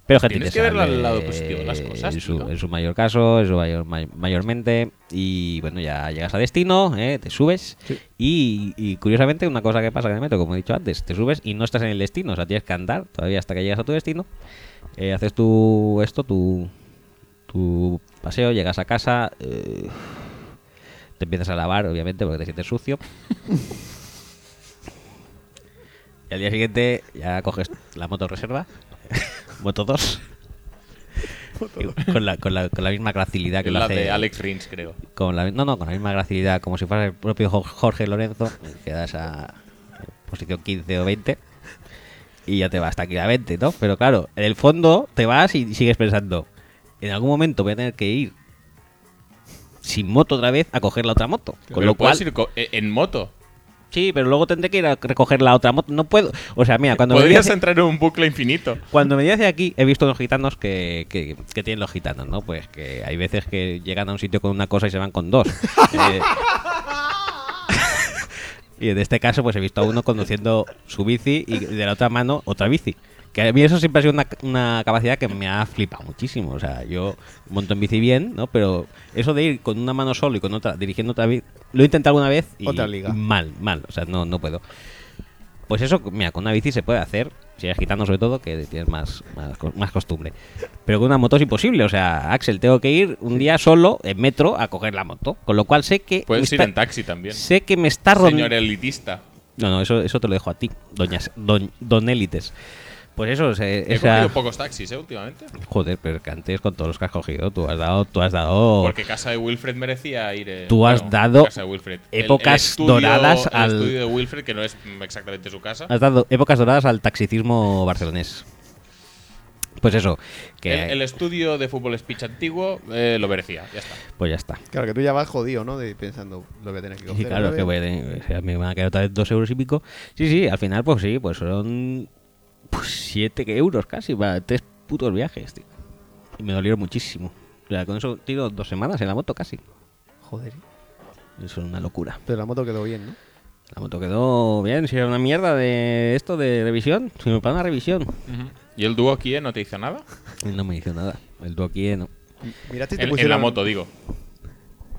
Pero gente Tienes que verlo al indeseable, eh, lado positivo de las cosas, En su, tío. en su mayor caso, en su mayor, may- mayormente. Y bueno, ya llegas a destino, ¿eh? te subes. Y, y curiosamente, una cosa que pasa en el metro, como he dicho antes, te subes y no estás en el destino. O sea, tienes que andar todavía hasta que llegas a tu destino. Eh, haces tu esto, tu, tu paseo, llegas a casa. eh, te empiezas a lavar, obviamente, porque te sientes sucio. Y al día siguiente ya coges la moto reserva, moto 2, y con, la, con, la, con la misma gracilidad que Es lo la hace. de Alex Rins, creo. Con la, no, no, con la misma gracilidad, como si fuera el propio Jo- Jorge Lorenzo, quedas a eh, posición 15 o 20 y ya te vas tranquilamente, ¿no? Pero claro, en el fondo te vas y sigues pensando, en algún momento voy a tener que ir sin moto otra vez a coger la otra moto. Con Pero lo cual, puedes ir co- e- en moto. sí, pero luego tendré que ir a recoger la otra moto. No puedo. O sea, mira, cuando me Podrías dice- entrar en un bucle infinito. cuando venía hacia aquí he visto los gitanos que, que- que tienen los gitanos, ¿no? Pues que hay veces que llegan a un sitio con una cosa y se van con dos. Eh, y en este caso pues he visto a uno conduciendo su bici y de la otra mano otra bici. Que a mí eso siempre ha sido una, una capacidad que me ha flipado muchísimo. O sea, yo monto en bici bien, ¿no? Pero eso de ir con una mano solo y con otra dirigiendo otra vez, lo he intentado una vez y Otra liga. mal, mal. O sea, no, no puedo. Pues eso, mira, con una bici se puede hacer, si eres gitano sobre todo, que tienes más, más, co- más costumbre. Pero con una moto es imposible. O sea, Axel, tengo que ir un día solo en metro a coger la moto. Con lo cual sé que. Puedes me ir está- en taxi también. Sé que me está rondando. Señor elitista. No, no, eso, eso te lo dejo a ti, doñas, don, don élites. Pues eso, se- He esa... cogido pocos taxis, ¿eh? Últimamente. Joder, pero que antes con todos los que has cogido, tú has dado, tú has dado Porque Casa de Wilfred merecía ir. eh, Oh. Tú has dado Casa de Wilfred. El- el épocas estudio- doradas al- El estudio de Wilfred, que no es mm, exactamente su casa. has dado épocas doradas al taxicismo barcelonés. Pues eso, que El, el estudio de fútbol speech antiguo eh, lo merecía, ya está. pues ya está. Claro, que tú ya vas jodido, ¿no? De, pensando lo que tienes que Sí, coger. claro, ¿no? que voy a tener- o sea, me van a quedar otra vez dos euros y pico. Sí, sí, al final, pues sí, pues son pues, siete euros casi para tres putos viajes, tío. Y me dolieron muchísimo. O sea, con eso tiro dos semanas en la moto casi. Joder. Eso es una locura. Pero la moto quedó bien, ¿no? La moto quedó bien, si era una mierda de esto de revisión, si me pagan la revisión. ¿Y el dúo aquí eh, no te hizo nada? Él no me hizo nada, el Duokie no. Miraste si En, te en pusieron, la moto, digo.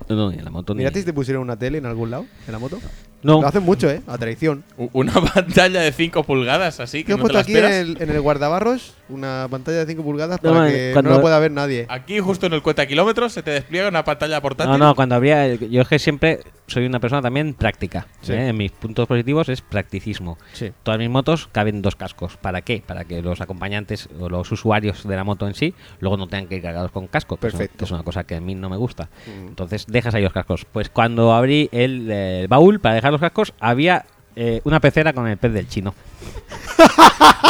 No, no, ni en la moto ni... miraste si te pusieron una tele en algún lado, en la moto. No, Lo hacen mucho, ¿eh? A traición. U- Una pantalla de 5 pulgadas, así que Yo he no te puesto la aquí en esperas. el, en el guardabarros una pantalla de 5 pulgadas No, para no, que cuando- no la pueda ver nadie. Aquí, justo en el cuenta kilómetros, se te despliega una pantalla portátil. no, no, cuando habría... Yo es que siempre soy una persona también práctica. Sí. ¿eh? En mis puntos positivos es practicismo. Sí. Todas mis motos caben dos cascos. ¿Para qué? Para que los acompañantes o los usuarios de la moto en sí luego no tengan que ir cargados con casco. que es una- Perfecto. Mm. que Es una cosa que a mí no me gusta. Entonces dejas ahí los cascos. Pues cuando abrí el, eh, el baúl para dejar los cascos, había eh, una pecera con el pez del chino.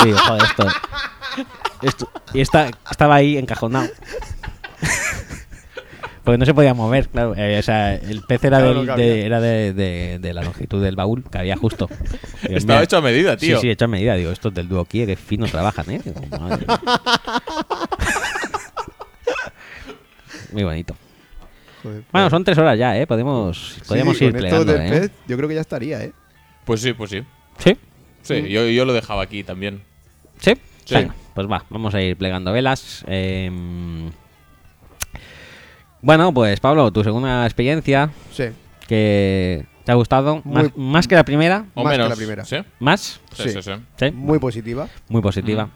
Y digo, joder, esto. esto- y esta, estaba ahí encajonado. Porque no se podía mover, claro. eh, o sea, el pez era, Claro, del- no cabía. de, era de, de- de la longitud del baúl, que había justo. Digo, Estaba mira, hecho a medida, tío. Sí, sí, hecho a medida. Digo, estos del dúo Kie, que fino trabajan, ¿eh? Digo, madre mía. Muy bonito. Joder, Bueno, son tres horas ya, ¿eh? Podemos, Sí, podemos ir con esto plegando, del ¿eh? pez, yo creo que ya estaría, ¿eh? Pues sí, pues sí. Sí, Mm. Sí, yo, yo lo dejaba aquí también. sí. Sí. Venga, pues va, vamos a ir plegando velas. Em, Bueno, pues Pablo, tu segunda experiencia Sí. que te ha gustado, Muy- más, más que la primera, O Más que menos. la primera. ¿Sí? más, Sí, Sí. sí, sí. sí, Muy positiva. muy positiva.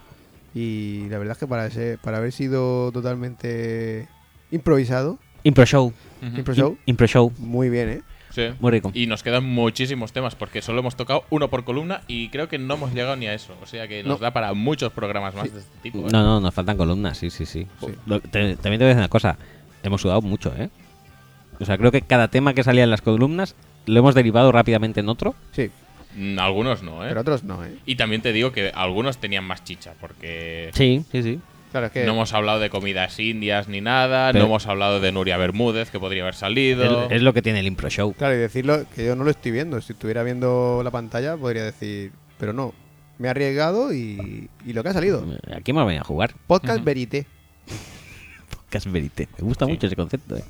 Y la verdad es que para, ser- para haber sido totalmente improvisado, Impro show, impro show, im- impro show, muy bien, ¿eh? Sí. muy rico. Y nos quedan muchísimos temas porque solo hemos tocado uno por columna y creo que no hemos llegado ni a eso. O sea que nos da para muchos programas más de este tipo. ¿eh? No, no, nos faltan columnas, sí, sí, sí. Lo- te- también te voy a decir una cosa, hemos sudado mucho, ¿eh? O sea, creo que cada tema que salía en las columnas lo hemos derivado rápidamente en otro. Sí, Mm, Algunos no, ¿eh? pero otros no, ¿eh? Y también te digo que algunos tenían más chicha porque Sí, sí, sí. Claro, es que no hemos hablado de comidas indias ni nada, Pero- no hemos hablado de Nuria Bermúdez que podría haber Es, salido. es lo que tiene el impro show. Claro, y decirlo que yo no lo estoy viendo. Si estuviera viendo la pantalla, podría decir, pero no, me he arriesgado y, y lo que ha salido. Aquí hemos venido a jugar. Podcast Verité. Podcast Verité. Me gusta Sí. mucho ese concepto, ¿eh?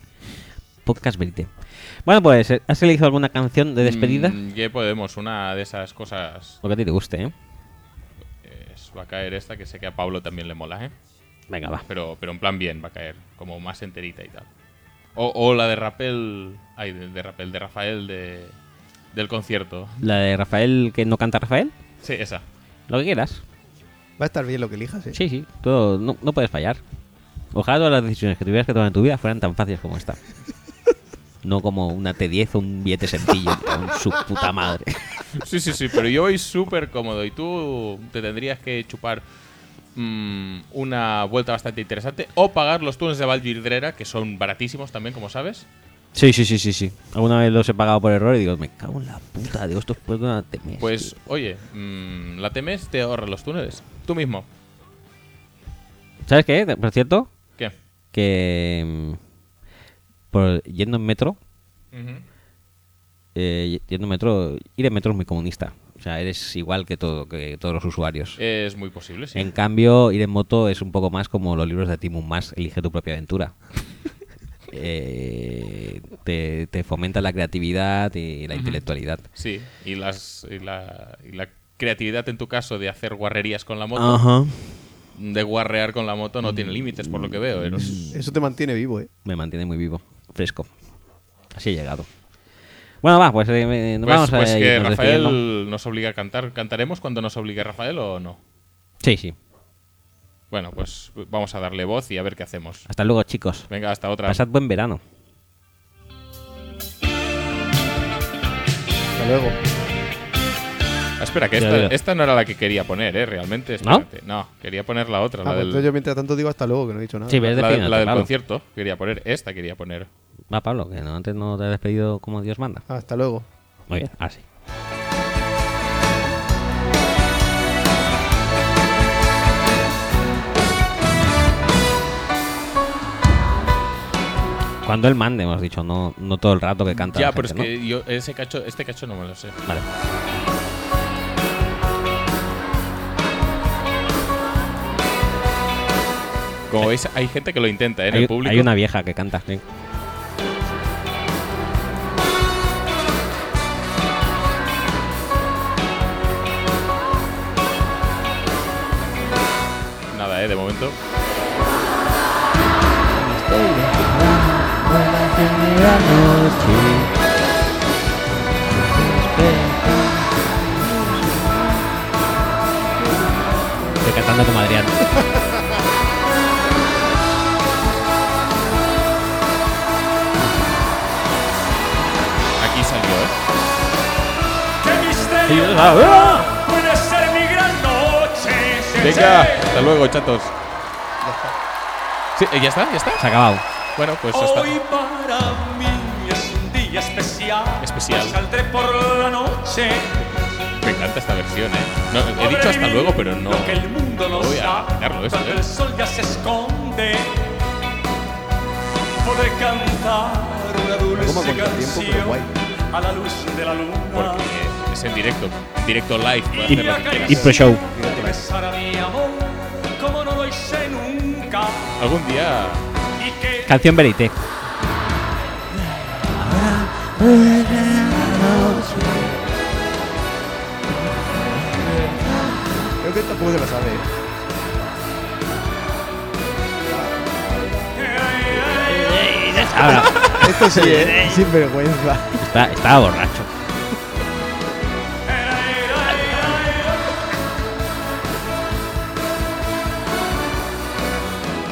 Podcast Verité. Bueno, pues, eh, ¿has elegido alguna canción de despedida? Mm, ¿Qué podemos? Una de esas cosas Lo que a ti te guste, ¿eh? es- va a caer esta que sé que a Pablo también le mola, ¿eh? Venga, va. Pero, pero en plan bien va a caer, como más enterita y tal. O, o la de Rapel. Ay, de, de Rapel, de Rafael de, del concierto. La de Rafael, que no canta Rafael. Sí, esa. Lo que quieras. Va a estar bien lo que elijas, ¿eh? Sí, sí. Todo, no, no puedes fallar. Ojalá todas las decisiones que tuvieras que tomar en tu vida fueran tan fáciles como esta. No como una T10 o un billete sencillo. con su puta madre. Sí, sí, sí, pero yo voy súper cómodo y tú te tendrías que chupar mm, una vuelta bastante interesante o pagar los túneles de Valgirdrera, que son baratísimos también, como sabes. Sí, sí, sí, sí, sí. Alguna vez los he pagado por error y digo, me cago en la puta. Digo, esto es por una T10. Pues, oye, mm, la temes, te ahorras los túneles. Tú mismo. ¿Sabes qué? Por cierto, ¿Qué? que mm, por yendo en metro, Ujú. eh, yendo en metro, ir en metro es muy comunista. O sea, eres igual que todo que todos los usuarios. Es muy posible, sí. En cambio, ir en moto es un poco más como los libros de Timon Mas, elige tu propia aventura. Eh, te, te fomenta la creatividad y la intelectualidad. Sí, y, las, y, la, y la creatividad en tu caso de hacer guarrerías con la moto, Ajá. de guarrear con la moto no Mm. tiene límites, por lo que veo. Eros. Eso te mantiene vivo, ¿eh? Me mantiene muy vivo, fresco. Así he llegado. Bueno, va, pues eh, eh, Pues, vamos pues a que irnos despidiendo. Rafael nos obliga a cantar. ¿Cantaremos cuando nos obligue Rafael o no? Sí, sí. Bueno, pues vamos a darle voz y a ver qué hacemos. Hasta luego, chicos. Venga, hasta otra. Pasad buen verano. Hasta luego. Ah, espera, que Ya, ya. esta, esta no era la que quería poner, ¿eh? Realmente, espérate. ¿No? quería poner la otra, Ah, la pues del, entonces yo mientras tanto digo hasta luego, que no he dicho nada. Sí, ves Ah, la de- despidiéndote, la del Pablo. concierto. Quería poner, esta quería poner. Va, Pablo, que no, antes no te has despedido como Dios manda. Hasta luego. Muy bien, así. Cuando él mande, hemos dicho, no, no todo el rato que canta. ya, la pero es gente, ¿no? que yo ese cacho, este cacho no me lo sé. Vale. Como veis, hay gente que lo intenta ¿eh? en Hay, el público. hay una vieja que canta. sí. Nada, ¿eh? De momento. Estoy cantando como Adrián. Aquí salió, ¿eh? Venga, hasta luego, chatos. Sí, eh, ya está, ya está. Se ha acabado. Bueno, pues hasta. Hoy para mí es un día especial. Especial. Saldré por la noche. Me encanta esta versión, ¿eh? No, he dicho hasta luego, pero no. Lo que el mundo no Voy a sabe, quitarlo esto, cuando ¿eh? el sol ya se esconde. Podré cantar Toma una dulce contratiempo, pero guay. canción a la luz de la luna. Porque es en directo. Directo live. Puedes hacer lo que quieras. Y pro show. Podré besar a mi amor como no lo hice nunca. Algún día. Y que Canción Verité. Creo que tampoco se la sabe, ¿eh? Ahora, Esto sí, ¿eh? Sin vergüenza. está, estaba borracho.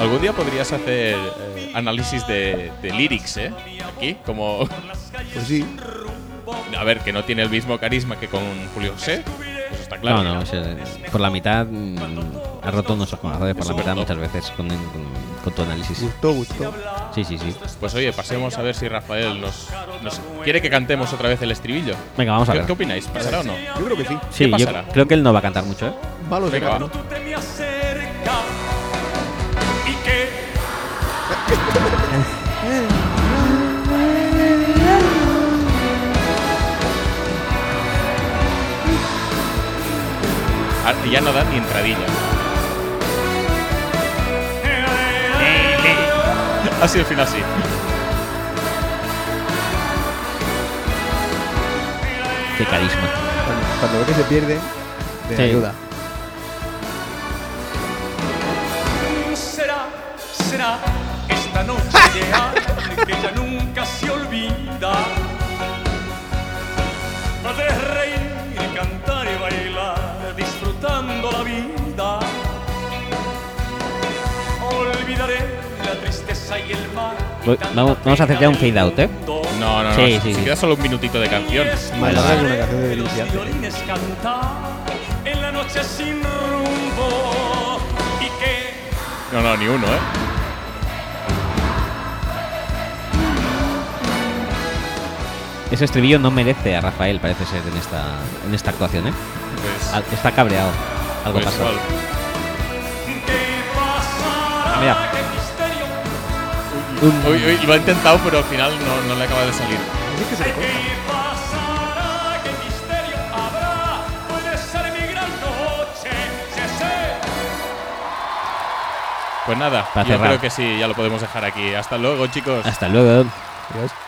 Algún día podrías hacer eh, análisis de, de lyrics, ¿eh? Aquí, como. Pues sí. A ver, que no tiene el mismo carisma que con Julio José. Eso está claro. No, no, ese- por la mitad mm, ha roto nuestros corazones por la mitad muchas veces con, con- con tu análisis. Gustó, gustó. Sí, sí, sí. Pues oye, pasemos a ver si Rafael nos, nos- quiere que cantemos otra vez el estribillo. Venga, vamos a ¿Qué, ver. qué opináis? ¿Pasará o no? Yo creo que sí. Sí, yo pasará? creo que él no va a cantar mucho, ¿eh? Malo de Venga, gato. va. tú te me acercas y que Ah, Ya no da ni entradilla. Así el final sí. Qué carisma. Cuando, cuando ve que se pierde, te Sí. ayuda. será, será esta noche de que ya nunca se olvida. Podré reír, cantar y bailar, disfrutando la vida. Olvidaré la tristeza y el mal. y Voy- tanta vamos- vamos a hacer ya un pena del fade out, ¿eh? mundo. No, no, no. Sí, si- sí, si sí. queda solo un minutito de canción. Vale, habrá alguna canción de de los denunciante. violines cantar en la noche sin rumbo y que No, no, ni uno, ¿eh? Ese estribillo no merece a Rafael, parece ser, en esta, en esta actuación, ¿eh? Pues, Al- Está cabreado. Algo pues pasa. igual. que pasará Mira. qué misterio Un- Uy, uy, lo ha intentado, pero al final no, no le acaba de salir. que pasará qué misterio habrá puede ser mi gran noche sí, sí. Pues nada, Para yo cerrar. Pues creo que sí, ya lo podemos dejar aquí. Hasta luego, chicos. Hasta luego. Adiós.